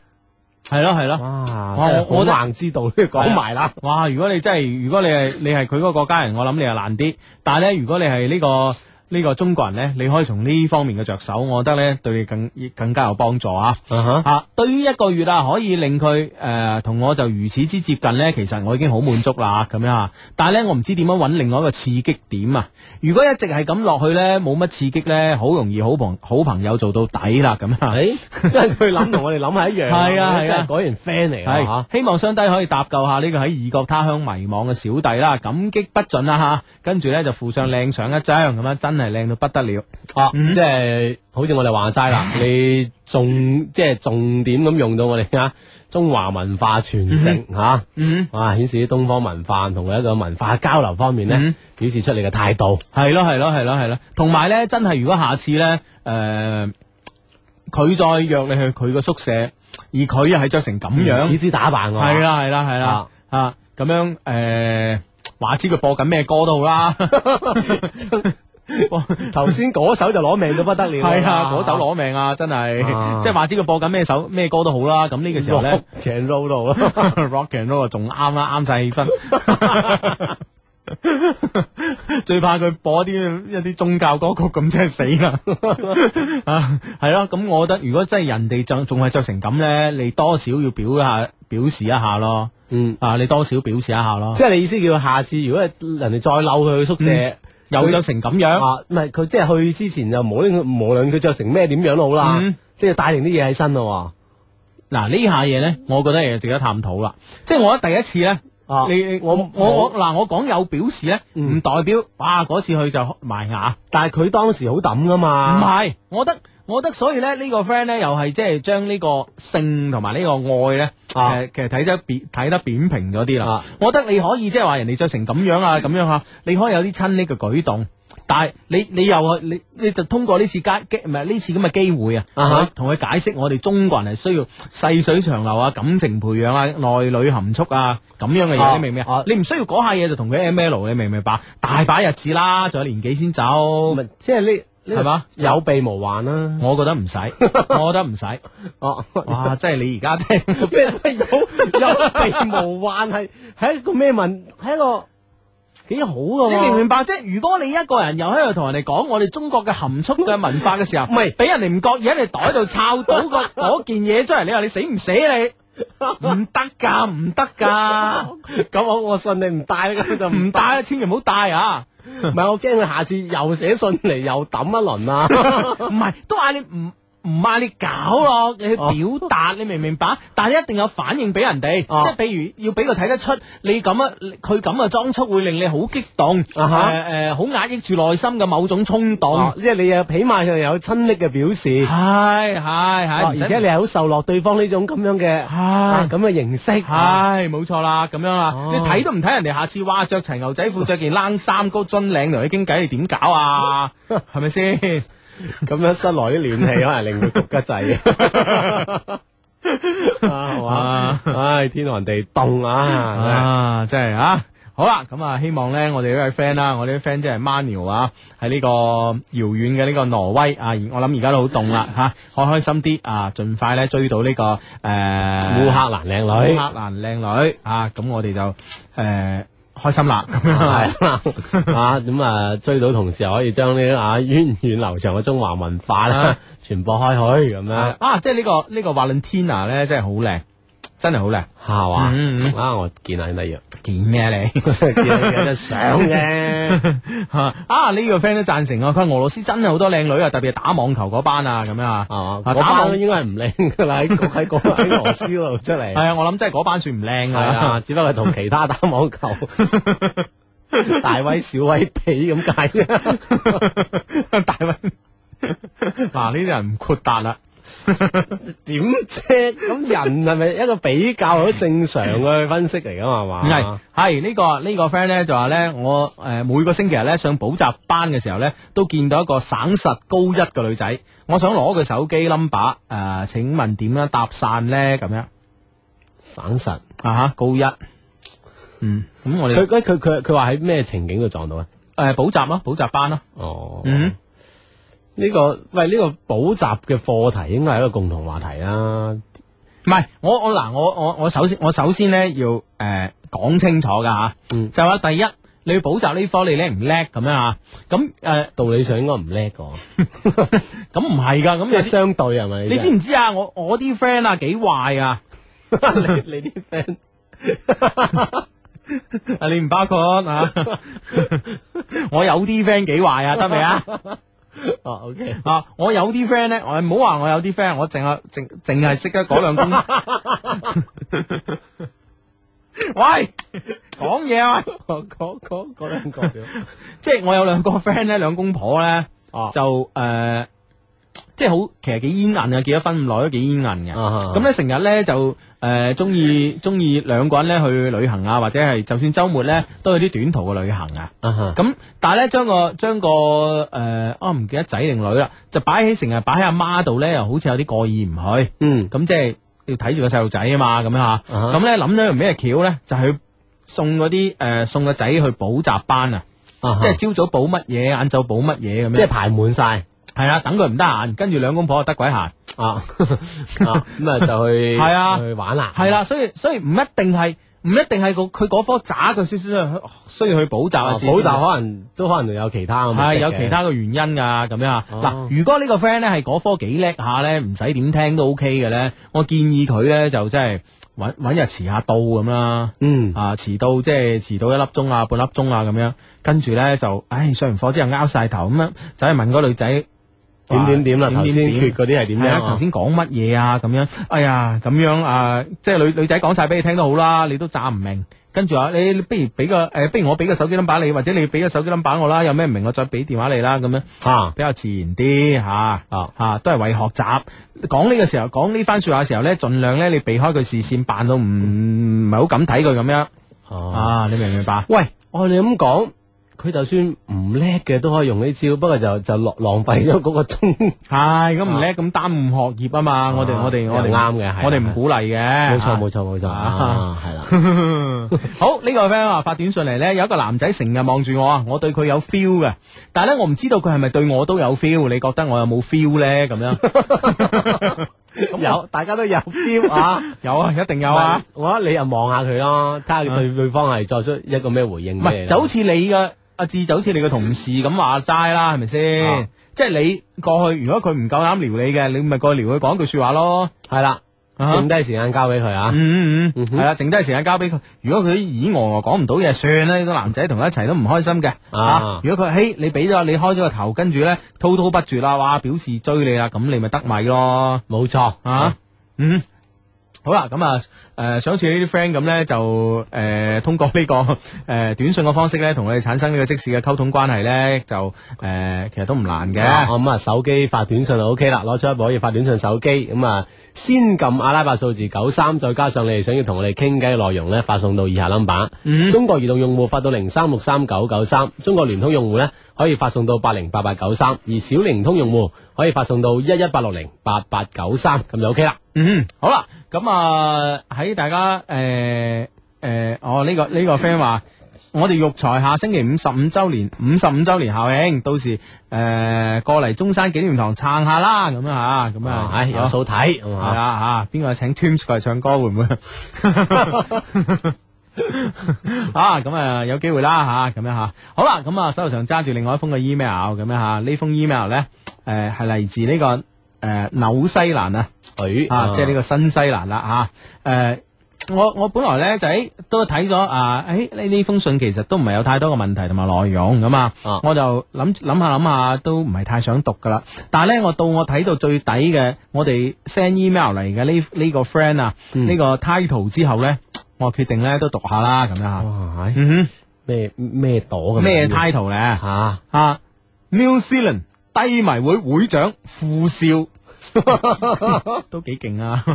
B: 係咯係咯。
C: 哇，
B: 我我
C: 我硬知道， 講埋啦。
B: 哇！如果你真係，如果你係你係佢嗰個國家人，我諗你係難啲。但係咧，如果你係呢、個呢、個中國人呢，你可以從呢方面嘅着手，我覺得呢對你更更加有幫助啊！
C: 啊哈，
B: 啊，對於一個月啊，可以令佢誒同我就如此之接近呢，其實我已經好滿足啦咁樣啊。但係呢，我唔知點樣揾另外一個刺激點啊！如果一直係咁落去呢，冇乜刺激呢，好容易好朋好朋友做到底啦咁樣啊。
C: 誒， 即係佢諗同我哋諗係一樣。
B: 係啊係啊
C: 真係果然 friend 嚟㗎嚇。
B: 系，希啊望雙低可以搭救下呢個喺異國他鄉迷惘嘅小弟啦，感激不盡啦吓。跟住咧就附上靚相一張，咁樣啊真係靚到不得了。
C: 啊，即係好似我哋話齋 啦，你重即係重點咁用到我哋啊中華文化傳承吓，
B: 嗯
C: 啊顯示啲東方文化同佢一個文化交流方面
B: 嗯
C: 咧，表示出你嘅態度。
B: 係咯係咯係咯係咯，同埋咧真係如果下次咧诶，佢、再約你去佢個宿舍，而佢又係着成咁樣，
C: 此之打扮我。
B: 係，啦係啦係啦啊咁樣诶，話知佢播緊咩歌都好 啦，
C: 頭先嗰首就攞命到不得了啦。
B: 係啊嗰手攞命啊，真係，
C: 啊
B: 即係話知佢播緊咩首咩歌都好啦。咁呢個時候咧。
C: ，can roll 到啊
B: rock and roll 啊仲啱啦，啱晒氣 氛。最怕佢播啲一啲宗教歌曲咁，真係死 啦！啊，係咯，咁我覺得如果真係人哋仲仲係着成咁咧，你多少要表一下表示一下咯。
C: 嗯，
B: 啊，你多少表示一下咯。
C: 即係你意思叫下次如果人哋再嬲佢去宿舍。
B: 有着成咁樣，
C: 嗯啊，唔係佢即係去之前就無論無論佢着成咩點樣都好啦，
B: 嗯
C: 即係帶定啲嘢喺身咯
B: 嗱呢下嘢咧，我覺得嘢值得探討啦。即係我覺得第一次咧。
C: 喎。啊，
B: 你我我我嗱，我講有表示咧，唔
C: 嗯
B: 代表哇嗰次去就埋牙，
C: 但係佢當時好抌噶
B: 唔
C: 嘛，
B: 係，我覺得我覺得所以咧呢個 friend 咧又係即係將呢個性同埋呢個愛咧，
C: 啊
B: 誒其實睇得扁睇得扁平咗啲啦
C: 啊。
B: 我覺得你可以即係話人哋着成咁樣啊咁樣嚇，你可以有啲親昵嘅舉動。但係你你又去你你就通過呢次機機唔係呢次咁嘅機會啊，
C: 啊哈
B: 同佢解釋我哋中國人係需要細水長流啊、感情培養啊、內裏含蓄啊咁樣嘅嘢，
C: 啊
B: 你明唔明啊
C: 啊？
B: 你唔需要嗰下嘢就同佢 M L，你明唔明白？大把日子啦，仲有年幾先走，
C: 咪即係呢呢個
B: 係嘛
C: 有備無患啦。
B: 我覺得 唔使，我覺得唔使。
C: 哦，
B: 哇！真係你而家真係
C: 咩咩有有備無患係係一個咩問係一個幾好噶
B: 你明唔
C: 喎。
B: 明 白啫？如果你一個人又喺度同人哋講我哋中國嘅含蓄嘅文化嘅時候，
C: 唔係
B: 俾人哋唔覺意喺你袋度抄到 個嗰件嘢出嚟，你話你死唔死啊你？唔得㗎，唔得㗎，
C: 咁我我信你唔帶啦，咁
B: 唔
C: 就唔
B: 帶啊，千祈唔好帶啊！
C: 唔係我驚佢下次又寫信嚟又抌一輪啊。
B: 唔係，都嗌你唔唔嗌你搞咯，你去表達，你明唔明白？但係一定有反應俾人哋，
C: 哦
B: 即係譬如要俾佢睇得出你咁啊，佢咁嘅裝束會令你好激動，誒
C: 啊哈
B: 誒，好壓抑住內心嘅某種衝動
C: 哦，。即係你又起碼又有親昵嘅表示。
B: 係係係，
C: 啊
B: 唔
C: 而
B: 使
C: 且你係好受落對方呢種咁樣嘅啊
B: 係。
C: 咁嘅形式，啊
B: 係冇錯啦，咁樣啦，
C: 哦
B: 你睇都唔睇人哋，下次哇着齊牛仔褲，着件冷衫，高樽領同你傾偈，你點搞 啊？係咪先？
C: 咁樣室內啲暖氣可能令佢焗得滯 嘅。啊，係嘛？唉，天寒地凍啊！
B: 啊，真係啊！好啦，咁啊，希望咧，我哋呢位 friend 啦，我哋啲 friend 即係 Manuel 啊，喺呢個遙遠嘅呢個挪威啊，而我諗而家都好凍啦吓，開開心啲啊，盡快咧追到呢、個誒
C: 烏
B: 烏
C: 克蘭靚
B: 啊烏
C: 女
B: 克蘭靚女啊，咁我哋就誒、開心啦，咁樣啦。
C: 係啦，啊咁啊追到，同時又可以將呢啲啊源遠流長嘅中華文化啦傳播開去咁樣。
B: 啊啊，即係呢個呢個 Valentina 咧，真係好靚，真係好靚。
C: 系嘛
B: 嗯嗯？
C: 啊，我見下先得要，
B: 見咩啊 你？
C: 見有隻相啫。
B: 啊呢、個 friend 都贊成啊，佢話俄羅斯真係好多靚女啊，特別係打網球嗰班啊，咁樣啊，
C: 啊，
B: 啊
C: 嗰
B: 打網
C: 班應該係唔靚噶啦，喺嗰喺嗰 喺俄羅斯嗰度出
B: 係
C: 嚟，
B: 啊，我諗真係嗰班算唔靚
C: 係
B: 啊
C: 啊，。只不過同其他打網球 大威小威比咁解啫。
B: 大威，嗱呢啲人唔豁達啦。
C: 點啫？咁人係咪一個比較好正常嘅分析嚟噶嘛？係
B: 系
C: 嘛？
B: 系呢個呢、個 friend 咧就話咧，我诶、呃每個星期日咧上補習班嘅時候咧，都見到一個省實高一嘅女仔，我想攞佢手機 number 诶、呃，请问點樣搭訕咧？咁樣
C: 省實。
B: 啊哈，高一，嗯，咁我哋
C: 佢佢佢佢佢話喺咩情景度撞到啊？
B: 诶补习咯，補習班咯，
C: 哦，
B: 嗯，
C: 呢個喂呢個補習嘅課題應該係一個共同話題啦。
B: 唔係我我嗱我我我首先我首先咧要诶讲、講清楚噶吓，
C: 嗯
B: 就話第一。你去補習呢科你叻唔叻咁樣啊？咁誒
C: 道理上應該唔叻 個，
B: 咁唔係㗎，咁
C: 即
B: 有啲
C: 係相對係咪？
B: 你知唔知啊？我我啲 friend 啊幾壞啊！
C: 你你啲 friend
B: 啊，你唔包括 啊！我有啲 friend 幾壞啊，得未 啊？
C: 哦，OK。
B: 啊，我有啲 friend 咧，我唔好話我有啲 friend，我淨係淨淨係識得嗰兩 公。 喂，講嘢啊！喂
C: 嗰嗰嗰嗰兩個表，
B: 即係我有兩個 friend 咧， 兩公婆咧
C: 哦
B: 就诶、呃即係好其實幾煙韌啊，結咗婚唔耐都幾煙韌嘅。
C: 啊哈
B: 咁咧成日咧就诶中意中意兩個人咧去旅行啊，或者係就算週末咧都去啲短途嘅旅行啊。
C: 啊哈，
B: 咁但系咧，將個將個诶，啊唔記得仔定女啦，就擺喺成日擺喺阿媽度咧，又好似有啲過意唔去。
C: 嗯，
B: 咁即係要睇住個細路仔啊嘛，咁樣吓。
C: 哈
B: 咁咧諗咗條咩橋咧，就去送嗰啲诶送個仔去補習班啊，
C: 啊
B: 即
C: 即
B: 係
C: 係
B: 朝早補乜嘢，晏晝補乜嘢咁樣。
C: 即係排滿晒
B: 係啊，等佢唔得閒，跟住兩公婆就得鬼閒。
C: 啊啊，咁啊就去
B: 係啊
C: 去玩啦，
B: 係啦，所以所以唔一定係唔一定係個佢嗰科渣，佢少少需要去補習
C: 啊，
B: 啊。
C: 補習可能都可能仲有其他咁嘅，
B: 系有其他嘅原因噶，咁樣啊。
C: 哦
B: 嗱，如果呢個 friend 咧係嗰科幾叻下咧，唔使點聽都 OK 嘅咧，我建議佢咧就真係揾揾日遲下到咁啦。
C: 嗯
B: 啊，遲到即係遲到一粒鐘啊，半粒鐘啊咁樣，跟住咧就，唉，上完課之後拗晒頭咁樣，走去問嗰女仔
C: 點點點啦，
B: 點
C: 頭
B: 點
C: 先
B: 點
C: 缺嗰啲係點
B: 係啊
C: 樣
B: 頭
C: 啊？
B: 先講乜嘢啊？咁樣，哎呀，咁樣啊，即係女女仔講晒俾你聽都好啦，你都詐唔明。跟住話你，你不如俾個誒、不如我俾個手機 number 你，或者你俾個手機 number 我啦，有咩唔明我再俾電話你啦，咁樣。
C: 啊，
B: 比較自然啲吓，啊
C: 啊
B: 都係為學習。講呢個時候，講呢番说話嘅時候咧，盡量咧你避開佢視線，扮到唔唔係好敢睇佢咁樣
C: 哦，
B: 啊！你明唔明白？
C: 喂，我哋咁講，佢就算唔叻嘅都可以用呢招，不過就就浪浪費咗嗰個鐘。
B: 係咁唔叻，咁耽誤學業啊嘛！我哋我哋
C: 哦又
B: 我哋
C: 啱嘅係啊
B: 我哋
C: 係
B: 唔鼓勵嘅。
C: 冇 錯
B: 啊
C: 冇錯冇錯，
B: 啊
C: 啊 係啦，
B: 嗯好呢、個 friend 話發短信嚟呢，有一個男仔成日望住我啊，我對佢有 feel 嘅，但係呢，我唔知道佢係咪對我都有 feel，你覺得我有冇 feel 呢？咁 樣
C: 有大家都有 feel 啊。
B: 有啊，一定有
C: 有
B: 啊
C: 啊，，我覺得你又望下佢咯，睇下佢對對方係作出一個咩回應
B: 唔
C: 俾你
B: 係
C: 啦。
B: 就好似你嘅阿志就好似你嘅同事咁話齋啦，係咪
C: 啊
B: 先？即係你過去，如果佢唔夠膽撩你嘅，你咪過去撩佢講句说話咯。
C: 係啦，
B: 啊哈
C: 剩低時間交俾佢啊。
B: 嗯嗯嗯，
C: 嗯
B: 系
C: 哼
B: 啦，剩低時間交俾佢。如果佢咦我講唔到嘢，算啦。呢個男仔同佢一齊都唔開心嘅。
C: 啊
B: 啊，如果佢嘿你俾咗你開咗個頭，跟住咧滔滔不絕啦，哇表示追你啦，咁你咪得米咯。
C: 冇錯
B: 啊，嗯。好啦，咁啊，诶，想好似呢啲 friend 咁咧，就诶、通過呢、個 诶、短信嘅方式咧，同我哋產生呢個即時嘅溝通關係咧，就诶、其實都唔難嘅。
C: 啊咁啊，手機發短信就 O K 啦，攞出一部可以發短信手機，咁啊，先撳阿拉伯數字九三，再加上你哋想要同我哋傾偈嘅內容呢，發送到以下 number。
B: 嗯
C: 中國移動用戶發到零三六三九九三，中國聯通用戶呢，可以發送到八零八八九三，而小靈通用戶可以發送到一一八六零八八九三，咁就 O K 啦。
B: 嗯，好啦，咁啊喺大家诶诶、呃哦呢、個呢、個 friend 話，我哋育才下星期五十五周年五十五周年效應，到時诶、呃、過嚟中山紀念堂撐下啦，咁啊咁
C: 啊
B: 啊，，
C: 唉，有數睇，係
B: 係
C: 嘛
B: 啊吓，邊個請 Twins 過嚟唱歌會唔會？啊，咁啊有機會啦吓，咁樣吓，好啦，咁啊手頭上揸住另外一封嘅 email，咁樣吓，呢封 email 咧，诶係嚟自呢、個个诶、呃、紐西蘭啊。
C: 佢
B: 啊，即係呢個新西蘭啦吓，誒、我我本來咧就誒都睇咗啊，誒呢呢封信其實都唔係有太多嘅問題同埋內容咁啊
C: 啊，
B: 我就諗諗下諗下都唔係太想讀噶啦。但係咧，我到我睇到最底嘅我哋 send email 嚟嘅呢呢個 friend 啊，
C: 嗯
B: 呢個 title 之後咧，我決定咧都讀下啦，咁樣嚇。
C: 哇，係
B: 嗯
C: 咩咩朵哦咁啊
B: 哼，咩
C: 樣嘅
B: title 咧？
C: 吓？
B: 啊，New Zealand 低迷會會長副少 都幾勁啊！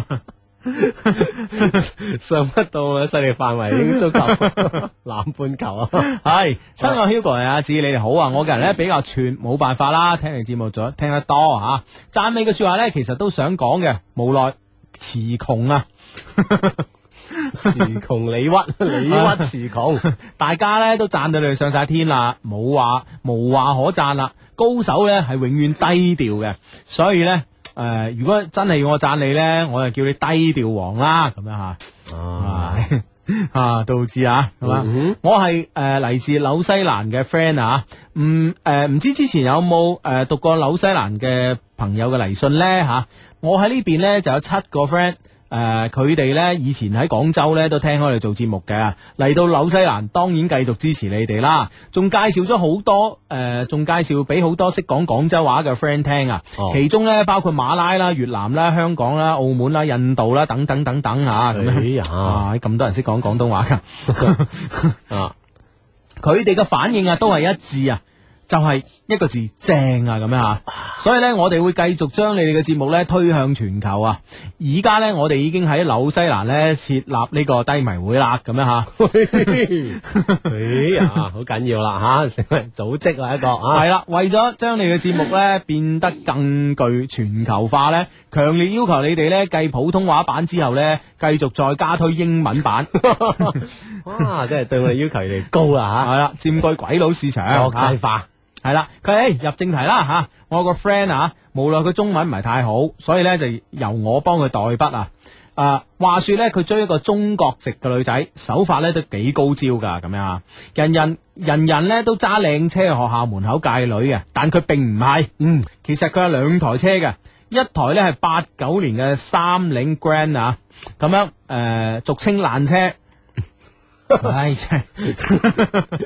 C: 上不到啊，勢力範圍已經足夠南半球啊！
B: 系，親愛 Hugo 阿志，你哋好啊！我嘅人咧比較串，冇辦法啦，聽你節目咗聽得多吓，讚美嘅说話咧，其實都想講嘅，無奈詞窮 啊！
C: 詞窮理屈，理屈詞窮，
B: 大家咧都讚到你哋上晒天啦，冇話無話可讚啦。高手咧係永遠低調嘅，所以咧诶、呃如果真係要我讚你咧，我就叫你低調王啦，咁樣吓。啊 啊，都知啊，係嘛？我係誒嚟自紐西蘭嘅 friend 啊，唔誒唔知之前有冇誒、呃、讀過紐西蘭嘅朋友嘅嚟信呢？嚇、我喺呢邊呢就有七個 friend。誒佢哋呢以前喺廣州呢都聽開你做節目嘅，嚟到紐西蘭當然繼續支持你哋啦，仲介紹咗好多誒，仲、介紹俾好多識講廣州話嘅 friend 聽啊，
C: 哦
B: 其中呢包括馬拉啦、越南啦、香港啦、澳門啦、印度啦等等等等啊，咁樣
C: 哎呀
B: 啊！咁多人識講廣東話噶，
C: 啊！
B: 佢哋嘅反應啊，都係一致啊，就係、一個字正啊咁樣啊。所以呢，我哋會繼續將你哋嘅節目呢推向全球啊。而家呢，我哋已經喺紐西蘭呢設立呢個低迷會啦，咁樣啊 嚇。
C: 哎呀，好緊要啦吓，成為組織啦一個啊！
B: 係啦，為咗將你嘅節目呢變得更具全球化呢，強烈要求你哋呢繼普通話版之後呢，繼續再加推英文版，
C: 哇，真係對我哋要求越嚟越 高啦
B: 係啦，佔據鬼佬市場，啊
C: 吓，國際化
B: 系啦，佢诶入正題啦吓、我個 friend 啊，無奈佢中文唔係太好，所以咧就由我幫佢代筆啊。啊，話說咧，佢追一個中國籍嘅女仔，手法咧都幾高招噶，咁樣啊，人人人人咧都揸靚車去學校門口界女嘅，但佢並唔係，嗯，其實佢有兩台車嘅，一台咧係八九年嘅三菱 Grand 啊，咁樣誒、呃俗稱爛車，唉 真係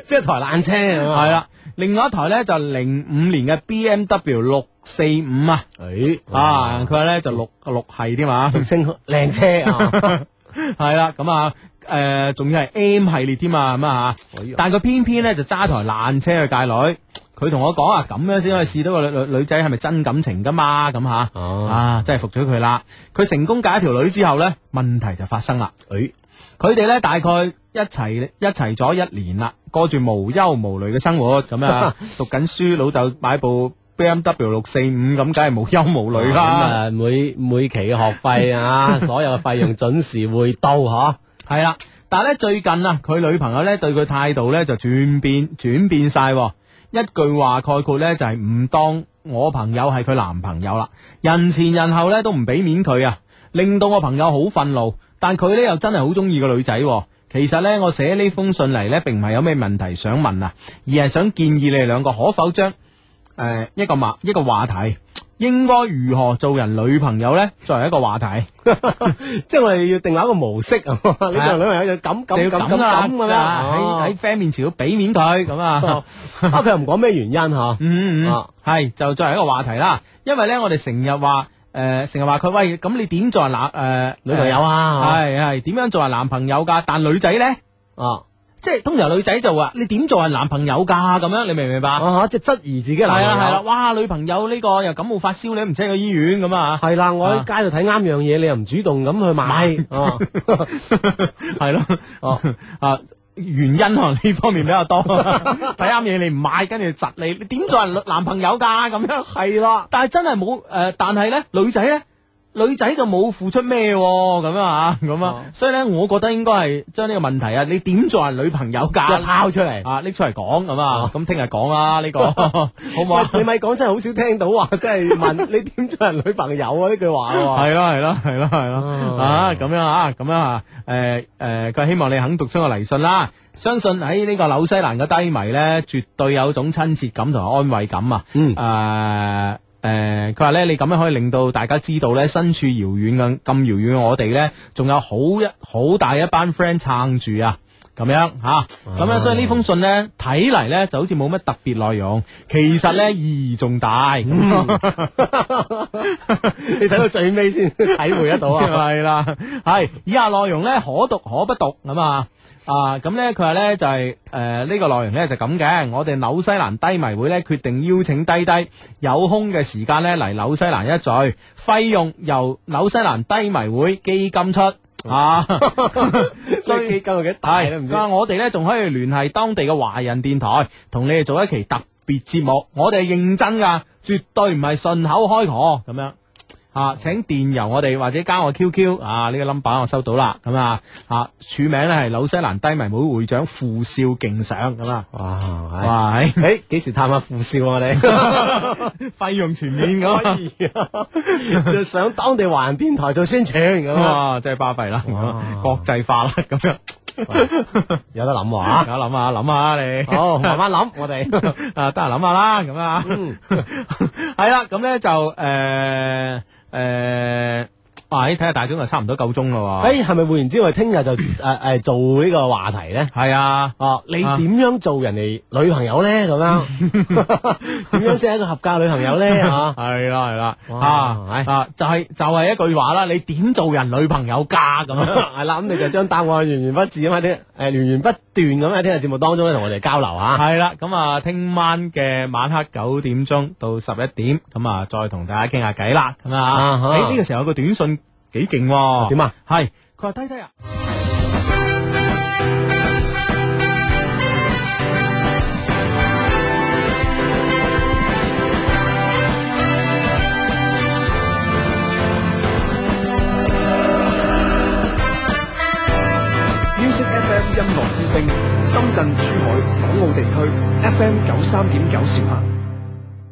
C: 即係台爛車咁啊！
B: 系啦，另外一台咧就零五年嘅 B M W 六四五啊，
C: 哎
B: 啊，佢咧就六六系添 嘛，
C: 俗稱靚車啊！
B: 系啦，咁啊，诶，仲要系 M 系列添啊，咁啊
C: 哎呀，
B: 但系佢偏偏咧就揸台爛車去界女，佢同我講啊，咁樣先可以試到個女女女仔係咪真感情噶嘛，咁吓，
C: 哦
B: 啊，真係服咗佢啦，佢成功解一條女之後咧，問題就發生啦。
C: 哎，
B: 佢哋咧大概一齊一齊咗一年啦，過住無憂無慮嘅生活咁 啊，讀緊書，老豆買部 B M W 六四五咁，梗係無憂無慮
C: 咁
B: 啦。
C: 啊，每每期嘅學費啊，所有嘅費用準時會到嗬。
B: 係啦、但係咧最近啊，佢女朋友咧對佢態度咧就轉變轉變晒喎，一句話概括咧就係唔當我朋友係佢男朋友啦，人前人後咧都唔俾面佢啊，令到我朋友好憤怒。但佢咧又真係好中意個女仔喎、其實呢，我寫呢封信嚟呢，並唔係有咩問題想問啊，而係想建議你哋兩個可否將誒、呃一個話一個話題，應該如何做人女朋友呢？作為一個話題。
C: 即係我哋要定立一個模式啊！你做女朋友就咁
B: 就
C: 咁咁
B: 要
C: 咁啊
B: 啦，
C: 咁咁
B: 喺
C: 樣哦
B: 喺 friend 面前要俾面佢咁啊。
C: 喺啊，佢又唔講咩原因吓，
B: 嗯嗯
C: 啊，
B: 係就作為一個話題啦。因為咧，我哋成日話诶，成日話佢喂，咁你點做人啊男呃诶
C: 女朋友啊
B: 係係點樣做人男朋友㗎？但女仔咧，
C: 啊
B: 即係通常女仔就話你點做人啊男朋友㗎？咁樣你明唔明白？係
C: 啊，即係質疑自己嘅
B: 啦
C: 男朋友
B: 係啦，哇！女朋友呢個又感冒發燒，你都唔請去醫院咁啊？
C: 係啦，我喺街度睇啱樣嘢，你又唔主動咁去買，啊
B: 係咯，哦啊。原因可能呢方面比較多， 睇啱嘢你唔買，跟住窒你，你點做人女男朋友㗎？咁樣
C: 係啦，
B: 但係真係冇誒，但係咧女仔咧。女仔就冇付出咩喎咁啊咁啊
C: 哦，
B: 所以咧，我覺得應該係將呢個問題啊，你點做人女朋友
C: 即係
B: 㗎？
C: 拋出嚟。
B: 啊，拎出嚟講咁啊，咁聽日講啦呢個，好唔好啊？
C: 喂你咪講真係好少聽到話，即係問你點做人女朋友啊呢句話喎。
B: 係咯係咯係咯係咯
C: 哦
B: 啊咁樣啊咁樣啊誒誒，佢希望你肯讀出個嚟信啦。相信喺呢個紐西蘭嘅低迷咧，絕對有種親切感同埋安慰感啊！
C: 嗯
B: 誒诶，佢話咧，你咁樣可以令到大家知道咧，身處遙遠嘅咁遙遠嘅我哋咧，仲有好一好大一班 friend 撐住啊！咁樣吓，咁
C: 哦
B: 樣所以呢封信咧睇嚟咧就好似冇乜特別內容，其實
C: 嗯
B: 咧意義重大。
C: 你睇到最尾 先體會得到啊！
B: 系啦，系以下內容咧可讀可不讀咁啊。啊，咁咧佢話咧就係誒呢個內容咧就咁嘅，我哋紐西蘭低迷會咧決定邀請低低有空嘅時間咧嚟紐西蘭一聚，費用由紐西蘭低迷會基金出啊。
C: 所以基金有幾大
B: 系，
C: 咧？唔
B: 佢
C: 知啊
B: 話我哋咧仲可以聯繫當地嘅華人電台，同你哋做一期特別節目。我哋係認真噶，絕對唔係順口開河咁樣。啊！請電郵我哋或者加我 QQ 啊！呢、個 number 我收到啦，咁啊啊署名咧係紐西蘭低迷會會長傅少敬上咁啊！
C: 哇！係
B: 哇！係
C: 誒幾時探下富少啊我哋？
B: 費用全面
C: 哎
B: 咁
C: 就上當地華人電台做宣傳咁啊！
B: 啊，真係巴閉啦，
C: 哦
B: 國際化啦咁樣。
C: 有得諗喎啊！
B: 有諗下諗下你。
C: 好，慢慢諗我 哋。
B: 啊，得閒諗下啦，咁啊，
C: 嗯
B: 係啦，咁咧就誒誒，哇！咦睇下大鐘就差唔多夠鐘咯喎，
C: 誒係咪換言之，我哋聽日就誒誒做呢個話題咧？
B: 係啊，
C: 哦，你
B: 啊
C: 點樣做人哋女朋友咧？咁樣點樣先係一個合格女朋友啊咧？嚇！
B: 係啦係啦，
C: 哇
B: 啊
C: 係
B: 啊，就係就係一句話啦，你點做人女朋友㗎咁啊 樣？
C: 系啦，咁你就將答案源源不至咁喺啲诶源源不斷咁喺聽日節目當中咧同我哋交流啊！
B: 係啦，咁啊，聽晚嘅晚黑九點鐘到十一點，咁啊，再同大家傾下偈啦，咁
C: 啊
B: 啊，
C: 哈
B: 誒呢個時候有個短信幾勁喎，
C: 點啊？
B: 係佢話低低啊。
D: Music FM 音樂之聲，深圳、珠海、港澳地區 FM 九三點九兆赫。